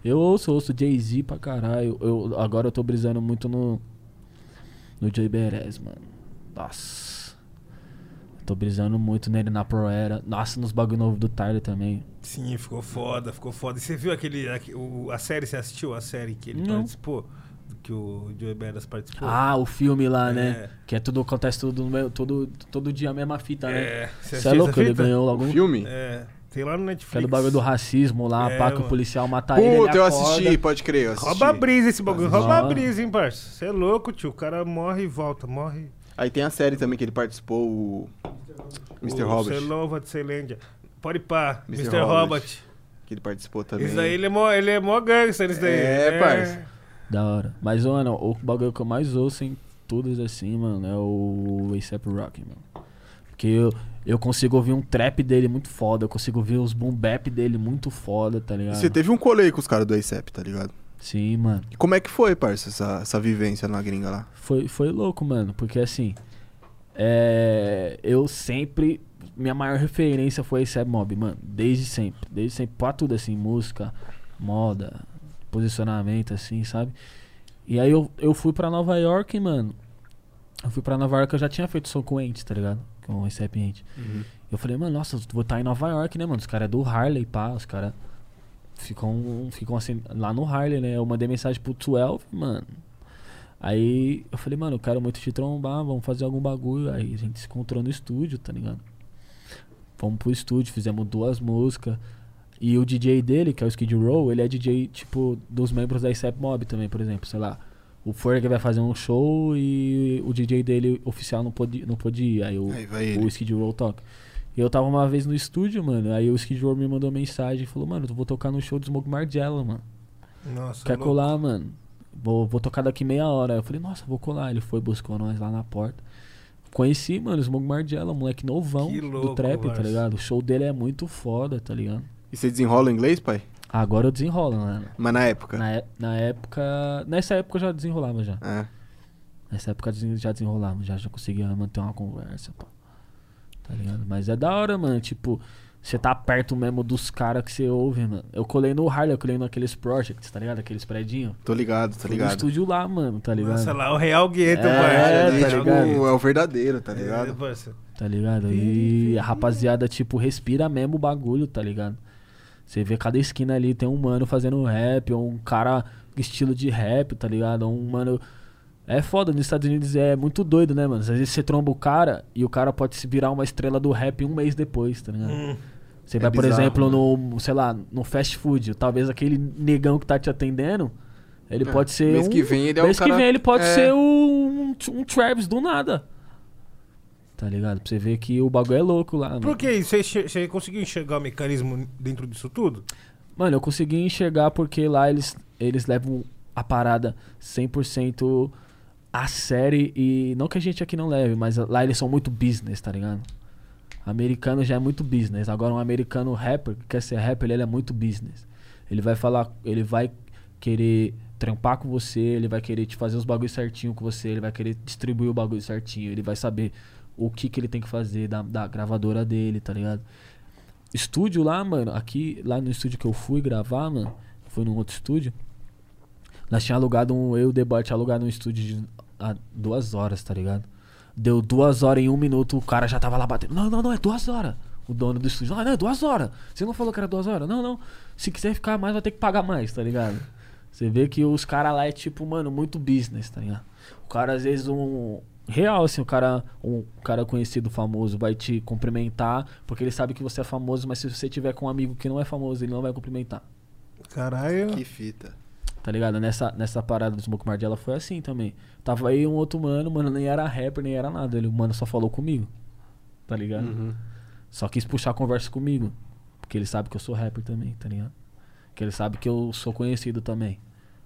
Eu ouço, ouço Jay-Z pra caralho. Eu, agora eu tô brisando muito no. No Jay Beres, mano. Nossa. Tô brisando muito nele na Pro Era. Nossa, nos bagulho novo do Tyler também.
Sim, ficou foda, ficou foda. E você viu aquele. aque- o- a série, você assistiu a série que ele
Não.
participou? Que o Joey Beras participou?
Ah, o filme lá,
É.
né? Que é tudo, acontece tudo, no meu- todo, todo dia a mesma fita, né?
É, você
Você é
assistiu
louco,
essa
ele
fita?
ganhou
O
algum.
filme?
É, tem lá no
Que é
Netflix.
do bagulho do racismo lá,
É,
a pá que o
mano.
policial mata Tá, ele.
Puta,
ele
eu
acorda.
assisti, pode crer, eu assisti.
Rouba a brisa esse bagulho, rouba a
Não.
brisa, hein, parça. Você é louco, tio. O cara morre e volta, morre.
Aí tem a série também que ele participou, o... Mr. Robert.
Selova de Ceilândia. Pode pá,
Mr.
Mr.
Robert.
Robert.
Que ele participou também.
Esse daí ele é mó, ele é mó gangster, né? esse daí.
É, parça.
Da hora. Mas, mano, o bagulho que eu mais ouço em todos assim, mano, é o ASAP Rock, mano. Porque eu, eu consigo ouvir um trap dele muito foda, eu consigo ouvir os boom bap dele muito foda, tá
E
ligado?
Você teve um colei com os caras do ASAP, tá ligado?
Sim, mano.
E como é que foi, parça, essa, essa vivência na gringa lá?
Foi, foi louco, mano, porque assim. é, eu sempre. Minha maior referência foi esse É Mob, mano. Desde sempre. Desde sempre. Pra tudo, assim, música, moda, posicionamento, assim, sabe? E aí eu, eu fui pra Nova York, mano. Eu fui pra Nova York, eu já tinha feito som com o Ent, tá ligado? Com o recipiente.
Uhum.
Eu falei, mano, nossa, eu vou estar em Nova York, né, mano? Os caras é do Harley, pá, os caras ficam, ficam assim, lá no Harley, né? Eu mandei mensagem pro 12, mano. Aí eu falei, mano, eu quero muito te trombar, vamos fazer algum bagulho. Aí a gente se encontrou no estúdio, tá ligado? Fomos pro estúdio, fizemos duas músicas. E o DJ dele, que é o Skid Row, ele é DJ, tipo, dos membros da ICEP Mob também, por exemplo, sei lá. O Ferg vai fazer um show e o DJ dele oficial não pôde, não pôde ir. Aí o,
Aí vai ele.
o Skid Row toca. E eu tava uma vez no estúdio, mano. Aí o Skid Row me mandou mensagem e falou, mano, eu vou tocar no show do Smoke Margiela, mano.
Nossa,
Quer
é louco.
colar, mano? Vou, vou tocar daqui meia hora. Eu falei, nossa, vou colar. Ele foi, buscou nós lá na porta. Conheci, mano, o Smoke Margiela, moleque novão
Que
do
louco,
trap, tá
parça.
ligado? O show dele é muito foda, tá ligado?
E você desenrola o inglês, pai?
Agora eu desenrolo, né?
Mas na época.
Na, é- na época. Nessa época eu já desenrolava já.
É.
Nessa época eu desen- já desenrolava, já, já conseguia manter uma conversa, pá. Tá ligado? Mas é da hora, mano. Tipo, você tá perto mesmo dos caras que você ouve, mano. Eu colei no Harley, eu colei naqueles projects, tá ligado? Aqueles predinhos.
Tô ligado, tá
Fui no
ligado.
estúdio lá, mano, tá ligado?
Nossa, lá o Real Gueto,
É,
parceiro.
E,
tá
Real
tipo,
Gueto.
ligado?
é o verdadeiro, tá
É,
ligado?
parceiro.
Tá ligado? E a rapaziada, tipo, respira mesmo o bagulho, tá ligado? Você vê cada esquina ali, tem um mano fazendo rap, ou um cara estilo de rap, tá ligado? Ou Um mano. É foda, nos Estados Unidos é muito doido, né, mano? Às vezes você tromba o cara e o cara pode se virar uma estrela do rap um mês depois, tá ligado?
Hum.
Você
É
vai, por
bizarro,
exemplo, no, sei lá, no fast food, talvez aquele negão que tá te atendendo, ele
É,
pode ser.
mês
um,
que vem ele é o
mês
cara-
que vem ele pode
é.
ser um, um Travis do nada. Tá ligado? Pra você ver que o bagulho é louco lá, mano.
Por que isso? Você che- Você conseguiu enxergar o mecanismo dentro disso tudo?
Mano, eu consegui enxergar porque lá eles, eles levam a parada 100% a série e não que a gente aqui não leve, mas lá eles são muito business, tá ligado? Americano já é muito business. Agora um americano rapper que quer ser rapper, ele é muito business. Ele vai falar, ele vai querer trampar com você, ele vai querer te fazer os bagulhos certinho com você, ele vai querer distribuir o bagulho certinho, ele vai saber o que que ele tem que fazer da, da gravadora dele, tá ligado? estúdio lá, mano, aqui, lá no estúdio que eu fui gravar, mano, foi num outro estúdio. Nós tinha alugado um, eu e o Debate tinha alugado um estúdio de a, duas horas, tá ligado? Deu duas horas em um minuto, o cara já tava lá batendo. Não, não, não, é duas horas. O dono do estúdio, não, não, é duas horas. Você não falou que era duas horas? Não, não. Se quiser ficar mais, vai ter que pagar mais, tá ligado? Você vê que os caras lá é tipo, mano, muito business, tá ligado? O cara, às vezes, um. Real, assim, o cara, um cara conhecido, famoso, vai te cumprimentar, porque ele sabe que você é famoso, mas se você tiver com um amigo que não é famoso, ele não vai cumprimentar. é.
Caralho.
Que fita.
Tá ligado? Nessa, nessa parada do Smoke Margiela foi assim também. Tava aí um outro mano, mano, nem era rapper, nem era nada. Ele, o mano, só falou comigo. Tá ligado? Só quis puxar a conversa comigo. Porque ele sabe que eu sou rapper também, tá ligado? Que ele sabe que eu sou conhecido também.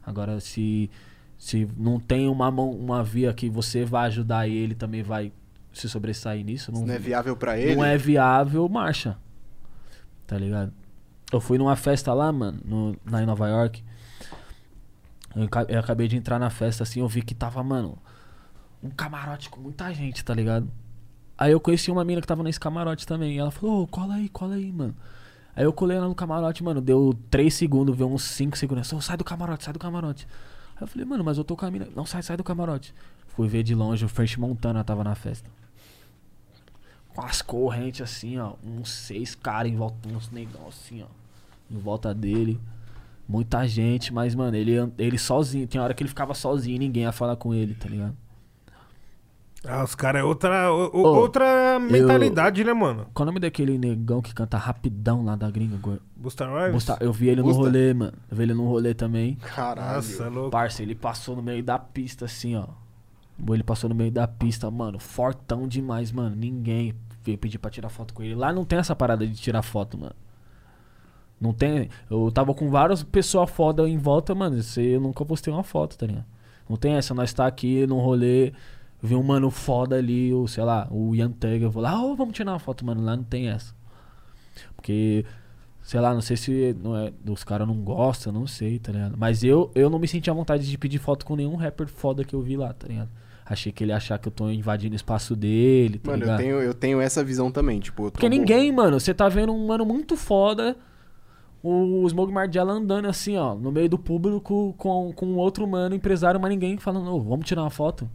Agora, se, se não tem uma mão, uma via que você vai ajudar e ele também vai se sobressair nisso,
Se
não,
não é viável pra ele.
não é viável, marcha. Tá ligado? Eu fui numa festa lá, mano, no, lá em Nova York. Eu, ca- eu acabei de entrar na festa assim, eu vi que tava, mano, um camarote com muita gente, tá ligado? Aí eu conheci uma mina que tava nesse camarote também. E ela falou, ô, cola aí, cola aí, mano. Aí eu colei ela no camarote, mano. Deu 3 segundos, veio uns 5 segundos. Ô, sai do camarote, sai do camarote. Aí eu falei, mano, mas eu tô com a mina. Não, sai, sai do camarote. Fui ver de longe, o French Montana tava na festa. Com as correntes assim, ó. Uns seis caras em volta, uns negão assim, ó. Em volta dele. Muita gente, mas, mano, ele, an- ele sozinho. Tem hora que ele ficava sozinho e ninguém ia falar com ele, tá ligado?
Ah, os caras é outra, o- o-
Ô,
outra mentalidade, né, mano?
Qual o nome daquele negão que canta rapidão lá da gringa? gor-
Busta Rhymes?
Busta- Eu vi ele no
Busta?
rolê, mano. Eu vi ele no rolê também.
Caralho.
Nossa, louco.
Parça, ele passou no meio da pista, assim, ó. Ele passou no meio da pista, mano. Fortão demais, mano. Ninguém veio pedir pra tirar foto com ele. Lá não tem essa parada de tirar foto, mano. Não tem. Eu tava com várias pessoas foda em volta, mano. Isso aí eu nunca postei uma foto, tá ligado? Não tem essa. Nós tá aqui num rolê, vi um mano foda ali, ou sei lá, o Ian Tug, eu vou lá, ô, vamos tirar uma foto, mano. Lá não tem essa. Porque, sei lá, não sei se não é, os caras não gostam, não sei, tá ligado? Mas eu, eu não me senti à vontade de pedir foto com nenhum rapper foda que eu vi lá, tá ligado? Achei que ele ia achar que eu tô invadindo o espaço dele, tá
Mano,
ligado?
eu tenho, eu tenho essa visão também, tipo... eu tô
Porque
um
bom.
ninguém, mano, você tá vendo um mano muito foda, o Smoke Margiela andando assim, ó, no meio do público com, com outro mano, empresário, mas ninguém falando, ô, vamos tirar uma foto.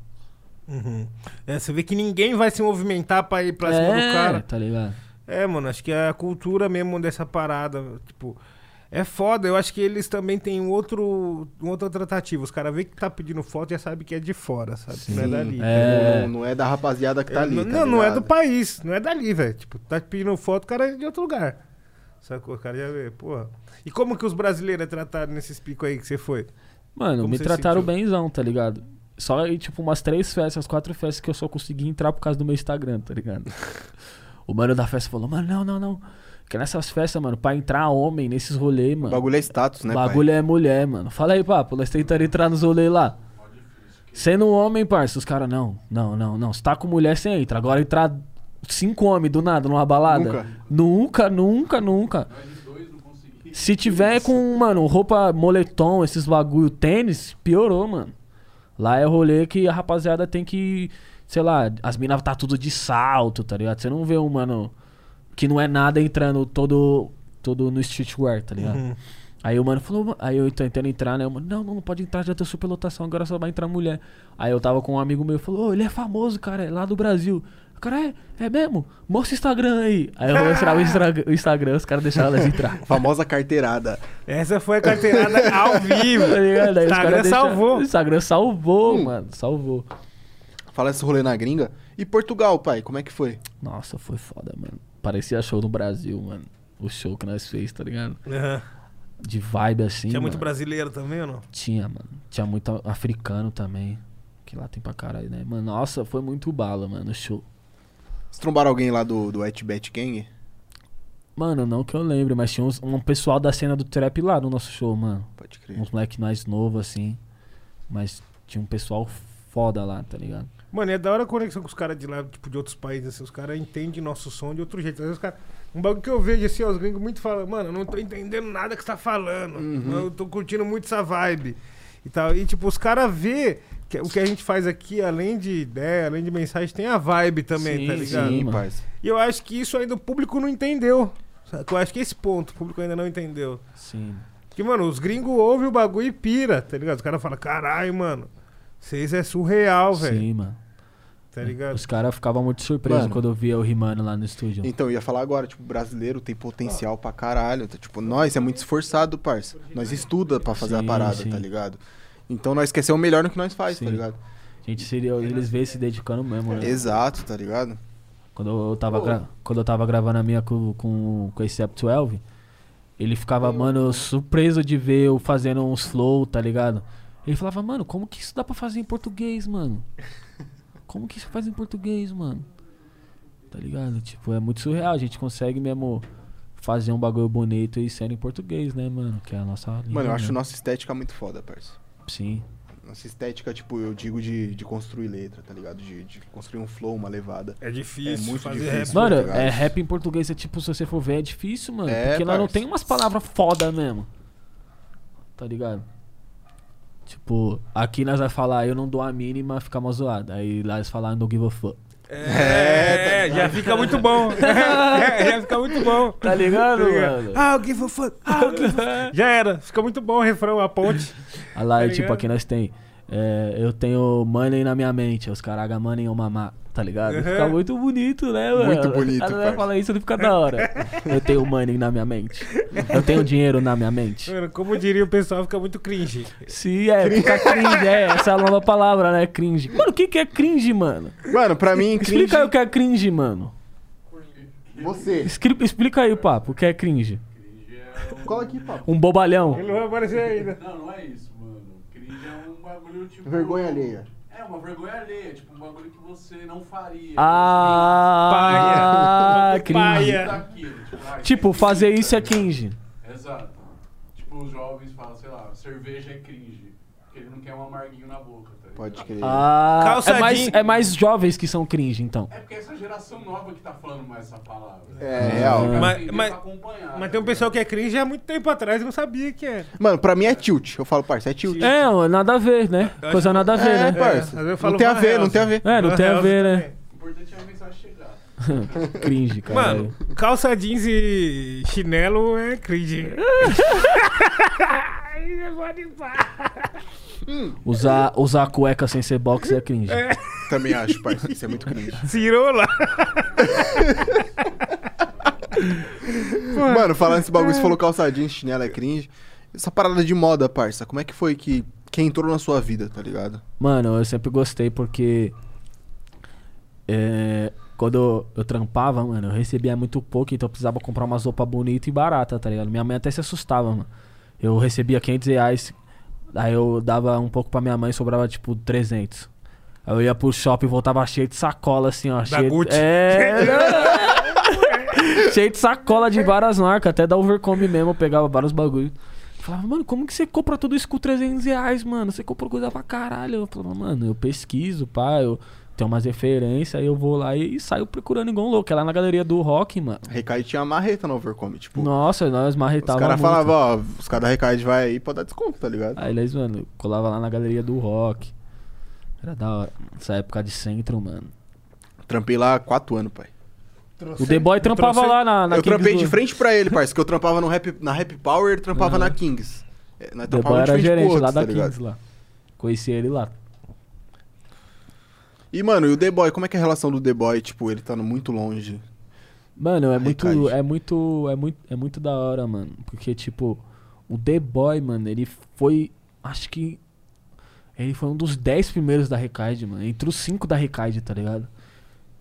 Uhum. É, você vê que ninguém vai se movimentar pra ir pra cima do cara.
tá ligado?
É, mano, acho que é a cultura mesmo dessa parada, tipo, é foda. Eu acho que eles também têm um outro, um outro tratativo. Os caras vê que tá pedindo foto e já sabe que é de fora, sabe? Que Não é dali.
É.
Não, não é da rapaziada que tá ali.
não,
tá
não, não é do
ligado?
país, não é dali, velho. Tipo, tá pedindo foto, o cara é de outro lugar. Sacou? O cara já vê, porra. E como que os brasileiros é tratado nesses picos aí que você foi?
Mano,
Como
me
você
trataram
sentiu?
bemzão, tá ligado? Só aí, tipo, umas três festas, quatro festas que eu só consegui entrar por causa do meu Instagram, tá ligado? o mano da festa falou, mano, não, não, não. Porque nessas festas, mano, pra entrar homem nesses rolês,
O
mano.
bagulho é status, né,
bagulho é mulher, mano. Fala aí, papo, nós tentando entrar nos rolês lá. Sendo um homem, parça, os caras, não, não, não, não. Se tá com mulher, você entra. Agora entrar cinco homens do nada numa balada. Nunca, nunca, nunca. Se tiver com, mano, roupa moletom, esses bagulho, tênis, piorou, mano. Lá é rolê que a rapaziada tem que, sei lá, as minas tá tudo de salto, tá ligado? Você não vê um, mano, que não é nada entrando todo, todo no streetwear, tá ligado?
Uhum.
Aí o mano falou, aí eu tentando entrar, né? O mano, não, não, não pode entrar, já deu superlotação, agora só vai entrar mulher. Aí eu tava com um amigo meu, falou, ô, ele é famoso, cara, é lá do Brasil. O cara, é, é mesmo? Mostra o Instagram aí. Aí eu vou mostrar o, Instra- o Instagram, os caras deixaram nós entrar.
Famosa carteirada.
Essa foi a carteirada ao vivo.
Tá ligado? Aí os
Instagram
cara deixa-
salvou.
O Instagram salvou, mano. Salvou.
Fala esse rolê na gringa. E Portugal, pai, como é que foi?
Nossa, foi foda, mano. Parecia show no Brasil, mano. O show que nós fez, tá ligado?
Aham.
De vibe assim.
Tinha
mano.
é muito brasileiro também ou não?
Tinha, mano. Tinha muito africano também. Que lá tem pra caralho, né? Mano, nossa, foi muito bala, mano, o show.
Vocês trombaram alguém lá do, do At Bet Gang?
Mano, não que eu lembre, mas tinha uns- um pessoal da cena do trap lá no nosso show, mano.
Pode crer.
Uns moleque mais novo, assim. Mas tinha um pessoal foda lá, tá ligado?
Mano, e é da hora a conexão com os caras de lá, tipo, de outros países, assim, os caras entendem nosso som de outro jeito. Às vezes os caras. Um bagulho que eu vejo, assim, ó, os gringos muito falam, mano, eu não tô entendendo nada que você tá falando.
Uhum.
Eu tô curtindo muito essa vibe. E tal. E, tipo, os caras vê que o que a gente faz aqui, além de ideia, além de mensagem, tem a vibe também,
Sim,
tá ligado?
sim.
Ih,
mano.
parça.
E eu acho que isso ainda o público não entendeu. saca? Eu acho que esse ponto, o público ainda não entendeu.
Sim.
Que, mano, os gringos ouvem o bagulho e pira, tá ligado? Os caras falam, caralho, mano, vocês é surreal, velho.
Sim, mano.
Tá ligado?
Os caras ficavam muito surpresos
Mano.
quando eu via eu rimando lá no estúdio.
Então, eu ia falar agora, tipo, brasileiro tem potencial pra caralho. tá? Tipo, nós é muito esforçado, parça. Nós estuda pra fazer
Sim,
a parada,
sim.
tá ligado? Então nós esquecemos o melhor no que nós faz,
Sim.
tá ligado?
A gente seria. Eles veem se dedicando mesmo, né?
Exato, tá ligado?
Quando eu tava, gra- quando eu tava gravando a minha com, com, com esse Up 12, ele ficava, mano, surpreso de ver eu fazendo uns flow, tá ligado? Ele falava, mano, como que isso dá pra fazer em português, mano? Como que isso faz em português, mano? Tá ligado? Tipo, é muito surreal. A gente consegue mesmo fazer um bagulho bonito e sendo em português, né, mano? Que é a nossa língua.
Mano, eu acho
né?
nossa estética muito foda, parça.
Sim.
Nossa estética, tipo, eu digo de, de construir letra, tá ligado? De, de construir um flow, uma levada.
É difícil
É muito
fazer
difícil.
rap.
Mano,
português.
é rap em português, é tipo, se você for ver, é difícil, mano.
É,
porque lá não
parça.
tem umas palavras foda mesmo. Tá ligado? Tipo, aqui nós vai falar, eu não dou a mínima, fica mó zoado. Aí lá eles falam, I don't give a fuck.
É, já fica muito bom. É, já fica muito bom.
Tá ligado,
Tá ligado?
mano?
Ah, o give a fuck. Ah, o give a fuck. Já era. Fica muito bom o refrão, a ponte.
Aí lá,
Tá
é tipo,
ligado?
aqui nós tem, é, eu tenho money na minha mente, os caraca, money ou mamá. Tá ligado? Fica
Uhum.
muito bonito, né, mano?
Muito bonito,
Aí vai
parça.
falar isso, ele fica da hora. Eu tenho money na minha mente. Eu tenho dinheiro na minha mente.
Mano, como diria o pessoal, fica muito cringe.
Sim, é, fica cringe, é. Essa é a nova palavra, né? Cringe. Mano, o que, que é cringe, mano?
Mano, pra mim, cringe...
Explica aí o que é cringe, mano.
Você.
Escri- Explica aí, papo, o que é cringe.
Cola aqui, papo.
Um bobalhão.
Ele não vai aparecer ainda.
é Não, não é isso, mano. Cringe é um bagulho tipo.
Vergonha alheia.
É, uma vergonha alheia, tipo um bagulho que você não faria.
Ah,
Paia.
Você
cringe.
Paia.
não faz aquilo, tipo, ai,
Tipo,
é
fazer
cringe,
isso é
tá
cringe.
ligado? Exato. Tipo, os jovens falam, sei lá, cerveja é cringe. Porque ele não quer um amarguinho na boca, tá ligado?
Pode crer.
Ah, é
Calça
mais,
jeans.
é mais jovens que são cringe, então.
É porque é essa geração nova que tá falando mais essa palavra.
É, real.
Tá
Mas-
aprendendo
mas-
pra
Mas
acompanhar, tá
tem um
ligado?
pessoal que é cringe há muito tempo atrás e não sabia que é.
Mano, pra mim é tilt. Eu falo, parça, é tilt.
É, ó, nada a ver, né? Coisa nada a ver,
É,
né?
parça.
às vezes eu falo,
não tem a
"Mano,
ver, não tem a ver.
É, não tem a ver, né?
O importante é a mensagem chegar.
Cringe, cara.
Mano, calça jeans e chinelo é cringe.
Usar, usar cueca sem ser box é cringe.
Também acho, parceiro. Isso é muito cringe.
Cirola.
Mano, falando esse bagulho, você falou calçadinho, chinelo é cringe. Essa parada de moda, parça, como é que foi que, que entrou na sua vida, tá ligado?
Mano, eu sempre gostei porque. é, quando eu, eu trampava, mano, eu recebia muito pouco, então eu precisava comprar umas roupas bonitas e baratas, tá ligado? Minha mãe até se assustava, mano. Eu recebia 500 reais, aí eu dava um pouco pra minha mãe e sobrava tipo 300. Aí eu ia pro shopping e voltava cheio de sacola, assim, ó. cheio,
Gucci.
É, cheio de sacola de várias marcas, até da Overcomb mesmo, eu pegava vários bagulho. Falava, mano, como que você compra tudo isso com 300 reais, mano? Você comprou coisa pra caralho. Eu falava, mano, eu pesquiso, pá, eu tenho umas referências, aí eu vou lá e, e saio procurando igual um louco. É lá na galeria do rock, mano.
Recai tinha uma marreta no Overcome, tipo.
Nossa, nós
Os
marretava
caras
muito.
falavam, ó, os caras da Recade vai aí pra dar desconto, tá ligado?
Aí eles, mano, eu colava lá na galeria do rock. Era da hora. Essa época de centro, mano.
Trampei lá há quatro anos, pai.
O The Boy trampava
trouxe-
lá na, na
eu
Kings
trampei
do-
de frente pra ele, parça, que eu trampava no rap, na Rap Power, ele trampava na Kings. É, Nós
The Boy
trampava
era
de frente pro
gerente
outro,
lá
tá
da
ligado?
Kings lá. Conheci ele lá.
E, mano, e o The Boy, como é que é a relação do The Boy? Tipo, ele tá no- muito longe.
Mano, é muito,
Recade.
é muito, é muito, é muito da hora, mano. Porque, tipo, o The Boy, mano, ele foi, acho que, ele foi um dos 10 primeiros da Recade, mano. Entre os 5 da Recade, tá ligado?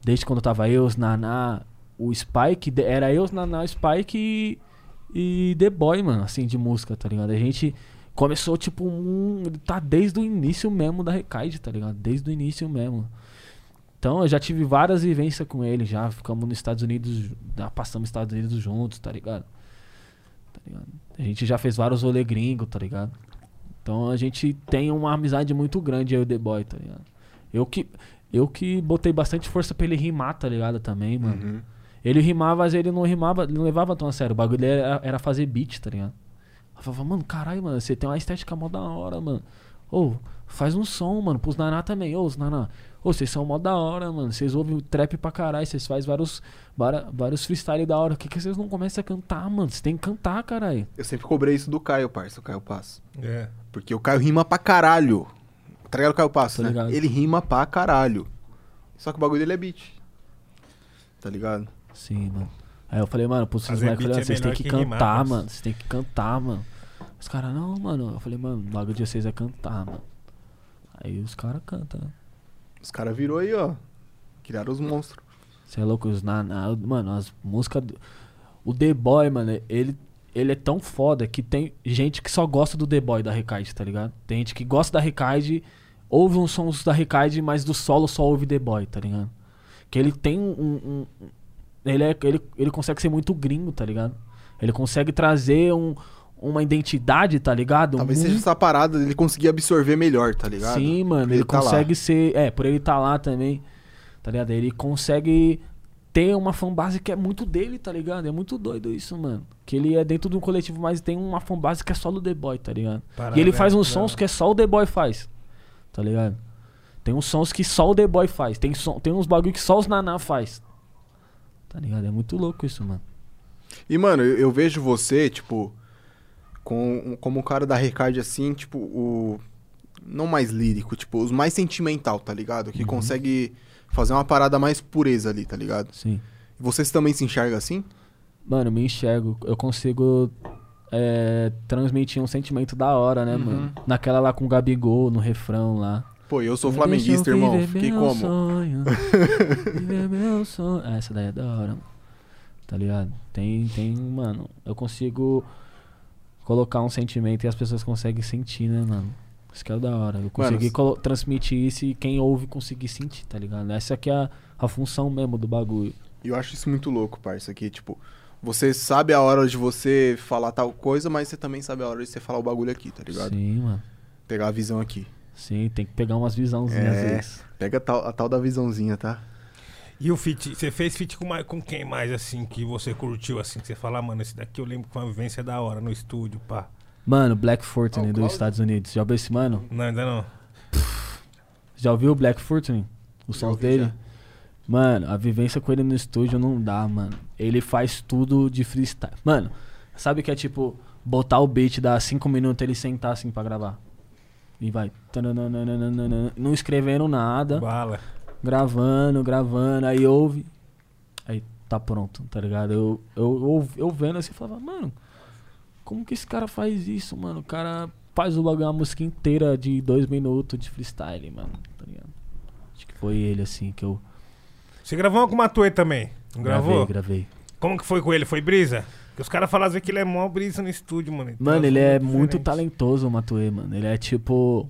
Desde quando tava eu, os Naná, o Spike, de- era eu, os Naná, o Spike e, e The Boy, mano, assim, de música, tá ligado? A gente começou, tipo, um, tá desde o início mesmo da Recade, tá ligado? Desde o início mesmo. Então eu já tive várias vivências com ele, já ficamos nos Estados Unidos, já passamos nos Estados Unidos juntos, tá ligado? Tá ligado? A gente já fez vários rolê gringo, tá ligado? Então a gente tem uma amizade muito grande aí o The Boy, tá ligado? Eu que eu que botei bastante força pra ele rimar, tá ligado também, mano.
Uhum.
Ele rimava, mas ele não rimava, ele não levava tão a sério. O bagulho era, era fazer beat, tá ligado? Eu falava, mano, caralho, mano, você tem uma estética mó da hora, mano. Ô, faz um som, mano, pros Naná também. Ô, os Naná, ô, vocês são mó da hora, mano. Vocês ouvem trap pra caralho, vocês fazem vários, vara- vários freestyle da hora. Por que, que vocês não começam a cantar, mano? Vocês tem que cantar, caralho.
Eu sempre cobrei isso do Caio, parça, o Caio Passo.
É.
Porque o Caio rima pra caralho. Tá ligado o Caio Passo,
Tô
né?
ligado.
Ele rima pra caralho. Só que o bagulho dele é beat. Tá ligado?
Sim, mano. Aí eu falei, mano, pros
Fazer
moleques, eu
beat é
falei, "Ó, vocês têm
melhor
que
que
cantar,
rimar, parça."
mano. Vocês têm que cantar, mano. Os caras, não, mano. Eu falei, mano, o bagulho de vocês é cantar, mano. Aí os caras cantam, né?
Os caras virou aí, ó. Criaram os monstros.
Você é louco, os na, na- mano, as músicas. do- O The Boy, mano, ele, ele é tão foda que tem gente que só gosta do The Boy da Recaide, tá ligado? Tem gente que gosta da Recaide, ouve uns sons da Recaide, mas do solo só ouve The Boy, tá ligado? Que ele tem um. um- um- ele, é, ele, ele consegue ser muito gringo, tá ligado? Ele consegue trazer um, uma identidade, tá ligado?
Talvez
Muito-
seja essa parada dele conseguir absorver melhor, tá ligado?
Sim, mano,
Porque
ele,
tá lá.
consegue ser. É, por ele estar lá também, tá ligado? Ele consegue ter uma fanbase que é muito dele, tá ligado? É muito doido isso, mano. Que ele é dentro de um coletivo, mas tem uma fanbase que é só do The Boy, tá ligado?
Parada,
e ele faz
né?
uns sons que é só o The Boy faz, tá ligado? Tem uns sons que só o The Boy faz. Tem, som, tem uns bagulho que só os Naná faz. Tá ligado? É muito louco isso, mano.
E, mano, eu, eu vejo você, tipo, com, como um cara da Recard, assim, tipo, o. Não mais lírico, tipo, os mais sentimental, tá ligado?
Uhum.
Que consegue fazer uma parada mais pureza ali, tá ligado?
Sim.
Vocês também se enxergam assim?
Mano, me enxergo. Eu consigo é, transmitir um sentimento da hora,
Uhum.
né, mano? Naquela lá com o Gabigol, no refrão lá.
Pô, eu sou flamenguista, irmão. Fiquei como?
Sonho, viver meu sonho. Ah, essa daí é da hora, mano. Tá ligado? Tem, tem, mano. Eu consigo colocar um sentimento e as pessoas conseguem sentir, né, mano? Isso que é o da hora. Eu consegui colo- transmitir isso e quem ouve conseguir sentir, tá ligado? Essa que é a, a função mesmo do bagulho.
E eu acho isso muito louco, parça, que, tipo, você sabe a hora de você falar tal coisa, mas você também sabe a hora de você falar o bagulho aqui, tá ligado?
Sim, mano.
Pegar a visão aqui.
Sim, tem que pegar umas visãozinhas às
É.
vezes.
Pega a tal, a tal da visãozinha, tá?
E o feat, você fez feat com, mais- com quem mais, assim, que você curtiu, assim, que você fala, "Ah, mano, esse daqui eu lembro que foi uma vivência da hora no estúdio, pá.
Mano, Black Fortune
Ah, o
dos
Cláudio?
Estados Unidos. Já ouviu esse mano?
Não, ainda não.
Já ouviu o Black Fortune? Os sons
ouvi,
dele?
já.
Mano, a vivência com ele no estúdio não dá, mano. Ele faz tudo de freestyle. Mano, sabe que é tipo botar o beat, dar 5 minutos ele sentar assim pra gravar. E vai. tananana, Não escrevendo nada.
Bala.
Gravando, gravando. Aí ouve. Aí tá pronto, tá ligado? Eu, eu, eu, eu vendo assim, eu falava, mano, como que esse cara faz isso, mano? O cara faz o bagulho, uma música inteira de dois minutos de freestyle, mano. Tá ligado? Acho que foi ele, assim, que eu
Você gravou uma com o Matuê também? Não gravou?
gravei, gravei.
Como que foi com ele? Foi brisa? Porque os caras falavam que ele é mó brisa no estúdio, mano. Então,
Mano, ele
são
é
diferentes.
muito talentoso, o Matuê, mano. Ele é tipo.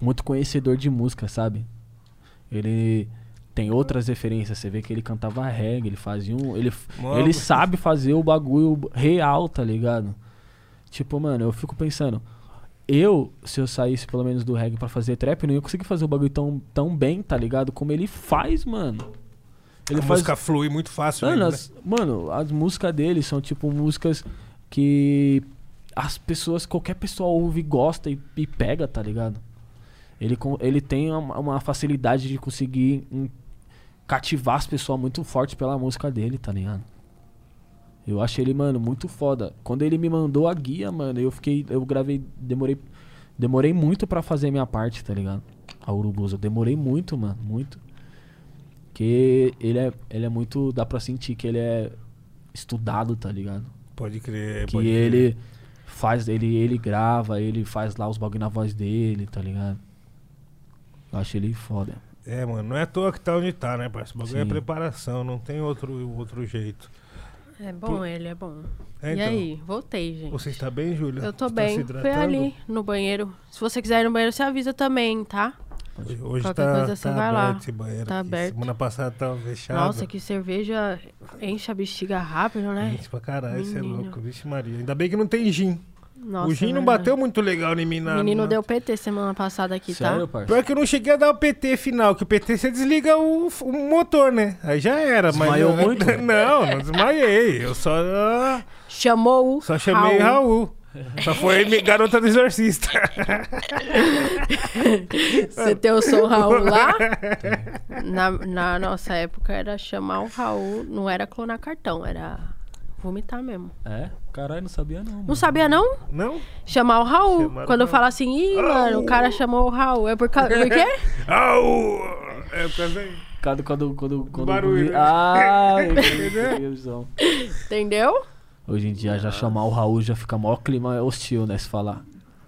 Muito conhecedor de música, sabe? Ele tem outras referências. Você vê que ele cantava reggae, ele fazia um. Ele,
Mano,
ele sabe fazer o bagulho real, tá ligado? Tipo, mano, eu fico pensando. Eu, se eu saísse pelo menos do reggae pra fazer trap, eu não ia conseguir fazer o bagulho tão, tão bem, tá ligado? Como ele faz, mano.
a música flui muito fácil.
Mano,
né?
as, mano, as músicas dele são tipo músicas que as pessoas, qualquer pessoa ouve, gosta e, e pega, tá ligado? Ele, com- ele tem uma, uma facilidade de conseguir hum, cativar as pessoas muito forte pela música dele, tá ligado? Eu achei ele, mano, muito foda. Quando ele me mandou a guia, mano, eu fiquei. Eu gravei. Demorei. Demorei muito pra fazer minha parte, tá ligado? A Urubus. Eu demorei muito, mano. Muito. Porque ele é, ele é muito. Dá pra sentir que ele é estudado, tá ligado?
Pode crer.
Que
pode crer.
ele faz. Ele, ele grava, ele faz lá os bagulho na voz dele, tá ligado? Eu acho ele foda.
É, mano, não é à toa que tá onde tá, né, parceiro? O bagulho é
Sim.
preparação, não tem outro, outro jeito.
É bom ele, é bom.
É,
E
então,
aí, voltei, gente.
Você está bem, Júlia?
Eu tô
Você tá
bem.
se
Fui
hidratando?
ali no banheiro. Se você quiser ir no banheiro, você avisa também, tá?
Hoje, hoje
Qualquer
tá,
coisa você
tá
vai lá.
aberto esse banheiro
Tá
aqui.
aberto.
Semana passada tava fechado.
Nossa, que cerveja enche a bexiga rápido, né?
Gente, pra caralho, você é
Menino.
louco. Vixe Maria. Ainda bem que não tem gin.
Nossa,
o gin não
mano.
bateu muito né? legal em mim na...
Menino
na-
deu PT semana passada aqui,
Sério,
tá?
parceiro?
Pior que eu não cheguei a dar o PT final, que o PT você desliga o, o motor, né? Aí já era,
Desmaiou
mas. eu-
muito?
Não, não desmaiei. Eu só.
Chamou o
Só chamei
Raul.
Raul. Só foi minha garota do exorcista.
Você tem o som Raul lá?
É.
Na, na nossa época era chamar o Raul, não era clonar cartão, era vomitar mesmo.
É? Caralho, não sabia não.
Não
Mano.
sabia, não?
Não?
Chamar o Raul.
Chamaram
Quando
o
eu
Raul.
falo assim, ih, mano, o cara chamou o Raul. É por causa. Por quê?
Raul! É por causa daí.
Quando, quando, quando, quando
barulho, né?
Ah, eu entendi a visão.
Entendeu?
Hoje em dia já chamar o Raul já fica maior clima hostil, né? Se falar.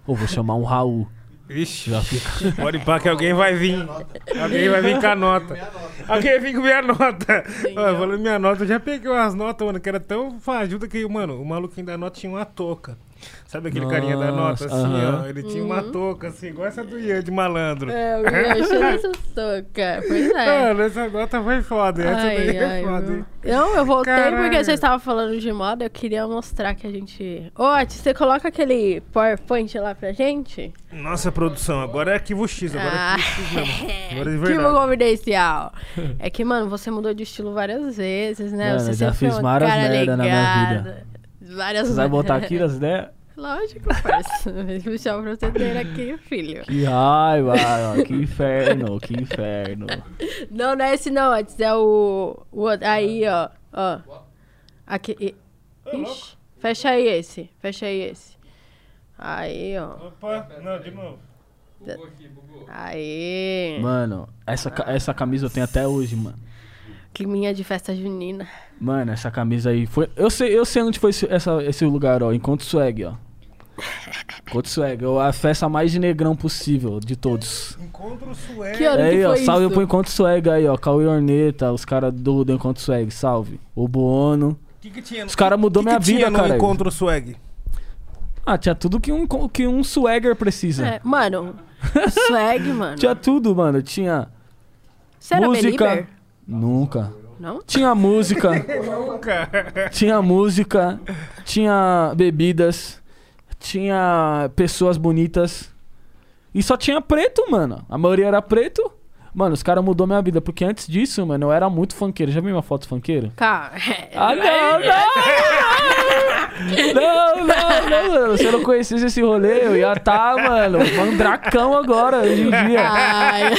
Ou vou chamar um Raul.
Ixi,
Já fica.
pode ir pra que alguém vai vir. Alguém vai vir com a nota. Alguém vem com minha nota.
é.
Ó, falando em minha nota, eu já peguei umas notas, mano, que era tão fajuta que, mano, o maluquinho da nota tinha uma touca. Sabe aquele carinha da nota,
Nossa,
assim,
aham.
ó? Ele tinha uma touca, assim, igual essa do Ian de malandro.
Uhum. É, eu achei essa touca. Pois é.
Mano, essa nota foi foda. Essa daí
Ai,
é
ai,
foda, hein?
meu. Não, eu voltei
Caralho.
porque vocês estavam falando de moda. Eu queria mostrar que a gente. Ô, Ati, você coloca aquele PowerPoint lá pra gente?
Nossa, produção, agora é arquivo X, agora é
Ah.
arquivo X mesmo. Agora é de
Que vou
verdade.
confidencial. É que, mano, você mudou de estilo várias vezes, né?
Mano,
você
eu já
sempre
fiz
foi um
várias
cara
merda na minha vida.
ligado. Várias
Você vai botar né? aqui nas ideias?
Lógico, parceiro. Vou puxar o protetor aqui, filho.
Que raiva, ó, que inferno, que inferno.
Não, não é esse não, antes é o. o outro. aí,
É.
ó. ó. Aqui. e- Ixi. Fecha aí esse. Fecha aí esse. Aí, ó.
Opa, não, de novo.
Aí.
Mano, essa, ca- essa camisa eu tenho até hoje, mano.
Climinha de festa junina.
Mano, essa camisa aí foi. Eu sei, eu sei onde foi esse, essa- esse lugar, ó. Encontro swag, ó. Encontro swag, ó, a festa mais de negrão possível de todos.
Encontro sué.
Que ano
Aí,
que
ó,
foi
salve
isso?
pro Encontro Swag aí, ó. Cauê Orneta, os caras do, do Encontro Swag, salve. O Bono.
que, que tinha? no-
Os cara mudou
que
minha
que
vida,
tinha no
caralho.
encontro swag.
Ah, tinha tudo que um, co- que um swagger precisa.
É, mano, swag, mano.
Tinha tudo, mano. Tinha
Você era
música.
belieber?
Nunca.
Não?
Tinha música. tinha música. Tinha bebidas. Tinha pessoas bonitas. E só tinha preto, mano. A maioria era preto. Mano, os caras mudou minha vida. Porque antes disso, mano, eu era muito funkeiro. Já viu uma foto funkeira?
Cara, é.
Ah, não, não! Não, não, não, mano. Se eu não conhecesse esse rolê, eu ia estar, mano, mandracão agora, hoje em
Ah,
dia.
Ai.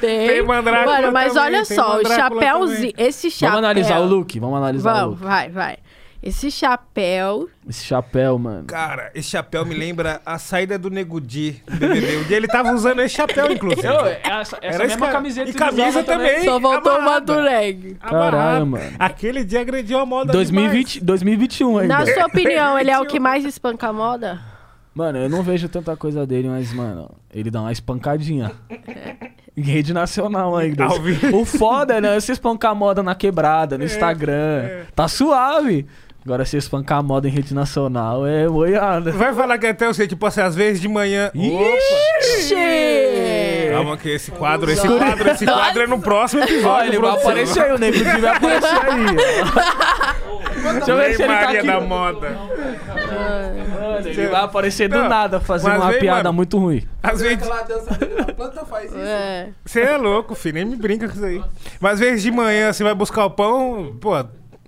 Tem,
Tem mandrácula
Mano, mas
também,
olha
tem
só, o
mandrácula
chapéuzinho. Esse chapéu.
Vamos analisar o look, vamos analisar o
Vamos,
look.
vai, vai. Esse chapéu.
Esse chapéu, mano.
Cara, esse chapéu me lembra a saída do Nego Di do BBB. O dia ele tava usando esse chapéu, inclusive.
Eu, é essa essa
Era esse
mesma
cara.
camiseta
E
que
camisa
usava
também. Ei,
só voltou uma
amarrada.
do leg.
Amarrado.
Caralho, mano.
Aquele dia agrediu a moda
2020, 2021 ainda.
Na sua opinião, ele é o que mais espanca a moda?
Mano, eu não vejo tanta coisa dele, mas, mano, ele dá uma espancadinha. Em rede nacional ainda.
Ao vivo. É,
O foda, né? é Você espancar a moda na quebrada, no Instagram. Tá suave. Agora, se espancar a moda em rede nacional, é boiada.
demais. Vai falar que até eu sei, tipo assim, às vezes de manhã.
Ixi!
Calma que esse quadro, esse quadro, esse quadro é no próximo
Olha,
episódio.
ele vai
produção.
aparecer aí, o Nego Di vai aparecer aí. Deixa eu ver se ele tá
Maria
aqui.
é da moda.
Mano, ele vai aparecer do
Não,
nada, fazendo
mas
uma
vem,
piada
mano.
muito ruim.
Às vezes.
Ah,
Aquela dança dele, a planta faz isso.
É.
Você é louco, filho, nem me brinca com isso aí. Mas às vezes de manhã você vai buscar o pão, pô,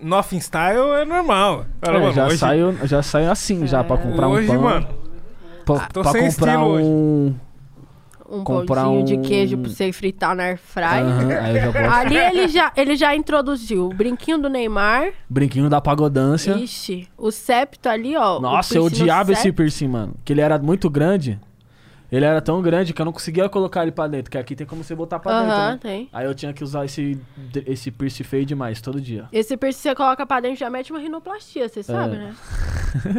nothing style é normal. Fala,
É,
mano,
já,
hoje- É,
saiu, já saiu assim, já, pra comprar
hoje,
um pão.
mano.
pra
tô
pra
sem
comprar
estilo hoje.
um...
Um
Comprar
pãozinho
um-
de queijo pra você fritar na air fry.
Aham, aí eu já gosto.
Ali ele já, ele já introduziu o brinquinho do Neymar.
Brinquinho da pagodância.
Ixi, o septo ali, ó. o
Nossa, eu
piercing no
odiava esse
septo.
piercing, mano. Que ele era muito grande. Ele era tão grande que eu não conseguia colocar ele pra dentro. Que aqui tem como você botar pra
Aham,
dentro, né?
tem.
Aí eu tinha que usar esse, esse piercing feio demais, todo dia.
Esse piercing você coloca pra dentro, já mete uma rinoplastia,
É.
você sabe, né?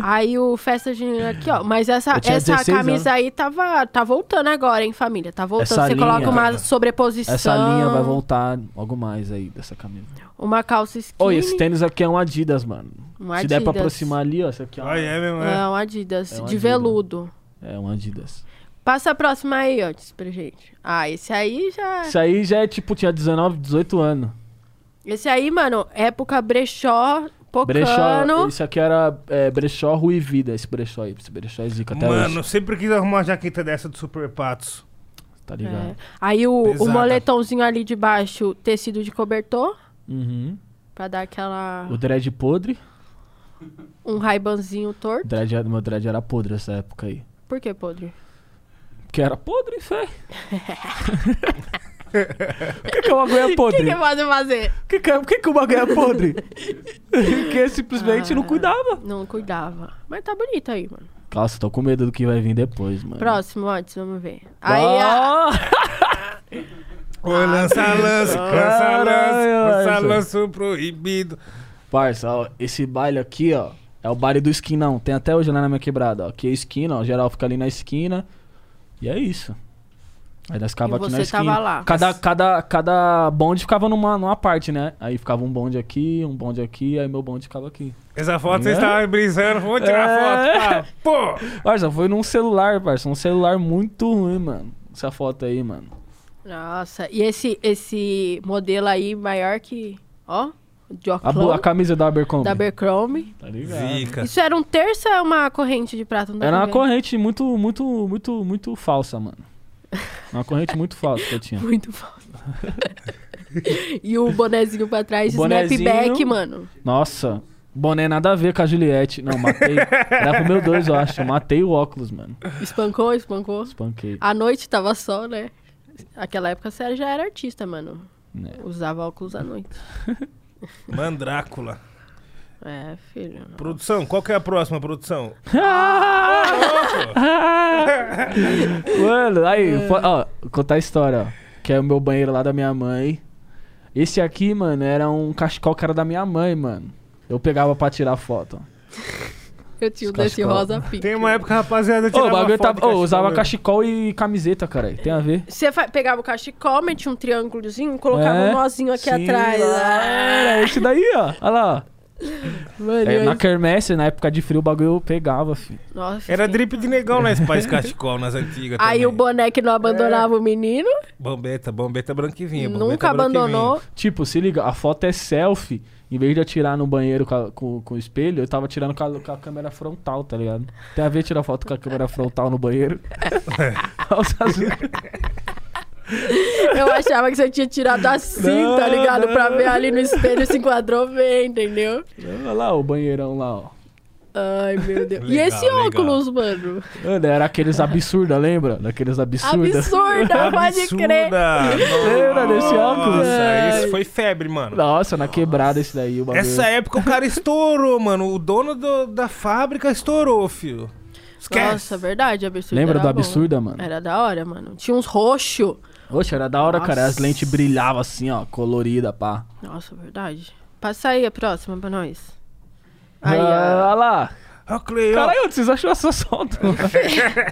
Aí o festa junina aqui, ó. Mas essa,
Eu tinha
essa
16
camisa aí tava, tá voltando agora, hein, família? Tá voltando.
Essa
você coloca
linha.
uma sobreposição.
Essa linha vai voltar logo mais aí dessa camisa.
Uma calça skinny.
Oi, esse tênis aqui é um Adidas, mano.
um
Se der pra
Adidas.
aproximar ali, ó, esse aqui é um,
Olha, é mesmo, é.
É um Adidas,
É um
de
Adidas.
veludo.
é um Adidas.
Passa a próxima aí, ó, diz pra gente. Ah, esse aí já.
Isso aí já é tipo, tinha 19, 18 anos.
Esse aí, mano, época brechó,
Brechó,
pocano.
isso aqui era é, brechó Rui Vida, esse brechó aí. Esse brechó é zica até
Mano,
hoje,
sempre quis arrumar uma jaqueta dessa do Super Patos.
tá
É.
ligado?
Aí o, o
Pesada.
moletomzinho ali de baixo, tecido de cobertor,
Uhum.
pra dar aquela.
O dread podre.
um raibanzinho torto.
Dread, era- meu dread era podre nessa época aí.
Por que, podre?
Porque era podre, fé. Por que, que o bagulho é
O que,
podre?
que pode fazer?
Por que, que, por que, que o bagulho é podre? Porque simplesmente
Ah.
não cuidava.
Não cuidava. Mas tá bonito aí, mano.
Nossa, tô com medo do que vai vir depois, mano.
Próximo, antes, vamos ver. Aí, ó.
Ah!
Ô, lança, lança, lança,
Caralho,
lança, lança,
Alisson.
lança o proibido.
Parça, ó, esse baile aqui, ó, é o baile do esquinão. Tem até hoje lá na minha quebrada, ó. Que é esquina, ó. Geral fica ali na esquina. E é isso. Aí nós ficava
E
aqui
você
na esquina.
tava lá.
Cada, cada, cada bonde ficava numa, numa parte, né? Aí ficava um bonde aqui, um bonde aqui, aí meu bonde ficava aqui.
Essa foto vocês
É?
estavam brisando, vou tirar
É.
a foto. pá. Pô!
Parça, foi num celular, parça. Um celular muito ruim, mano. Essa foto aí, mano.
Nossa, e esse, esse modelo aí maior que. Ó, de
A, bu- a
Oclão,
camisa da Abercrombie.
da Abercrombie.
Tá ligado?
Zica.
Isso era um terço ou é uma corrente de prata? Não dá
Era
pra
uma
ver.
corrente muito, muito, muito, muito falsa, mano. Uma corrente muito falsa que eu tinha.
Muito falso. e o bonezinho pra trás,
O bonezinho-
snapback, mano.
Nossa, boné nada a ver com a Juliette. Não, matei. Era pro meu dois, eu acho. Eu matei o óculos, mano.
Espancou, espancou.
Espanquei.
À noite tava sol, né? Aquela época você já era artista, mano.
Né.
Usava óculos à noite.
Mandrácula.
É, filho. não.
Produção, qual que é a próxima, produção?
Ah!
Ah,
Mano,
É.
aí, fo- ó, contar a história, ó. Que é o meu banheiro lá da minha mãe. Esse aqui, mano, era um cachecol que era da minha mãe, mano. Eu pegava pra tirar foto.
Eu tinha um
Cachecol.
desse rosa
Tem
pique.
uma época, rapaziada, eu
Ô,
tirava
o bagulho
foto
tá.
de
Ô, usava
né?
cachecol e camiseta, cara. Tem a ver.
Você fa- pegava o cachecol, metia um triângulozinho, colocava
É,
um nozinho aqui
sim,
atrás. ah.
Era esse daí, ó. Olha lá. ó.
Mano,
É,
eu-
na quermesse, na época de frio, o bagulho eu pegava, filho.
Nossa,
Era
que-
drip de negão né? na Spice Cachecol, nas antigas
Aí
também.
o boneco não abandonava
É.
o menino,
Bombeta, bombeta branca e vinho. bombeta
nunca
branca e vinho.
abandonou.
Tipo, se liga, a foto é selfie. Em vez de eu tirar no banheiro com, a- com- com o espelho, eu tava tirando com a, com a câmera frontal, tá ligado? Tem a ver tirar foto com a câmera frontal no banheiro? Olha os azul.
Eu achava que você tinha tirado assim,
Não,
tá ligado?
não.
Pra ver ali no espelho se enquadrou bem, entendeu?
Olha lá o banheirão lá, ó.
Ai, meu Deus. e
Legal,
esse
legal.
óculos, mano?
Mano, era aqueles absurda, lembra? Daqueles absurda.
Absurda, pode crer.
Lembra desse óculos? É.
Nossa,
Ai.
isso foi febre, mano.
Nossa, na quebrada esse daí, o bagulho.
Essa é época o cara estourou, mano. O dono do- da fábrica estourou, filho. Esquece.
Nossa, verdade, absurda. era
Lembra do
bom.
absurda, mano?
Era da hora, mano. Tinha uns roxo.
Oxe, era da hora, cara. As
Nossa.
lentes brilhavam assim, ó, colorida, pá.
Nossa, verdade. Passa aí a próxima pra nós. Aí,
Aí,
ó.
Ah, olha lá.
Ó, Cleo.
Caralho, onde vocês achou essa solta?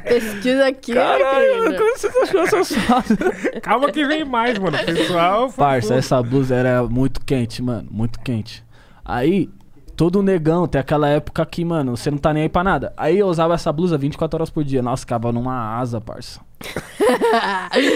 Pesquisa aqui.
Caralho,
querida.
onde vocês achou essa solta?
Calma que vem mais, mano. Pessoal, foi
Parça,
foda.
essa blusa era muito quente, mano. Muito quente. Aí, todo negão, tem aquela época que, mano, você não tá nem aí pra nada. Aí eu usava essa blusa 24 horas por dia. Nossa, ficava numa asa, parça.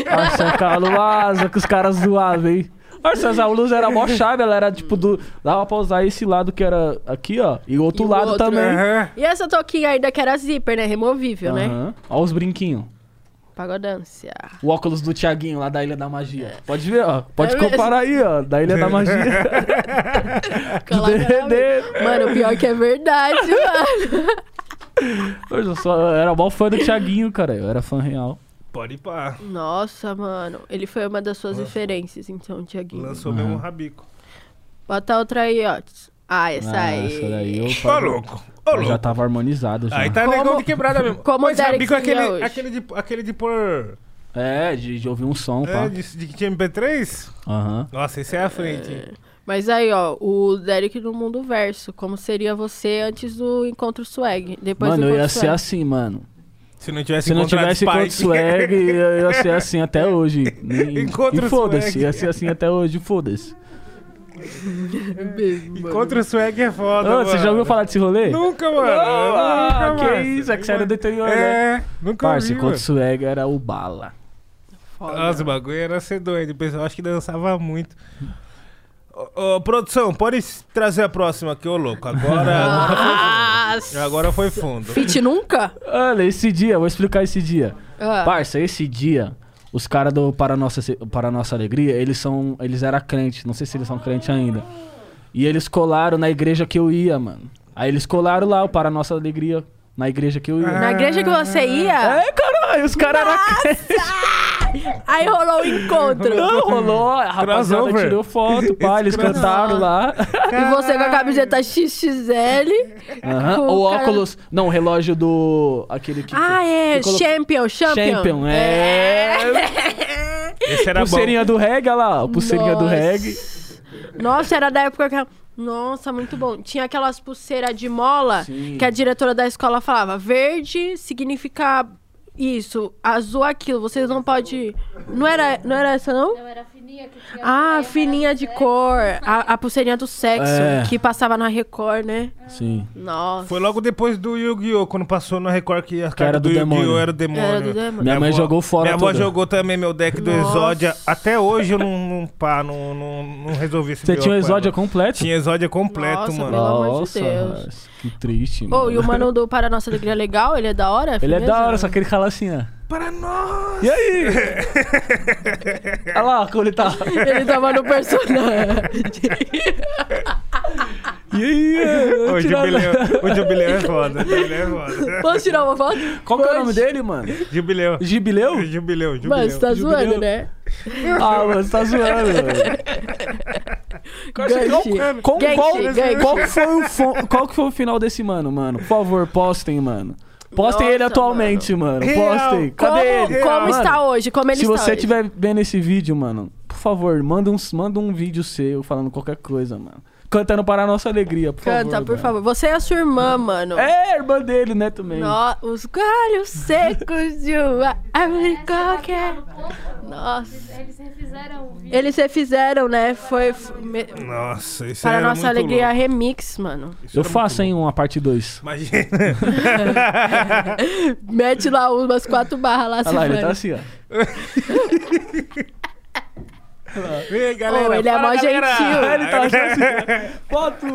parça, ficava numa asa que os caras zoavam, hein? Parça, essa blusa era mó chave, ela era tipo do. Dava pra usar esse lado que era aqui, ó. E o outro
E o
lado
outro,
também.
Aham.
E essa toquinha ainda que era zíper, né? Removível, né?
Aham. Ó os brinquinhos.
Pagodância.
O óculos do Tiaguinho lá da Ilha da Magia. Pode ver, ó. Pode
É mesmo?
comparar aí, ó. Da Ilha da Magia.
Coloca na
DDD.
mesa. Mano, pior que é verdade, mano.
Poxa, eu só eu era mó fã do Thiaguinho, cara. Eu era fã real.
Pode ir pra.
Nossa, mano. Ele foi uma das suas referências, então, Tiaguinho.
Lançou mesmo o rabico.
Bota outra aí, ó. Ah, essa aí.
Essa daí eu,
Ô, louco. Ô,
eu já
louco.
tava harmonizado já.
Aí tá
Como-
negão de quebrada mesmo.
como
Mas
o Derek
rabico é
seria
aquele,
hoje.
aquele de, aquele de pôr.
É, de, de ouvir um som, pá.
É, de, de, de MP3?
Aham.
Nossa, esse é a frente. hein?
Mas aí, ó, o Derek no mundo verso. Como seria você antes do encontro swag? Depois
Mano,
do
eu ia
encontro
ser
swag.
assim, mano.
Se não tivesse
Se não
encontrado
tivesse
Spike.
Encontro Swag, eu ia ser assim até hoje. Nem-
Encontro
e foda-se,
Swag.
ia ser assim até hoje, foda-se.
É
Encontro swag é
Ô,
foda.
você já ouviu falar desse rolê?
Nunca, mano.
Ah,
nunca,
que
mano.
isso, é que você era do interior, né?
É, nunca
Parça,
ouvi, mano.
Encontro Swag era o bala.
Foda.
Nossa, o bagulho era ser doido. O pessoal acho que dançava muito. Ô, ô, produção, pode trazer a próxima aqui, ô louco. Agora,
Nossa.
agora foi fundo.
Fit nunca?
Olha, esse dia, eu vou explicar esse dia.
Ah,
Parça, esse dia, os caras do Para Nossa, Se- Para Nossa Alegria, eles são. Eles eram crentes, não sei se eles são crentes ainda. E eles colaram na igreja que eu ia, mano. Aí eles colaram lá o Para Nossa Alegria, na igreja que eu ia.
Ah.
Na igreja que você ia,
É, caralho, os caras eram crentes.
aí rolou o encontro.
Não, rolou, a rapaziada
Crossover.
tirou foto, pá, eles
Crossover.
cantaram lá.
E você com a camiseta XXL.
Aham,
Com
O
o cara-
óculos, não, o relógio do. aquele que.
Ah, é.
que colocou-
Champion, champion.
Champion, é.
Esse era
pulseirinha do reggae, olha lá, ó, pulseirinha do
é. Nossa.
reggae.
Nossa, era da época que. Nossa, muito bom. Tinha aquelas pulseiras de mola
Sim.
que a diretora da escola falava: verde significa isso, azul aquilo. Vocês não pode. Não era, não era essa, não?
Eu era fininha que tinha.
Ah,
eu
fininha
era
de
sexy.
cor. A, a pulseirinha do sexo,
É.
que passava na Record, né?
Sim.
bom.
Nossa.
Foi logo depois do Yu-Gi-Oh! Quando passou na Record que a carta
era
do,
do
Yu-Gi-Oh!
demônio.
era o demônio.
Era do demônio.
Minha mãe jogou fora
Minha avó
tudo.
jogou também meu deck do
Nossa.
Exódia. Até hoje eu não, não, pá, não, não, não resolvi esse
Você
BO
tinha o
com
exódio
ela.
completo?
Tinha Exódia completo,
Nossa,
mano.
Pelo amor de
Nossa,
Deus.
Ras, que triste, mano.
Oh, e o mano do Para Nossa Alegria é Legal, ele é da hora?
Ele é
firmeza?
da hora, só que ele fala assim, ó.
Para nós!
E aí? Olha lá como ele tá.
Ele tava no personagem.
E aí? é,
O
tirando-
jubileu, o jubileu é foda. O jubileu é foda.
Posso tirar uma foto?
Qual que é o nome dele, mano?
Jubileu.
Gibileu?
Jubileu, jubileu.
Mano, você tá
Jubileu.
zoando, né?
Ah, mano, você tá zoando, mano.
Ganchi.
Qual,
Ganchi,
qual,
ganchi.
qual que foi o fo- qual que foi o final desse mano, mano? Por favor, postem, mano. Postem
Nossa,
ele atualmente, mano.
Real.
Postem.
Como,
Cadê ele? Ah,
como
Mano,
está hoje? Como ele
Se
está
você
hoje?
estiver vendo esse vídeo, mano, por favor, manda um, manda um vídeo seu falando qualquer coisa, mano. Cantando para a nossa alegria, por favor.
Canta, por
mano.
favor. Você é a sua irmã, mano.
É, irmã dele, né, também.
Nó- os galhos secos de uma árvore
Essa é
qualquer.
né, bateu no ponto,
Nossa.
Eles refizeram o vídeo.
Eles refizeram, né? Foi f- me-
Nossa, isso
para
é
era
nossa
muito
alegria
louco.
remix, mano.
Isso
Eu
era
faço,
muito
hein, uma parte 2.
louco. Imagina.
Mete lá umas quatro barras lá,
Olha lá, ele
Silvana.
tá assim, ó.
Vem, galera.
Oh, ele é
fala,
mó
galera.
gentil.
É, ele tá assim, ó. Foto!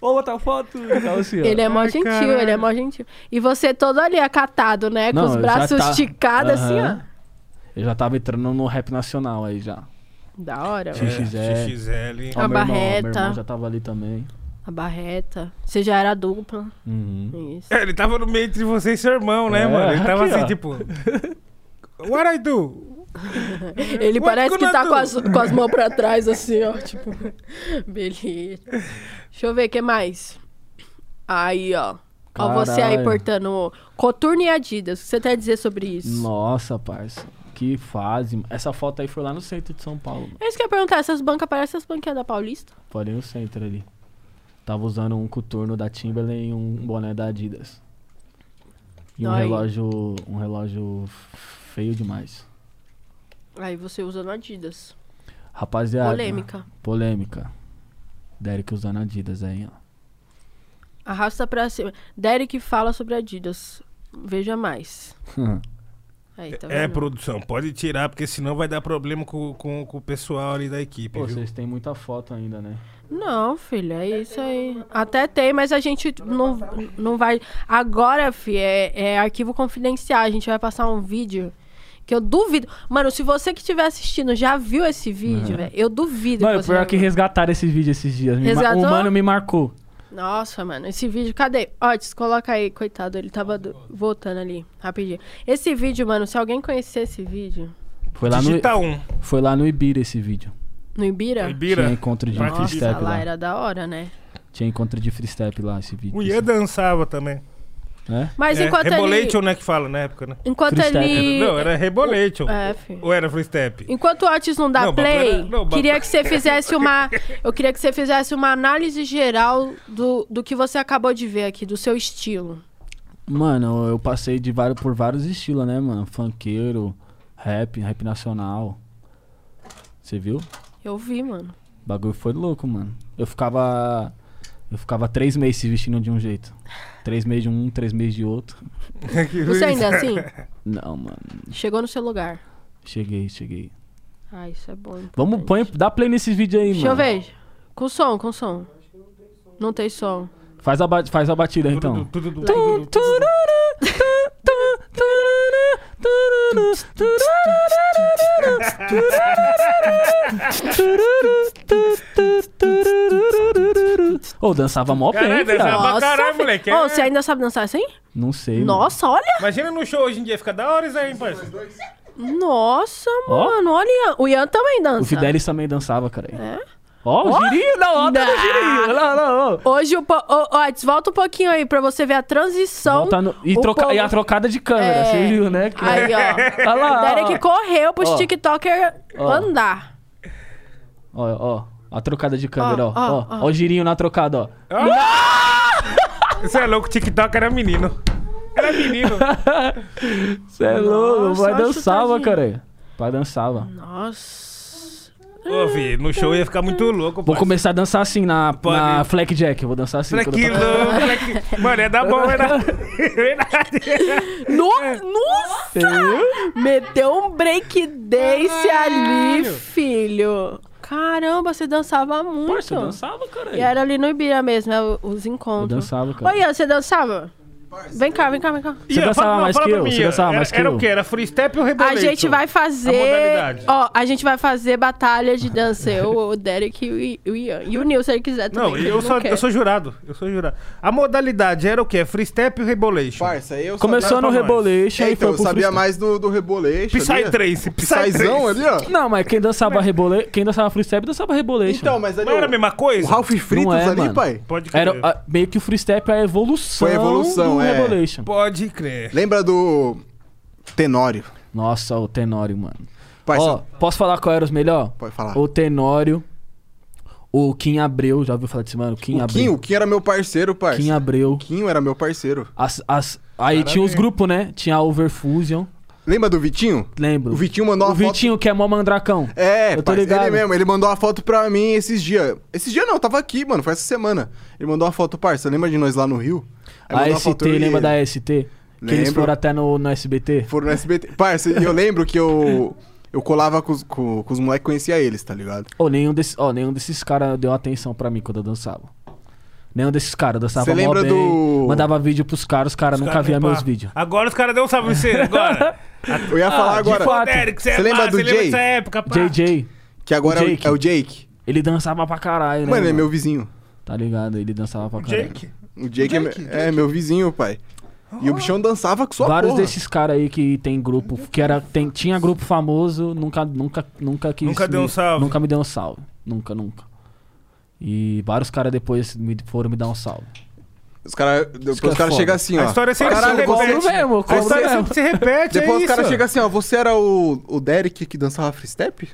Vou botar foto! Ele tá assim, ó.
Ele é mó gentil,
caralho.
ele é mó gentil. E você todo ali acatado, né? Com
Não,
os
eu já
braços
tá-
esticados, assim,
Aham. Eu já tava entrando no rap nacional aí já.
ó. Da hora,
Sim.
mano.
É,
XXL.
XXL.
Ó,
A
meu irmão, ó, meu
barreta.
irmão já tava ali também.
a barreta. Você já era dupla.
Uhum.
Isso.
É, ele tava no meio entre você e seu irmão, né,
É,
mano? Ele tava
aqui,
assim,
ó.
tipo. What I do?
Ele
What
É,
parece que
gonna
tá
do?
com as, com as mãos pra trás, assim, ó. Tipo, beleza. Deixa eu ver o que mais. Aí, ó. Ó, você aí
Caralho.
portando coturno e Adidas. O que você tem a dizer sobre isso?
Nossa, parça. Que fase. mano. Essa foto aí foi lá no centro de São Paulo. mano.
É isso que eu ia perguntar. Essas bancas parecem as banquinhas da Paulista?
Foi ali no centro ali. Tava usando um coturno da Timberland e um boné da Adidas. E um
Aí.
relógio. Um relógio feio demais.
Aí você usa no Adidas.
Rapaziada.
Polêmica.
Polêmica. Derek usando Adidas aí, ó.
Arrasta pra cima. Derek fala sobre Adidas. Veja mais. Aí, tá
É,
vendo?
produção, pode tirar, porque senão vai dar problema com, com, com o pessoal ali da equipe,
Pô,
viu?
vocês têm muita foto ainda, né?
Não, filho, é isso aí. Até tem, mas a gente não, não vai. Agora, fi, é, é arquivo confidencial. A gente vai passar um vídeo que eu duvido. Mano, se você que estiver assistindo já viu esse vídeo, velho, eu duvido.
Mano,
que você
pior
já
que
viu.
resgataram esses vídeos esses dias. Me mar-
Resgatou?
O mano me marcou.
Nossa, mano, esse vídeo, cadê? Ó, des- coloca aí, coitado, ele tava do- voltando ali, rapidinho. Esse vídeo, mano, se alguém conhecer esse vídeo,
Foi lá,
Digita
no,
um.
foi lá no Ibira esse vídeo.
no Ibira,
Ibira.
Tinha encontro de
Pra
nossa,
Ibira.
freestyle
lá
lá.
era da hora, né?
Tinha encontro de freestyle lá esse vídeo.
O Ian dançava também.
né?
Mas
é,
enquanto
Rebolation,
ele...
né, que fala na época, né?
Enquanto
Freestyle.
ele...
Não, era Rebolation.
É, fi.
Ou era Free Step?
Enquanto o Otis não dá
Não, Babu
play,
era- não, Babu-
queria que você fizesse uma. Eu queria que você fizesse uma análise geral do, do que você acabou de ver aqui, do seu estilo.
Mano, eu passei de vários, por vários estilos, né, mano? Funkeiro, rap, rap nacional. Você viu? O
Eu vi, mano.
bagulho foi louco, mano. Eu ficava. Eu ficava três meses se vestindo de um jeito. Três meses de um, três meses de outro.
Você ainda é assim?
Não, mano.
Chegou no seu lugar.
Cheguei, cheguei.
Ah, isso é bom. importante.
Vamos, põe, dá play nesse vídeo aí,
Deixa eu
mano.
ver. Com som, com som. Não tem som.
Faz a, ba- faz a batida então.
Tudo, tudo,
Tum,
tudo, tudo.
tururu, tum, tum, tururu, tururu, tururu, tururu, tururu, tururu, tururu. Ô, dançava mó bem,
Caralho,
viado.
dançava- Tá pra caralho,
fi-
moleque, é-
Ô, você ainda sabe dançar assim?
Não sei. mano.
Nossa, olha!
Imagina no show hoje em dia, fica da hora isso aí, hein, parceiro?
Nossa,
Ó.
mano, olha. o Ian. O Ian também dança.
O Fidelis também dançava, cara.
É?
Ó, o
Ó.
girinho da onda do
Não.
girinho. Não, não, não.
Hoje o. po- Ô, Otis, volta um pouquinho aí pra você ver a transição.
Volta no- E,
Então, o
troca-
povo-
e a trocada de câmera,
É.
você viu, né? Que-
Aí, ó.
Tá lá. ó.
Derek correu pros
Ó.
TikToker
Ó.
andar.
Ó, ó, a trocada de câmera, ó.
Ó, ó,
Ó, ó, o girinho na trocada, ó.
Você é louco, TikTok era menino. Era menino.
Você é louco,
Nossa,
vai
olha o
dançava,
chutadinho.
cara. Vai dançava.
Nossa.
Ô, vi, no show ia ficar muito louco,
Vou
parceiro.
começar a dançar assim na,
Pode.
na Fleck Jack. Eu vou dançar assim. quando eu
Tranquilo, tranquilo. Mano, ia dar bom, é ia dar... ia dar-
No- Nossa! Meteu um break dance ali,
Caralho.
filho. Caramba, você dançava muito.
Parça, eu dançava, cara.
E era ali no Ibira mesmo, é, o- os
Eu
encontros.
dançava, cara.
Ô, Ian, você dançava? Vem cá, vem cá, vem cá.
Ia,
dançava
fala- não,
mais
fala
que
pra
eu?
mim,
Você
ia.
dançava
era,
mais que
Era
eu?
o quê? Era free step ou
A
rebolation?
gente vai fazer.
modalidade.
Ó, a gente vai fazer batalha de dança. Eu, o Derek e o I- o Ian. E o Nil, se ele quiser também.
Não,
que ele
eu, só,
quer.
eu sou jurado. Eu sou jurado. A modalidade era o quê? Free step ou rebolation?
Parça, aí eu sabia-
Começou
Dá pra
no
nós.
Rebolation e
É,
foi
então, eu
pro
sabia
freestyle.
mais do, do Rebolation.
Psytrance.
Saizão
Psytrance.
ali, ó.
Não, mas quem dançava rebole... quem dançava freestyle dançava Rebolation.
Então, mas ali.
Não era a
o-
mesma
O
coisa?
Ralph Fritas
é,
ali,
mano.
pai.
Pode crer.
era a- meio que o freestyle é a evolução,
Foi a evolução,
do
é.
Rebolation.
Pode crer.
Lembra do Tenório?
Nossa, o Tenório, mano.
Parça,
Ó, posso falar qual era os melhor?
pode falar.
O Tenório, o Kim Abreu, já ouviu falar desse mano? Kim
o Kim,
Abreu.
o Kim era meu parceiro, parça.
Kim Abreu.
Quinho era meu parceiro.
As, as- aí tinha os grupos, né? Tinha a Overfusion,
Lembra do Vitinho?
lembro.
O Vitinho mandou
O
uma foto.
Vitinho, que é mó mandracão.
É,
Eu tô
parça,
ligado.
ele mesmo, ele mandou uma foto pra mim esses dias. Esses dias não, eu tava aqui, mano, foi essa semana. Ele mandou uma foto, parça, lembra de nós lá no Rio? Aí
a
mandou uma
ST,
foto, eu e
Ah, lembra
ele.
da ST? Que eles
Lembro.
foram até no, no SBT.
Foram no SBT. Parça, e eu lembro que eu, eu colava com os, com, com os moleques que conhecia eles, tá ligado?
Ô, nenhum, desse, ó, nenhum desses caras deu atenção pra mim quando eu dançava. Nenhum desses caras dançava
Cê
mó
lembra
bem,
do-
Mandava vídeo pros caras, os caras
Os
nunca
caras
via
nem
meus
pá.
vídeos.
Agora os caras dão um salve pra você. Agora.
Eu ia falar
de
agora
fato.
Derek, você é
Você lembra
massa,
do
lembra
Jay?
dessa época, pá?
JJ,
que agora é o-
Jake.
é o Jake.
ele dançava pra caralho, né?
Mano, ele é meu vizinho.
Tá ligado? Ele dançava pra caralho.
Jake?
O Jake, é me- é, meu vizinho, pai. E o bichão dançava com sua
Vários
porra.
desses caras aí que tem grupo, que era, tem, tinha grupo famoso, nunca, nunca, nunca quis.
Nunca
me-
deu um salve.
Nunca me deu um salve. Nunca, nunca. E vários caras depois me, foram me dar um salve.
Os caras
que é
depois os caras
foda.
chegam assim, ó.
a história é sempre
Caralho,
se
eu cobro
repete.
mesmo, eu
a
cobro
história
mesmo.
sempre se repete, é
Depois
isso.
os caras chegam assim, ó. Você era o, o Derek que dançava freestep?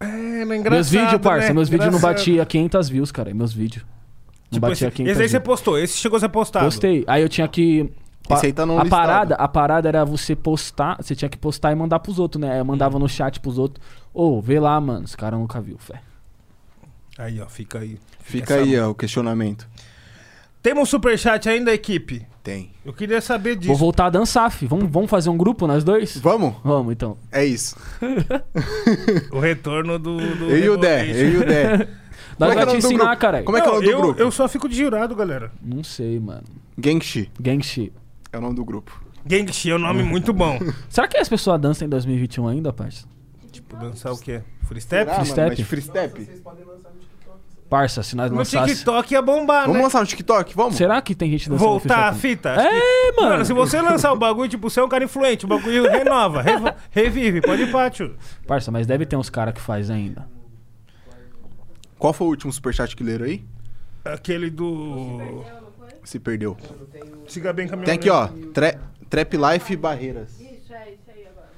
É, mas é engraçado,
meus vídeos, parça,
né?
meus vídeos não
Engraçado.
batia 500 views, cara. Meus vídeos. Não
Tipo,
batia
esse,
500
esse aí você
views.
postou, esse chegou a ser postado.
Postei. Aí eu tinha que. pa-
Esse aí tá no
a
listado.
parada, a parada era você postar, você tinha que postar e mandar pros outros, né? Eu mandava
Hum.
no chat pros outros. Ô, vê lá, mano, os caras nunca viu, fé.
Aí, ó, fica aí.
Fica
essa-
aí, ó, o questionamento.
Temos um superchat ainda, equipe?
Tem.
Eu queria saber
Vou
disso.
voltar a dançar, fi. Vamos, vamos fazer um grupo nós dois?
Vamos?
Vamos, então.
É isso.
O retorno do. do
Eu e o Dé, eu e o Dé.
Nós
é que é
vamos te
o nome do
ensinar,
grupo?
cara.
Como é que é o nome do
eu,
grupo?
eu só fico de jurado, galera.
Não sei, mano.
Gengshi
Gangshi.
é o nome do grupo.
Gengshi é um
Hum.
nome muito bom.
Será que as pessoas dançam em 2021 ainda, parça?
tipo, dançar o quê? Freestep?
Será,
Freestep?
Ah, mano? Mas freestep?
Parça, se nós
No
lançássemos.
TikTok ia bombar,
Vamos
né?
lançar no TikTok? Vamos?
Será que tem gente dançando
Voltar a
freestyle?
fita? acho que-
É, mano.
Mano, se você lançar o bagulho, tipo, você é um cara influente, o bagulho renova, revo- revive, pode ir, pátio.
Parça, mas deve ter uns caras que faz ainda.
Qual foi o último superchat que leram aí?
Aquele do.
Se perdeu.
Siga bem caminhão.
Tem aqui, ó. Tra- Trap Life e Barreiras.
Isso, é isso aí agora.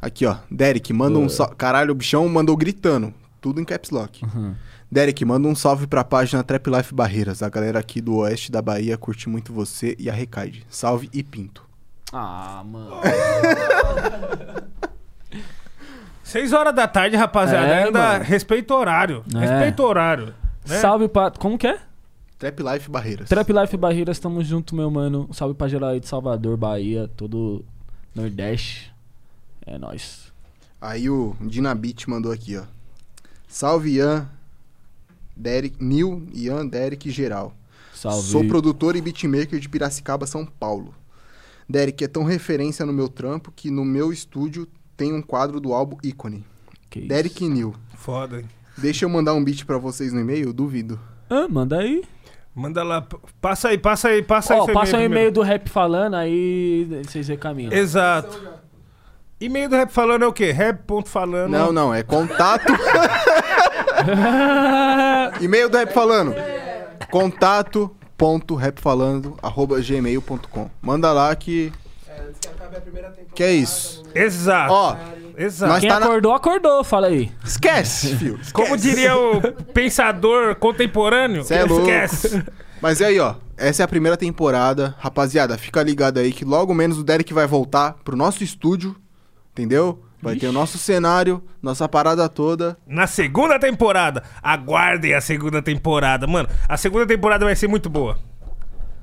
Aqui, ó. Derek, manda
É.
um salve. Caralho, o bichão mandou gritando. Tudo em caps lock.
Hum.
Derek, manda um salve pra página Trap Life Barreiras. A galera aqui do oeste da Bahia curte muito você e a Recaide. Salve e pinto.
Ah, mano.
6 horas da tarde, rapaziada.
É,
ainda
mano.
respeita o horário.
É.
Respeita o horário. né?
Salve pra. Como que é?
Trap Life Barreiras.
Trap Life Barreiras, tamo junto, meu mano. Um Salve pra geral aí de Salvador, Bahia, todo Nordeste. É nóis.
Aí o Dinabit mandou aqui, ó. Salve Ian, Derek, Nil, Ian, Derek e geral.
Salve.
Sou produtor e beatmaker de Piracicaba, São Paulo. Derek é tão referência no meu trampo que no meu estúdio tem um quadro do álbum ícone.
Que isso?
Derek e Nil.
Foda, hein?
Deixa eu mandar um beat pra vocês no e-mail? Duvido.
Ah, manda aí.
Manda lá. p- Passa aí, passa aí, passa
Ó,
aí. seu
passa um e-mail
primeiro.
do rap falando, aí vocês recaminham.
Exato. E-mail do Rap Falando é o quê? Rap.falando.
Não, não, é contato. e-mail do Rap Falando. Contato.rapfalando.gmail.com. Manda lá que.
É, diz que acaba a primeira temporada.
Que é isso?
Exato.
Ó,
Exato.
nós-
Quem
tá na-
acordou, acordou, fala aí.
esquece, filho.
Como diria o pensador contemporâneo,
Cê é louco.
esquece.
Mas e aí, ó. Essa é a primeira temporada. Rapaziada, fica ligado aí que logo menos o Derek vai voltar pro nosso estúdio. Entendeu? Vai ter o nosso cenário, nossa parada toda.
Na segunda temporada. Aguardem a segunda temporada. Mano, a segunda temporada vai ser muito boa.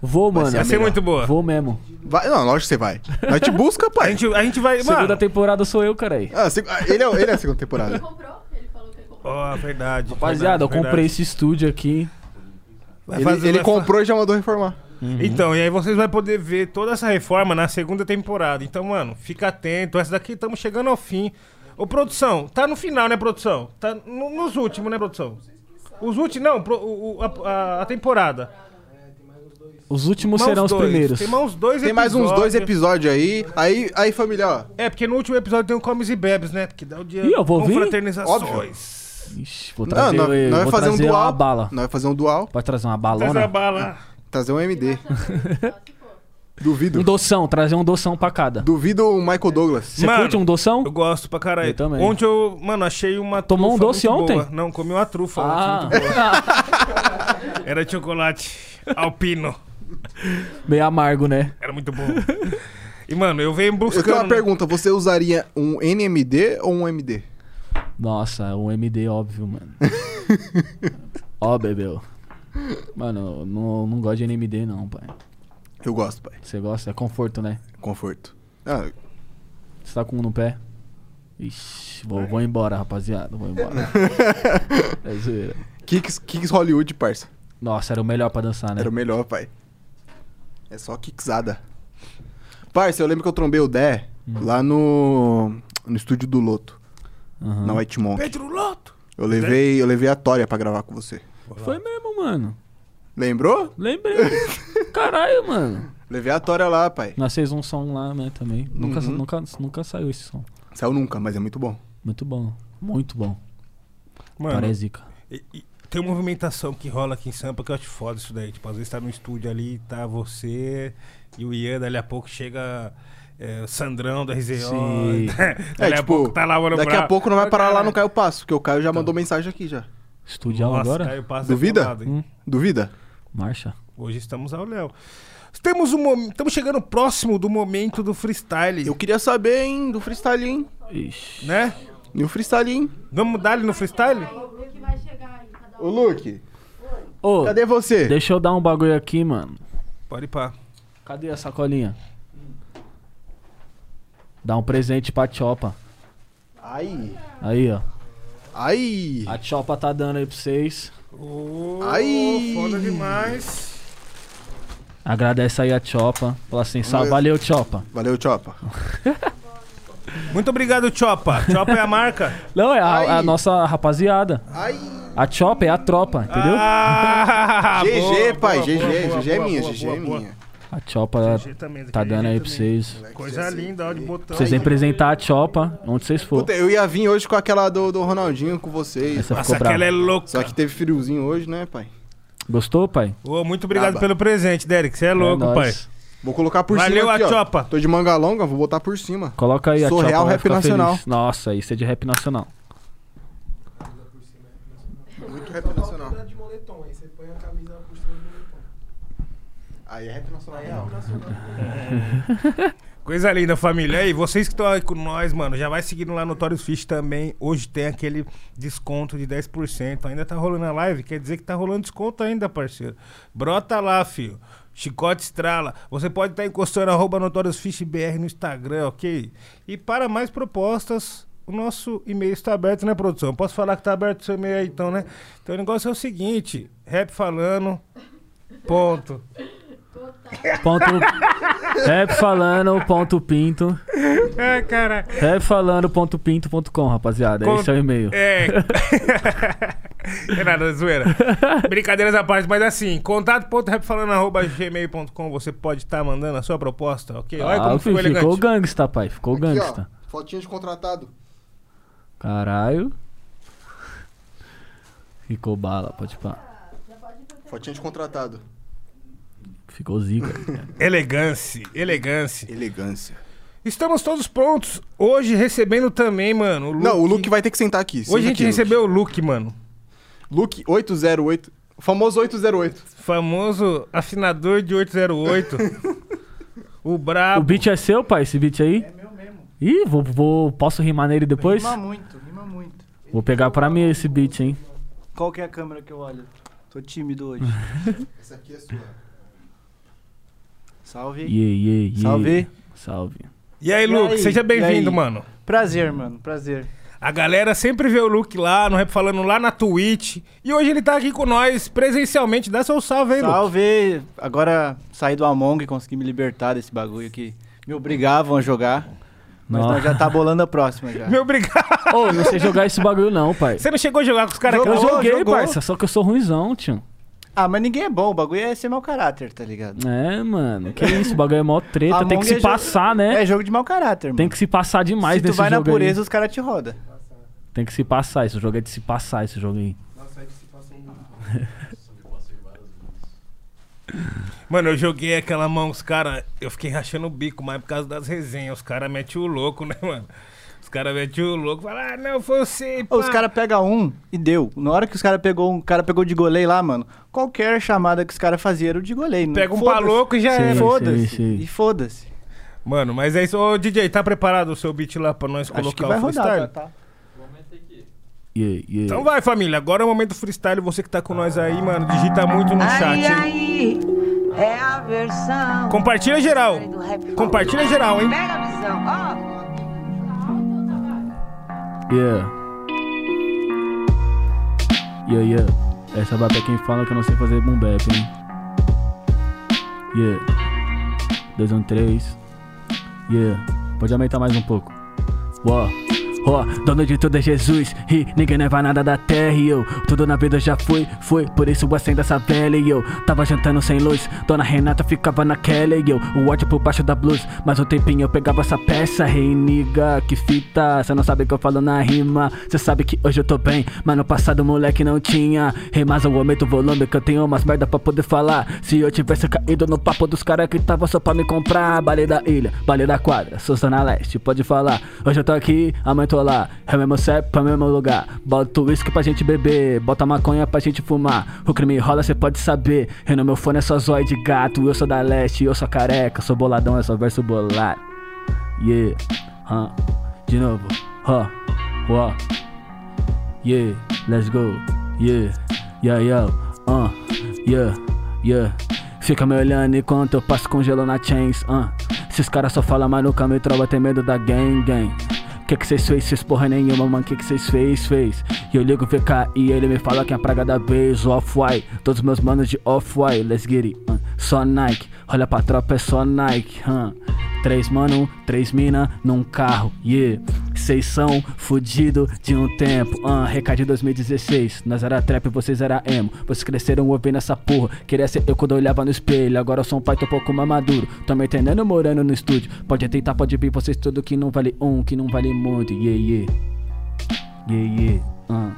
Vou, mano.
Vai ser
melhor.
muito boa.
Vou mesmo.
Vai, não, lógico que você vai. Nós te busca,
A
pai.
gente, a gente vai.
Segunda
Mano,
temporada sou eu, cara aí.
Ah, seg- ah, ele, é, ele é a segunda temporada.
Comprou? Ele falou que ele comprou.
Ó, verdade.
Rapaziada, eu
verdade,
comprei
verdade.
esse estúdio aqui.
Vai
Ele,
fazer-
ele
vai fa-
comprou e já mandou reformar.
Então, e aí vocês vão poder ver toda essa reforma na segunda temporada. Então, mano, fica atento. Essa daqui estamos chegando ao fim. Ô, produção, tá no final, né, produção? Tá no- nos últimos, né, produção? Os últimos, não, pro- o- o- a, a- a temporada.
Os últimos
Mais
serão os
dois.
primeiros.
Tem mais uns dois
Tem mais uns dois episódios aí. Aí, aí família, ó.
É, porque no último episódio tem o Comes e Bebes, né? Porque dá o dia.
Ih, eu vou ouvir?
Confraternizações.
Ixi, vou
Não,
trazer,
nós,
eu,
nós vai
vou
fazer um
trazer
dual.
uma bala.
Nós vai fazer um dual.
Pode trazer uma
Traz a
balona?
bala.
Trazer um MD.
Um
Duvido.
doção, trazer um doção pra cada.
Duvido o Michael Douglas.
Você
Mano,
curte um doção?
Eu gosto pra caralho.
Eu também.
Ontem eu, mano, achei uma
Tomou um
trufa
doce
muito
ontem?
boa. Não, comi uma trufa ontem.
Ah,
é muito boa. Era chocolate alpino.
meio amargo, né?
Era muito bom. E, mano, eu venho buscando...
Eu tenho uma
né?
pergunta, você usaria um NMD ou um MD?
Nossa, um MD óbvio, mano. Ó, bebeu. Mano, eu não, não gosto de NMD não, pai.
Eu gosto, pai.
Você gosta? É conforto, né?
Conforto. Ah,
Você tá com um no pé? Ixi, vou, vou embora, rapaziada. Vou embora. é zoeira.
Kicks, Kicks Hollywood, parça.
Nossa, era o melhor pra dançar, né?
Era o melhor, pai. É só kicksada. Parça, eu lembro que eu trombei o Dé lá no, no estúdio do Loto,
Aham.
na White Monk.
Pedro Loto.
Eu levei, eu levei a Tória pra gravar com você.
Foi mesmo, mano.
Lembrou?
Lembrei. Caralho, mano.
Leviatória lá, pai.
Na um som lá, né, também. Nunca,
Uhum.
nunca, nunca saiu esse som.
Saiu nunca, mas é muito bom.
Muito bom. Muito bom.
Mano,
Paresica.
E- e tem uma movimentação que rola aqui em Sampa que eu acho foda isso daí. Tipo, às vezes tá no estúdio ali, tá você e o Ian, dali a pouco chega é, o Sandrão da RZO.
Sim.
dali
é,
a pouco
tipo,
tá lá o Mano
daqui
Brown.
a pouco não vai parar lá no Caio Passo, porque o Caio já
Então.
mandou mensagem aqui já.
Estudial
Nossa,
agora?
Caio Paz é
Duvida?
colado, hein?
Hum.
Duvida?
Marcha.
Hoje estamos ao Léo. Temos um mom- Estamos chegando próximo do momento do freestyle,
Eu queria saber, hein, do freestyle, hein?
Ixi.
né?
E o freestyle, hein?
Vamos dar ali no freestyle?
O que vai chegar aí, cada um.
Ô, Luke,
Ô,
cadê você?
deixa eu dar um bagulho aqui, mano.
Pode ir pá.
Cadê a sacolinha? Dá um presente pra Chopa.
Aí,
Aí, ó.
aí.
A Chopa tá dando aí pra vocês.
Ô,
Ai.
Foda demais.
Agradece aí a Chopa pela sensação.
Mas-
Valeu, Chopa.
Valeu, Chopa.
Muito obrigado, Chopa. Chopa é a marca.
Não, é
Aí.
a, a nossa rapaziada.
Aí.
A Chopa é a tropa, entendeu?
Ah,
GG,
boa,
pai,
boa,
GG,
boa, boa,
GG é
boa,
minha,
boa,
GG é
boa, boa.
minha.
A Chopa
GG também,
tá
GG
dando aí pra
também.
vocês.
Coisa linda, ó, de botão.
Pra vocês representar a Chopa onde vocês for.
Puta, eu ia vir hoje com aquela do, do Ronaldinho com vocês.
Essa
pai.
Nossa,
ficou brava.
aquela é louca.
Só que teve friozinho hoje, né, pai?
Gostou, pai?
Ô, muito obrigado
Braba.
pelo presente, Derek. Você é louco,
nóis.
pai.
Vou colocar por
Valeu,
cima aqui,
a
ó.
Chopa.
Tô de manga longa, vou botar por cima.
Coloca aí a
Surreal
Chopa. vai
Rap
ficar
Nacional.
feliz. Nossa, isso é de rap nacional.
Muito
Só falta andar Tá de moletom, aí você põe a camisa por cima do moletom.
Aí é rap nacional real.
É. Coisa linda, família. Aí, vocês que estão aí com nós, mano, já vai seguindo lá no Notorious Fish também. Hoje tem aquele desconto de 10%. Ainda tá rolando a live, quer dizer que tá rolando desconto ainda, parceiro. Brota lá, filho. Chicote estrala. Você pode estar encostando arroba Notorious Fish BR no Instagram, ok? E para mais propostas, o nosso e-mail está aberto, né, produção? Posso falar que tá aberto o seu e-mail aí, então, né? Então o negócio é o seguinte: rap falando. Ponto.
Ponto. rap falando, ponto pinto.
É, cara.
Rap falando, ponto pinto.com, rapaziada.
Com-
Esse é o e-mail.
É. é nada, zoeira. Brincadeiras à parte, mas assim, contato.rapfalando.gmail.com você pode estar mandando a sua proposta, ok? Olha
Ah,
como
filho,
ficou elegante.
ficou gangsta, pai. Ficou gangsta.
ó, fotinho de contratado.
Caralho. Ficou bala, pode pá.
Fotinho de contratado.
Ficou zica.
Elegância, elegância.
Elegância.
Estamos todos prontos. Hoje recebendo também, mano. O Luke.
Não, o Luke vai ter que sentar aqui. Senta
Hoje a gente
aqui,
recebeu o Luke, mano.
Luke. Luke 808. O famoso 808.
Famoso afinador de 808. o
o
brabo.
beat é seu, pai? Esse beat aí?
Tá É meu mesmo.
Ih, vou, vou, posso rimar nele depois?
Rima muito, rima muito.
Vou pegar pra mim esse beat, hein?
Qual que é a câmera que eu olho? Tô tímido hoje.
Essa aqui é sua.
Salve.
Yeah, yeah, yeah.
Salve.
Salve.
E aí,
E
Luke,
aí?
seja
E
bem-vindo,
aí?
mano.
Prazer, mano. Prazer.
A galera sempre vê o Luke lá, no Rap Falando, lá na Twitch. E hoje ele tá aqui com nós presencialmente. Dá seu salve aí, Luke.
Salve. Agora saí do Among e consegui me libertar desse bagulho que me obrigavam a jogar. Mas
Nossa.
nós já tá bolando a próxima já.
Meu obrigado.
Ô, não sei jogar esse bagulho não, pai.
Você não chegou a jogar com os caras
Eu
aqui?
Jogou,
joguei,
jogou.
parça, só que eu sou ruimzão, tio.
Ah, mas ninguém é bom. O bagulho é ser mau caráter, tá ligado?
É, mano. Que isso, o bagulho é mó treta. Tem
Among
que se
é jo-
passar, né?
É jogo de mau caráter, mano.
Tem que se passar demais
Se tu
nesse
vai na
jogo aí.
pureza, os caras te rodam.
Tem que se passar. Esse jogo é de se passar, esse jogo aí.
Nossa, é que se passa um.
Mano, eu joguei aquela mão, os caras. Eu fiquei rachando o bico, mas por causa das resenhas. Os caras metem o louco, né, mano? Os caras metem o louco. Falam, ah, não, foi você.
Ô, Os caras pegam um e deu. Na hora que os caras pegou um, o cara pegou de goleiro lá, mano. Qualquer chamada que os caras faziam era o de goleiro.
Pega um pá
Foda-se.
louco e já
Sim.
era.
Foda-se.
sim, sim.
E foda-se.
Mano, mas é isso. Ô, DJ, tá preparado o seu beat lá pra nós
Acho que
colocar
vai
o
rodar,
freestyle?
tá? tá.
Yeah, yeah.
Então vai, família. Agora é o momento do freestyle. Você que tá com nós aí, mano, digita muito no um chat.
Aí,
hein?
aí, é a versão
Compartilha geral.
do rap.
Compartilha geral, hein?
Pega a visão, ó.
Yeah. Yeah, yeah. Essa vai pra quem fala que eu não sei fazer boom bap, hein? Yeah. dois um três Yeah. Pode aumentar mais um pouco. Uó.
Ó, dono de tudo é Jesus, e ninguém leva nada da terra. E eu, tudo na vida já foi, foi, por isso eu acendo essa vela. E eu, tava jantando sem luz, dona Renata ficava naquela. E eu, o ódio por baixo da blusa, mas um tempinho eu pegava essa peça. Hey, niga, que fita, cê não sabe o que eu falo na rima. Cê sabe que hoje eu tô bem, mas no passado o moleque não tinha. Hey, mas eu aumento o volume que eu tenho umas merda pra poder falar. Se eu tivesse caído no papo dos caras que tava só pra me comprar. Baleia da ilha, baleia da quadra, sou zona leste, pode falar. Hoje eu tô aqui, amanhã tô lá. É o mesmo CEP, é o mesmo lugar. Bota o uísque pra gente beber, bota maconha pra gente fumar. O crime rola, cê pode saber. E no meu fone é só zóio de gato. Eu sou da leste, eu sou careca, sou boladão, é só verso bolado. Yeah, huh. de novo, huh, huh. Yeah, let's go, yeah, yeah, yeah, uh, yeah, yeah. Fica me olhando enquanto eu passo com gelo na chains, uh. Esses caras só falam maluca, me trova, tem medo da gang, gang. Que que cês fez? Cês porra nenhuma, mano. Que que cês fez? Fez. E eu ligo o VK e ele me fala que é a praga da vez. Off-white. Todos meus manos de off-white. Let's get it. uh. Só Nike. Olha pra tropa, é só Nike. uh. Três mano, três mina num carro. Yeah. Vocês são fudido de um tempo. Uh. Recado de 2016. Nós era trap, vocês era emo. Vocês cresceram ouvindo essa porra. Queria ser eu quando eu olhava no espelho. Agora eu sou um pai, tô um pouco mais maduro. Tô me entendendo morando no estúdio. Pode tentar, pode vir, vocês tudo que não vale um, que não vale muito. Yeah, yeah. Yeah, yeah. Uh.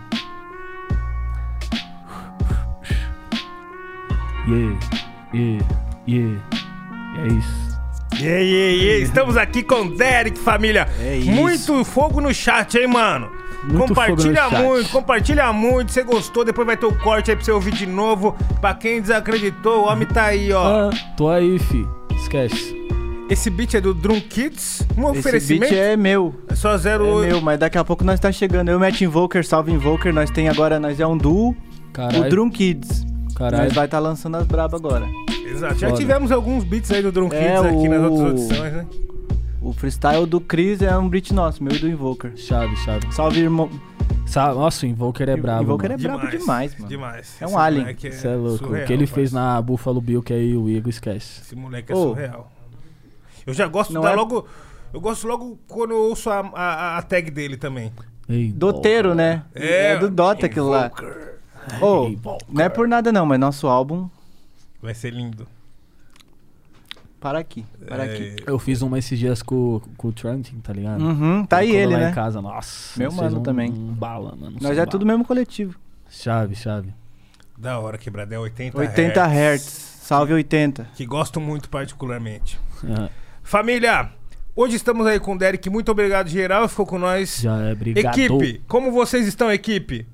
Yeah, yeah, yeah. É isso.
Yeah, yeah, yeah. Estamos aqui com o Derek, família.
É isso.
Muito fogo no chat, hein, mano?
Muito
compartilha
fogo no chat.
muito, compartilha muito. Você gostou, depois vai ter o corte aí pra você ouvir de novo. Pra quem desacreditou, o homem tá aí, ó.
Ah, tô aí, fi. Esquece.
Esse beat é do Drum Kids, um
Esse beat
oferecimento.
é meu.
É só
É
08.
meu, mas daqui a pouco nós tá chegando. Eu, Matt Invoker, salve Invoker. Nós tem agora, nós é um duo.
Caralho.
O Drum Kids.
Caralho.
Nós vai tá lançando as braba agora.
Exato. Já
Foda.
tivemos alguns beats aí do Drum Kids
É
aqui nas
o-
outras edições, né?
O freestyle do Chris é um beat nosso, meu e do Invoker.
Chave, chave.
Salve, irmão.
Sa- Nossa, o Invoker é brabo.
Invoker
mano.
é brabo demais, mano.
Demais.
É um
Esse
alien.
moleque
Cê é louco.
surreal,
o que ele fez
parceiro.
na Buffalo Bill, que aí o Igor esquece.
Esse moleque é
Ô.
surreal. Eu já gosto
Não
da
é-
logo. Eu gosto logo quando eu ouço a, a, a tag dele também.
Ei,
Doteiro, né?
É,
do Dota aquilo lá. Ô, não é por nada não, mas nosso álbum...
Vai ser lindo.
Para aqui, para aqui.
É,
Eu fiz uma esses dias com, com o Trunting, tá ligado?
Uhum, tá aí
Colocou
ele,
lá
né?
em casa, nossa.
Meu
vocês
mano
não-
também.
não bala, mano.
Nós
são
é tudo
bala.
mesmo coletivo.
Chave, chave.
Da hora quebrada, é
Tá
80
80
hertz,
Hz. Salve 80.
Que gosto muito particularmente.
Ah,
Família, hoje estamos aí com o Derek. Muito obrigado, geral. Ficou com nós.
já é brigado.
Equipe, como vocês estão, equipe?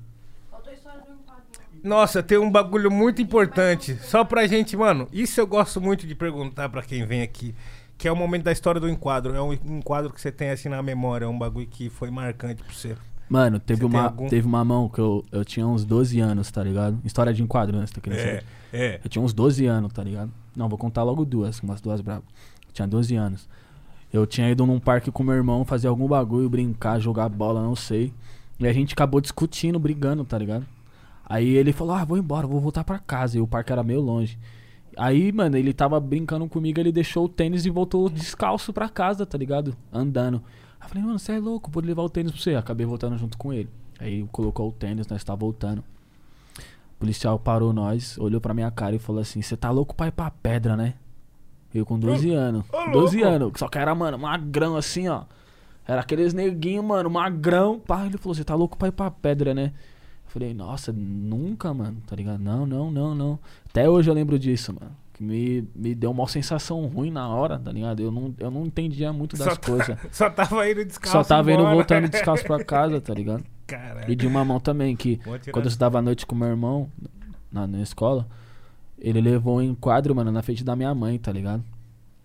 Nossa, tem um bagulho muito importante. Só pra gente, mano, isso eu gosto muito de perguntar pra quem vem aqui. Que é o momento da história do enquadro. É um enquadro que você tem assim na memória. É um bagulho que foi marcante pra você.
Mano,
Você
teve
tem
uma,
algum?
teve uma mão que eu, eu tinha uns 12 anos, tá ligado? História de enquadro, né? Você tá querendo
É,
saber?
é.
Eu tinha uns 12 anos, tá ligado? Não, vou contar logo duas, umas duas bravas. Tinha 12 anos. Eu tinha ido num parque com meu irmão fazer algum bagulho, brincar, jogar bola, não sei. E a gente acabou discutindo, brigando, tá ligado? Aí ele falou: Ah, vou embora, vou voltar pra casa. E o parque era meio longe. Aí, mano, ele tava brincando comigo, ele deixou o tênis e voltou descalço pra casa, tá ligado? Andando. Aí eu falei, mano, você é louco, vou levar o tênis pra você. Acabei voltando junto com ele. Aí colocou o tênis, nós tá voltando. O policial parou nós, olhou pra minha cara e falou assim: Você tá louco pra ir pra pedra, né? Eu com 12 anos.
ô, louco.
12 anos. Só que era, mano, magrão assim, ó. Era aqueles neguinhos, mano, magrão. Pá, ele falou: Você tá louco pra ir pra pedra, né? Eu falei, nossa, nunca, mano, tá ligado? Não, não, não, não. Até hoje eu lembro disso, mano. Que me, me deu uma sensação ruim na hora, tá ligado? Eu não, eu não entendia muito
tá-
das coisas.
Só tava indo descalço.
Só tava indo
embora.
voltando descalço pra casa, tá ligado? E
Caralho.
de uma mão também, que
né? Vou tirar-
quando eu estudava à noite com meu irmão na, na escola, ele levou um enquadro, mano, na frente da minha mãe, tá ligado?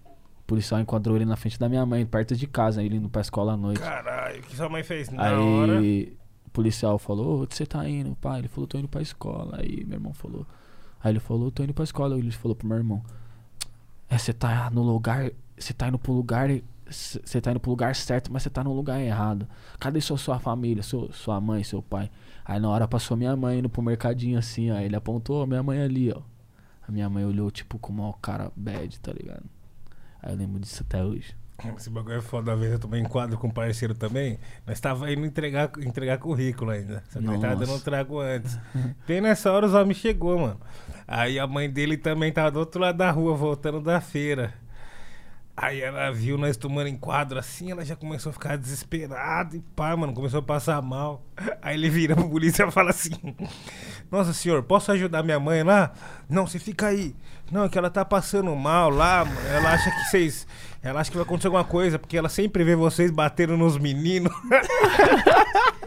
O policial enquadrou ele na frente da minha mãe, perto de casa, ele indo pra escola à noite.
Caralho, o que sua mãe fez na hora?
Aí o policial falou, "Ô, onde você tá indo, pai? Ele falou, tô indo pra escola. Aí meu irmão falou. Aí ele falou, tô indo pra escola. Ele falou pro meu irmão. É, você tá no lugar. Você tá indo pro lugar. Você tá indo pro lugar certo, mas você tá no lugar errado. Cadê sua, sua família, sua, sua mãe, seu pai? Aí na hora passou minha mãe indo pro mercadinho assim, ó. Ele apontou "Ó, minha mãe ali, ó. A minha mãe olhou, tipo, com o maior cara bad, tá ligado? Aí eu lembro disso até hoje.
Esse bagulho é foda. Uma vez eu tomei enquadro com um parceiro também. Nós tava indo entregar, entregar currículo ainda. Só que nós tava
Nossa.
dando um trago antes. Bem nessa hora os homens chegou, mano. Aí a mãe dele também tava do outro lado da rua, voltando da feira. Aí ela viu nós tomando enquadro assim, ela já começou a ficar desesperada e pá, mano, começou a passar mal. Aí ele vira pro polícia e fala assim: Nossa senhor, posso ajudar minha mãe lá? Não, você fica aí. Não, é que ela tá passando mal lá, mano. Ela acha que vocês. Ela acha que vai acontecer alguma coisa, porque ela sempre vê vocês batendo nos meninos.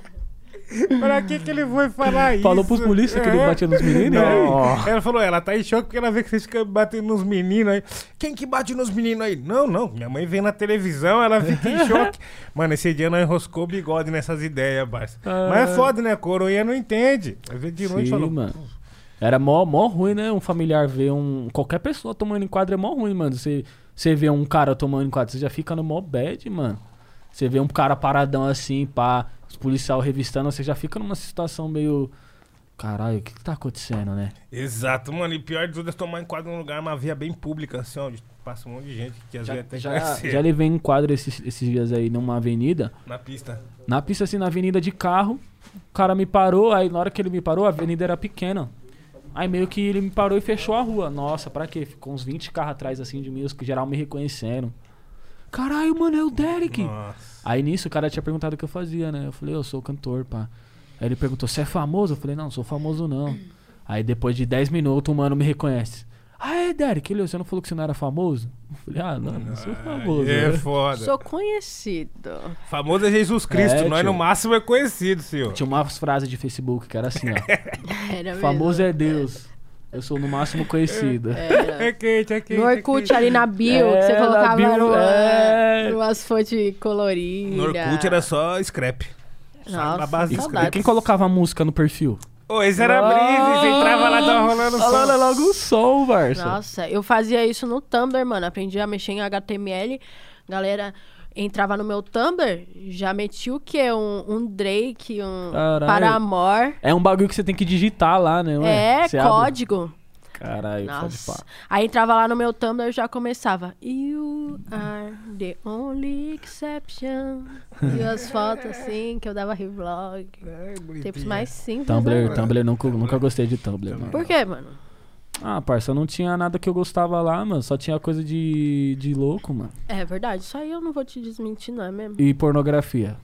pra que, que ele foi falar isso?
Falou pros polícia que ele
É.
batia nos meninos? né?
Não.
Não.
Ela falou, ela tá em choque porque ela vê que vocês ficam batendo nos meninos aí. Quem que bate nos meninos aí? Não, não. Minha mãe vê na televisão, ela fica em choque. Mano, esse dia nós enroscou o bigode nessas ideias, parça. Mas é foda, né? A coroinha não entende. Às vezes de noite
Ah. Sim,
falou.
mano. Era mó, mó ruim, né? Um familiar ver um. Qualquer pessoa tomando enquadro é mó ruim, mano. Você, você vê um cara tomando enquadro, você já fica no mó bad, mano. Você vê um cara paradão assim, pá, os policial revistando, você já fica numa situação meio. Caralho, o que, que tá acontecendo, né?
Exato, mano. E pior de tudo é tomar enquadro num lugar, uma via bem pública, assim, onde passa um monte de gente que às
Já,
vezes até
já,
conhece
já levei enquadro esses, esses dias aí numa avenida.
na pista.
Na pista, assim, na avenida de carro, o cara me parou, aí na hora que ele me parou, a avenida era pequena. Aí meio que ele me parou e fechou a rua. Nossa, pra quê? Ficou uns 20 carros atrás, assim, de mim, os que geral me reconhecendo. Caralho, mano, é o Derek!
Nossa.
Aí nisso o cara tinha perguntado o que eu fazia, né? Eu falei, eu sou cantor, pá. Aí ele perguntou, você é famoso? Eu falei, não, não sou famoso não. Aí depois de 10 minutos, o mano me reconhece. Ah, é, Derek, ele, você não falou que você não era famoso? Eu falei, ah, não, não sou famoso.
É
né?"
foda.
Sou conhecido.
Famoso é Jesus Cristo.
É,
nós,
tio.
no máximo, é conhecido, senhor.
Tinha umas frases de Facebook que era assim, ó.
Era mesmo.
Famoso é Deus. Eu sou no máximo conhecido.
Era.
É quente, é quente.
No
é
Orkut,
quente.
ali na bio, que
É,
você
na
colocava
bio,
no-
é.
umas fontes coloridas.
No Orkut era só scrap.
Nossa,
na base do
saudades.
E quem colocava música no perfil?
Ô, esse era
Nossa.
brisa, você entrava lá, tava rolando som.
Olha logo o som, Varsa.
Nossa, eu fazia isso no Tumblr, mano. Aprendi a mexer em HTML. Galera entrava no meu Tumblr, já metia o quê? Um, um Drake, um
Caralho.
Paramore.
É um bagulho que você tem que digitar lá, né? ué?
É,
Você abre.
código.
Caralho, pode
Nossa.
pá.
Aí entrava lá no meu Tumblr e já começava. You are the only exception. E as fotos assim, que eu dava revlog.
É,
Tempos mais simples.
Tumblr,
né?
Tumblr, nunca, nunca gostei de Tumblr, mano.
Por quê, mano?
Ah, parça, não tinha nada que eu gostava lá, mano. Só tinha coisa de, de louco, mano.
É verdade, isso aí eu não vou te desmentir, não é mesmo?
E pornografia.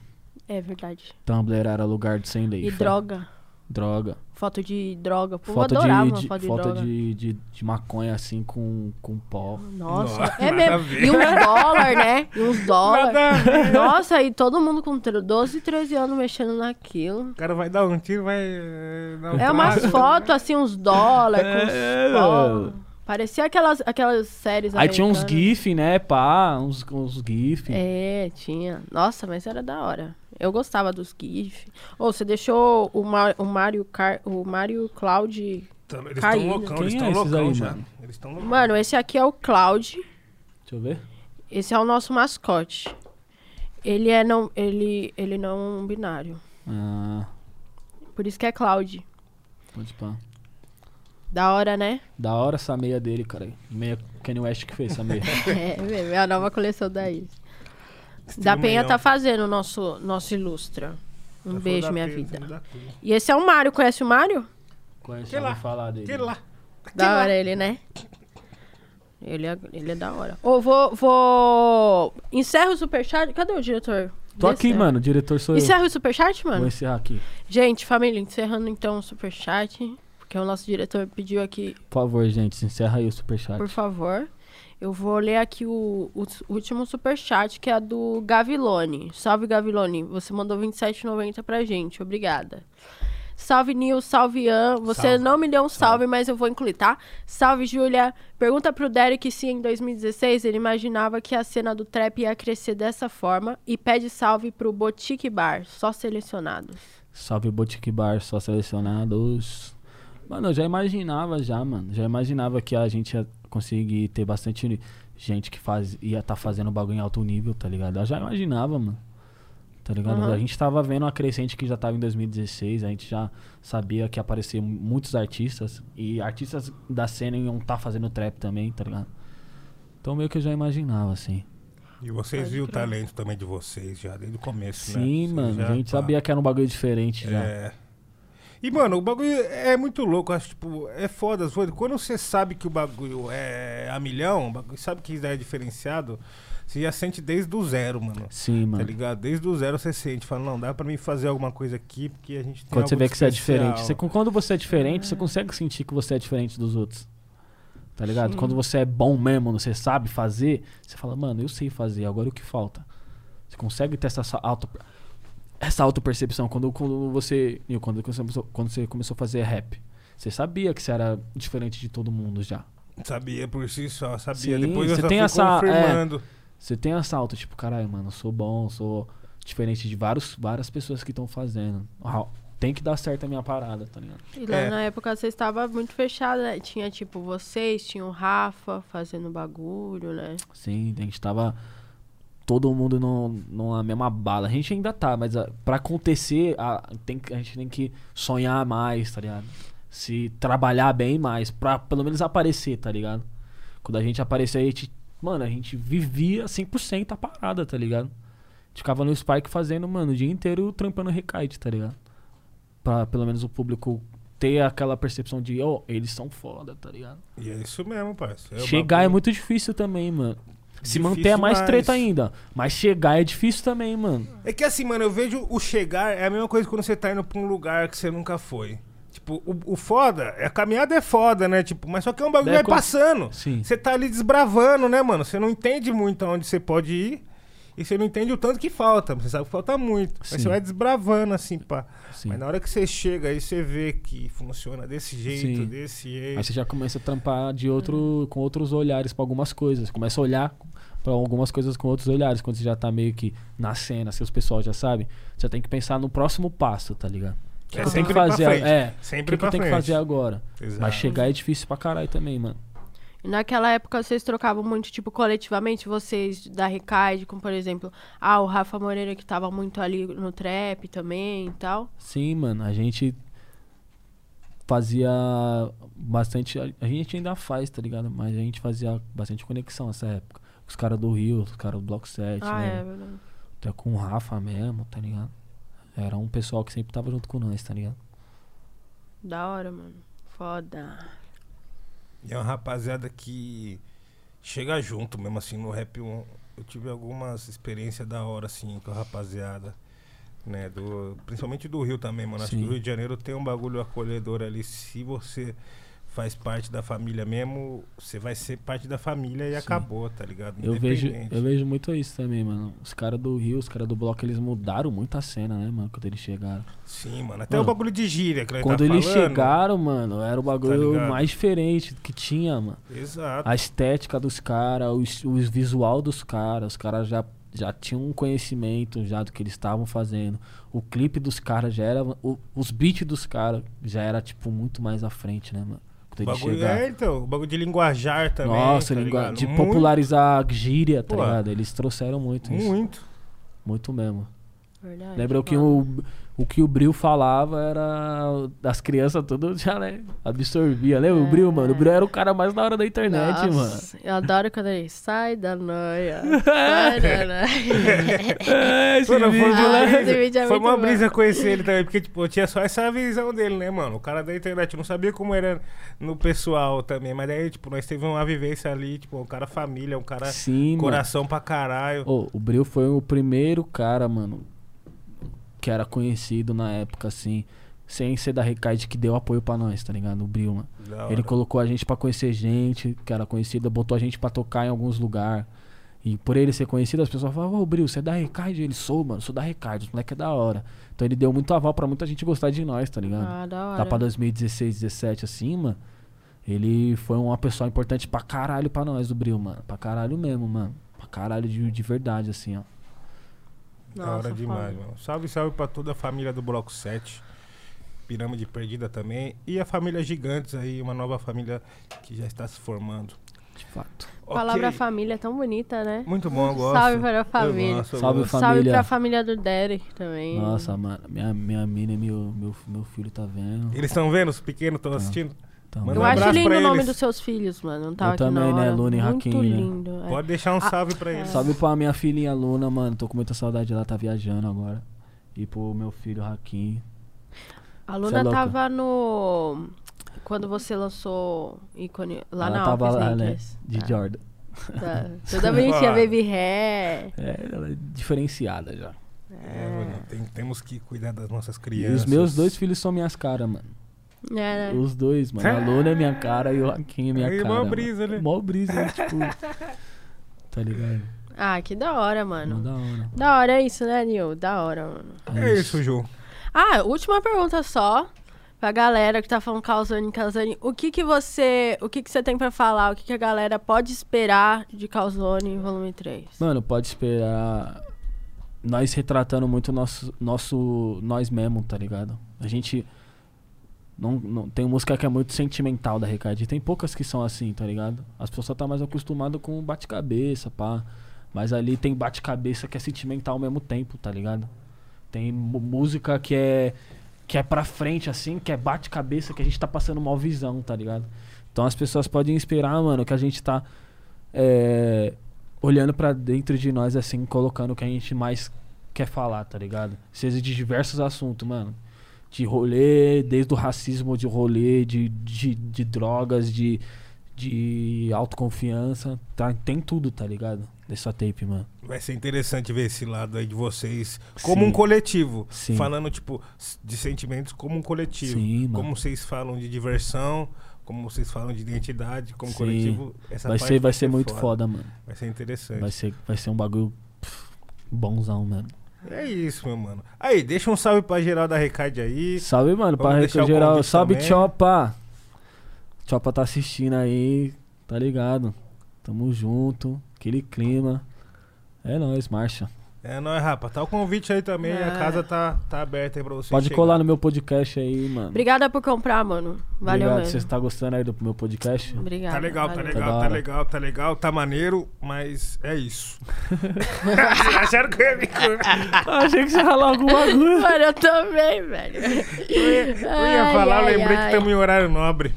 É verdade.
Tumblr era lugar de sem lei.
E
fé.
droga.
Droga.
Foto de droga. Pô,
Foto,
eu adorava uma
de, de,
foto de
foto
droga.
de, de, de maconha, assim, com, com pó.
Nossa,
Nossa,
é
nada a
mesmo.
ver.
E uns dólar, né? E uns
Nada a
dólar. Nossa, e todo mundo com 12, 13 anos mexendo naquilo.
O cara vai dar um tiro, vai. eh, dar um
É umas
trago.
fotos, assim, uns dólar, com
É,
uns pó.
mano.
Parecia aquelas, aquelas séries
Aí tinha uns
americanas.
GIF, né? Pá, uns, uns GIF.
É, tinha. Nossa, mas era da hora. Eu gostava dos GIF. Ou você deixou o, Mar- o Mario Car o Mario Cloud.
Tam- Eles estão
Caído.
loucão,
Quem
eles
é
estão
esses
loucão
aí,
já.
mano?
Eles estão loucão.
Mano, esse aqui é o Cloud.
Deixa eu ver.
Esse é o nosso mascote. Ele é não, ele, ele não é um binário.
Ah,
Por isso que é Cloud.
pode pá.
Da hora, né?
Da hora essa meia dele, cara. Meia Kanye West que fez essa meia.
É, mesmo, é a nova coleção da Iris. Da Penha
é
meião.
um
tá fazendo o nosso, nosso
Tá
Ilustra. Um
Ela falou
beijo,
da
minha
pena,
vida.
você me
né?
dá pena.
E esse é o Mário, conhece o Mário?
Conhece,
Que
ouvi
lá?
falar dele.
Tira lá.
Da hora ele, né? Ele é, ele é da hora. Ô, vou, vou. Encerra o superchat. Cadê o diretor?
Tô aqui,
Descer.
mano. O diretor sou eu.
Encerra o superchat, mano?
Vou encerrar aqui.
Gente, família, encerrando então o superchat. Porque o nosso diretor pediu aqui,
Por favor, gente, encerra aí o superchat.
por favor. Eu vou ler aqui o, o s- último superchat, que é do Gavilone. Salve, Gavilone. Você mandou 27,90 pra gente. Obrigada. Salve, Nil. Salve, Ian. Você
Salve.
não me deu um salve, mas eu vou incluir, tá? Salve, Júlia. Pergunta pro Derek se em 2016 ele imaginava que a cena do trap ia crescer dessa forma. E pede salve pro Boutique Bar, só selecionados.
Salve Boutique Bar, só selecionados. Mano, eu já imaginava já, mano. Já imaginava que a gente ia conseguir ter bastante gente que faz, ia tá fazendo bagulho em alto nível, tá ligado? Eu já imaginava, mano. Tá ligado?
Aham.
A gente tava vendo a crescente que já tava em 2016, a gente já sabia que ia aparecer muitos artistas. E artistas da cena iam tá fazendo trap também, tá ligado? Então meio que eu já imaginava, assim.
E vocês
Pode
viram o
crer.
talento também de vocês já desde o começo, né?
Sim,
Vocês
mano.
já,
a gente
pá.
sabia que era um bagulho diferente já.
É. E, mano, o bagulho é muito louco. Acho, tipo, é foda. foda. Quando você sabe que o bagulho é a milhão, o bagulho- sabe que isso é diferenciado, você já sente desde o zero, mano.
Sim,
Tá
mano.
ligado? Desde o zero você sente. Fala, não, dá pra mim fazer alguma coisa aqui, porque a gente tem
Quando você
algo
vê
de
que você é
especial.
diferente. Você- quando você é diferente, você consegue sentir que você é diferente dos outros. Tá ligado? Quando você é bom mesmo, você sabe fazer, você fala, mano, eu sei fazer, agora o que falta? Você consegue ter essa sa- auto essa autopercepção quando quando você, Nil, quando você começou- quando você começou a fazer rap, você sabia que você era diferente de todo mundo já.
Sabia por si só, sabia.
Sim,
Depois eu
você
só
tem
fui
essa- é.
confirmando.
Você tem essa auto, tipo, caralho, mano, eu sou bom, eu sou diferente de vários, várias pessoas que estão fazendo. Ah, tem que dar certo a minha parada, tá ligado?
E lá
É.
na época você estava muito fechada, né? Tinha, tipo, vocês, tinha o Rafa fazendo bagulho, né?
Sim, a gente tava todo mundo no- numa mesma bala. A gente ainda tá, mas ah, pra acontecer, a, tem que- a gente tem que sonhar mais, tá ligado? Se trabalhar bem mais, pra pelo menos aparecer, tá ligado? Quando a gente aparecia, a gente, mano, a gente vivia 100% a parada, tá ligado? A gente ficava no Spike fazendo, mano, o dia inteiro trampando recaíte, tá ligado? Pra pelo menos o público ter aquela percepção de, ó, eles são foda, tá ligado?
E é isso mesmo, parceiro.
Chegar é muito difícil também, mano. Se
Difícil
manter é mais
demais.
treta ainda. Mas chegar é difícil também, mano.
É que assim, mano, eu vejo o chegar é a mesma coisa quando você tá indo pra um lugar que você nunca foi. Tipo, o, o foda, é- a caminhada é foda, né? Tipo, mas só que é um bagulho que
É
vai
quando-
passando.
Sim.
Você tá ali desbravando, né, mano? Você não entende muito aonde você pode ir. E você não entende o tanto que falta. Você sabe que falta muito. Mas
Sim.
você vai desbravando, assim, pá.
Sim.
Mas na hora que você chega aí, você vê que funciona desse jeito,
Sim.
desse
Aí
jeito.
você já começa a trampar de outro, com outros olhares pra algumas coisas. Começa a olhar pra algumas coisas com outros olhares. Quando você já tá meio que na cena, seus pessoal já sabe. Você tem que pensar no próximo passo, tá ligado? O que
É
eu tenho
sempre
que
pra
fazer,
frente.
É, o
Sempre
que, que
pra
eu tenho que
frente.
fazer agora?
Exato.
Mas chegar é difícil pra caralho também, mano.
E naquela época vocês trocavam muito, tipo, coletivamente, vocês da Recaide, como por exemplo, ah, o Rafa Moreira que tava muito ali no trap também e tal.
Sim, mano, a gente fazia bastante. a- A gente ainda faz, tá ligado? Mas a gente fazia bastante conexão nessa época. Os caras do Rio, os caras do Block 7,
ah, é,
né?
verdade.
Até com o Rafa mesmo, tá ligado? Era um pessoal que sempre tava junto com nós, tá ligado?
Da hora, mano. Foda.
E é uma rapaziada que chega junto mesmo, assim, no rap. um- Eu tive algumas experiências da hora, assim, com a rapaziada. Né, do, principalmente do Rio também, mano. Acho que
Sim.
o Rio de Janeiro tem um bagulho acolhedor ali. Se você faz parte da família mesmo, você vai ser parte da família e
Sim.
acabou, tá ligado?
Eu vejo,
Independente.
eu vejo muito isso também, mano. Os caras do Rio, os caras do Bloco, eles mudaram muito a cena, né, mano? Quando eles chegaram.
Sim, mano. Até o
Mano,
bagulho de gíria que ele
Quando
tá
eles
falando. Tá
chegaram, mano, era o bagulho
ligado?
mais diferente que tinha, mano.
Exato.
a estética dos caras, os, os visual dos caras, os caras já, já tinham um conhecimento já do que eles estavam fazendo. O clipe dos caras já era. o- os beats dos caras já era, tipo, muito mais à frente, né, mano? Quando
O
eles
bagulho,
chegaram.
é, então, o bagulho de linguajar também.
Nossa,
tá
língua-
ligado?
de
Muito,
popularizar a gíria, tá
Pô,
ligado? Eles trouxeram muito isso.
Muito.
Muito mesmo.
Verdade.
Lembra que
foda.
o, o que o Bril falava era. As crianças todas já, né? Absorvia. Lembra o Bril, mano? O Bril era o cara mais da hora da internet, né, mano.
Nossa, Eu adoro quando ele sai da noia. Sai da noia.
É, esse
Mano,
vídeo,
foi,
Ah,
uma
esse
brisa,
vídeo é
foi
muito
uma
bom.
brisa conhecer ele também, porque tipo, eu tinha só essa visão dele, né, mano? O cara da internet, eu não sabia como era no pessoal também, mas daí, tipo, nós tivemos uma vivência ali, tipo, um cara família, um cara
Sim, mano.
coração pra caralho.
Ô, o Bril foi o primeiro cara, mano, que era conhecido na época, assim, sem ser da Recaide, que deu apoio pra nós, tá ligado? O Bril, mano.
Da
Ele
hora.
colocou a gente pra conhecer gente, que era conhecida, botou a gente pra tocar em alguns lugares. E por ele ser conhecido, as pessoas falavam, ô Bril, você é da Recaide? Ele, sou, mano, sou da Recaide, os moleque é da hora. Então ele deu muito aval pra muita gente gostar de nós, tá ligado?
Ah, da
Tá
hora.
pra 2016, 17 assim, mano. Ele foi uma pessoa importante pra caralho pra nós, o Bril, mano. Pra caralho mesmo, mano. Pra caralho de, de verdade, assim, ó.
Da hora
Nossa,
demais,
foda.
mano. Salve, salve pra toda a família do Bloco 7. Pirâmide Perdida também. E a família Gigantes aí, uma nova família que já está se formando.
De fato.
A palavra
Ok.
família é tão bonita, né?
Muito bom, eu gosto.
Salve para a
Eu
família.
gosto, eu
Salve,
gosto.
Salve
Família.
pra família do Derek também.
Nossa, mano. Minha, minha mina e meu, meu, meu filho tá vendo.
Eles estão vendo? Os pequenos estão assistindo?
Então,
Manda
Eu
um
acho
abraço
lindo
pra
o nome
eles.
dos seus filhos, mano. Não tava
Eu
aqui
também,
na
né,
hora.
Luna e
Muito
Raquinho, né?
lindo. é.
Pode deixar um
Ah,
salve pra eles.
Salve pra minha filhinha Luna, mano. Tô com muita saudade dela, tá viajando agora. E pro meu filho Raquinho.
A
Cê é
Luna
louca.
tava no. Quando você lançou ícone lá
ela
na
tava
Alpes
lá, né?
Sneakers.
De
É.
Ah,
Jordan.
tá. Toda bonitinha,
Bora.
baby hair.
É, ela é diferenciada já.
É, mano, tem- temos que cuidar das nossas
E
crianças.
os meus dois filhos são minhas caras, mano.
É, né?
Os dois, mano. A Luna é minha cara e o Raquinho é minha
E
cara.
mó
mano.
brisa, né?
Mó brisa, né? tipo. Tá ligado?
Ah, que da hora,
Mano,
mano.
da hora.
Da hora é isso, né, Nil? Da hora, mano.
É isso, Ju.
Ah, última pergunta só. Pra galera que tá falando Calzani, Calzani, o que que você, o que que você tem pra falar? O que que a galera pode esperar de Calzone volume 3?
Mano, pode esperar. Nós retratando muito nosso, nosso nós mesmo, tá ligado? A gente. Não, não, tem música que é muito sentimental da Recadinha. Tem poucas que são assim, tá ligado? As pessoas estão tá mais acostumadas com bate-cabeça, pá. Mas ali tem bate-cabeça que é sentimental ao mesmo tempo, tá ligado? Tem mu- música que é que é pra frente, assim, que é bate-cabeça, que a gente tá passando mal visão, tá ligado? Então as pessoas podem esperar, mano, que a gente tá é, olhando pra dentro de nós, assim, colocando o que a gente mais quer falar, tá ligado? Seja de diversos assuntos, mano. De rolê, desde o racismo de rolê, de, de, de drogas, de, de autoconfiança, tá? Tem tudo, tá ligado? Dessa tape, mano.
Vai ser interessante ver esse lado aí de vocês como
Sim.
um coletivo.
Sim.
Falando, tipo, s- de sentimentos como um coletivo.
Sim, mano.
Como vocês falam de diversão, como vocês falam de identidade, como
Sim.
coletivo. Essa
Vai
parte
ser, vai ser muito foda, mano.
Vai ser interessante.
Vai ser, vai ser um bagulho pff, bonzão, mano.
É isso, meu mano. Aí, deixa um salve pra geral da Recade aí.
Salve, mano,
Vamos
pra
deixar
Rico
o
Geral.
convite
Salve,
também.
Chopa! Chopa tá assistindo aí, tá ligado? Tamo junto, aquele clima. É nóis, marcha.
É nóis, rapa. Tá o convite aí também. A casa tá, tá aberta aí pra vocês.
Pode
chegar.
colar no meu podcast aí, mano.
Obrigada por comprar, mano. Valeu
Obrigado.
mesmo.
Vocês tá gostando aí do meu podcast?
Obrigada.
Tá legal, tá
valeu.
legal,
da
tá,
hora.
legal, tá legal, tá maneiro, mas é isso. Acharam que eu ia me curtir.
Achei que você ia ralar algum bagulho.
Mano, eu também, velho.
Eu ia, eu ia
Ai,
falar, eu
ai,
lembrei que
ai.
estamos em horário nobre.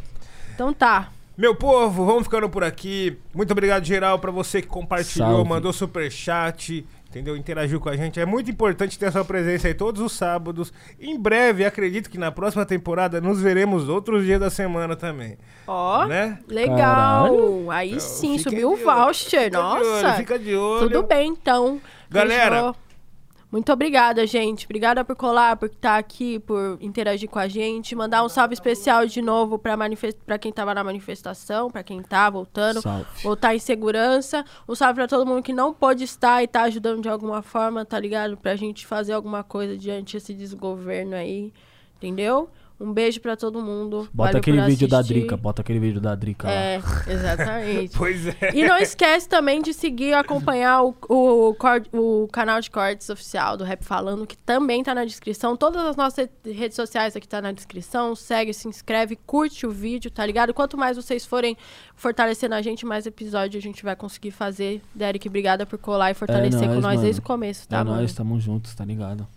Então tá.
Meu povo, vamos ficando por aqui. Muito obrigado, geral, pra você que compartilhou,
Salve.
mandou superchat, entendeu? Interagiu com a gente. É muito importante ter a sua presença aí todos os sábados. Em breve, acredito que na próxima temporada nos veremos outros dias da semana também.
Ó,
Né?
legal.
Caralho.
Aí
Fiquem
sim, subiu o
de olho,
voucher.
fica de
Nossa.
olho, fica de olho.
Tudo bem, então.
Galera.
Fechou. Muito obrigada, gente. Obrigada por colar, por estar aqui, por interagir com a gente. Mandar um salve especial de novo pra, manifest... pra quem tava na manifestação, pra quem tá voltando.
Salve.
voltar tá em segurança. Um salve pra todo mundo que não pôde estar e tá ajudando de alguma forma, tá ligado? Pra gente fazer alguma coisa diante desse desgoverno aí, entendeu? Um beijo pra todo mundo.
Bota
Valeu
aquele
por
vídeo da
assistir.
Drica, bota aquele vídeo da Drica
É,
lá.
exatamente.
Pois é.
E não esquece também de seguir e acompanhar o, o, cor- o canal de cortes oficial do Rap Falando, que também tá na descrição. Todas as nossas redes sociais aqui tá na descrição. Segue, se inscreve, curte o vídeo, tá ligado? Quanto mais vocês forem fortalecendo a gente, mais episódio a gente vai conseguir fazer. Derek, obrigada por colar e fortalecer
É nóis,
com nós
mano.
desde o começo, tá,
é
mano?
nóis, tamo juntos, tá ligado?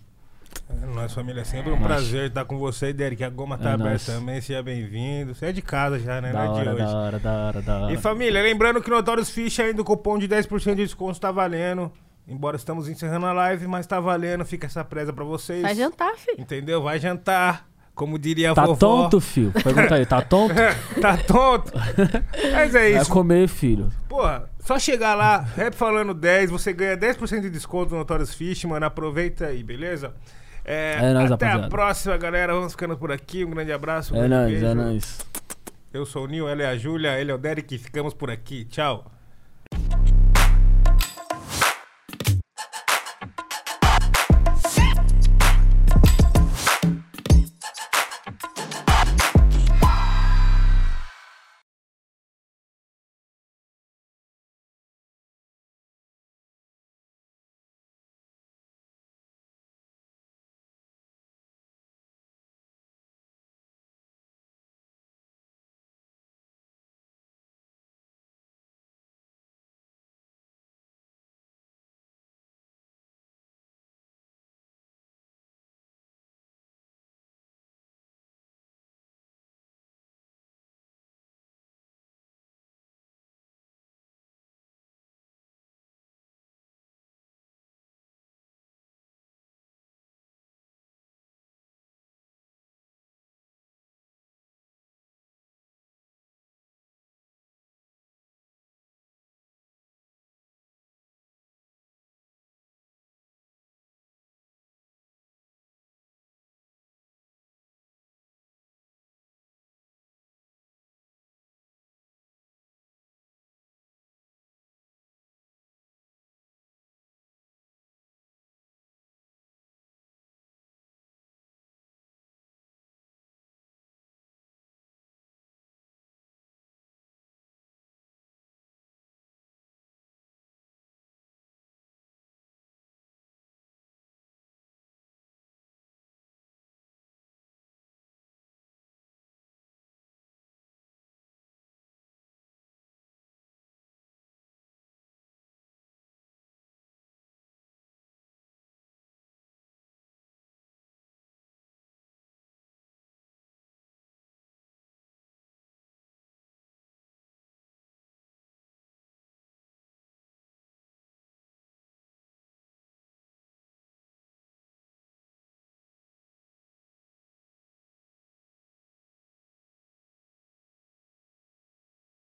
É nóis, família. É sempre um
Nossa.
prazer estar com você, Derek. A goma tá
É
aberta
nóis.
também. Seja bem-vindo. Você é de casa já, né?
Da
Não é de
hora,
hoje.
da hora, da hora, da hora.
E família, lembrando que Notórios Ficha ainda o cupom de 10% de desconto tá valendo. Embora estamos encerrando a live, mas tá valendo. Fica essa presa pra vocês.
Vai jantar, filho.
Entendeu? Vai jantar. Como diria a
Tá
vovó.
tonto, filho? Pergunta aí, tá tonto?
tá tonto. Mas é
Vai
isso.
comer, filho.
Porra, só chegar lá, rap falando 10, você ganha 10% de desconto no Notorious Fish, mano. Aproveita aí, beleza? É,
É nóis,
até a
rapaziada.
próxima, galera. Vamos ficando por aqui. Um grande abraço. Um
É
grande
nóis,
beijo.
é nóis.
Eu sou o Nil, ela é a Júlia, ele é o Derek. Ficamos por aqui. Tchau.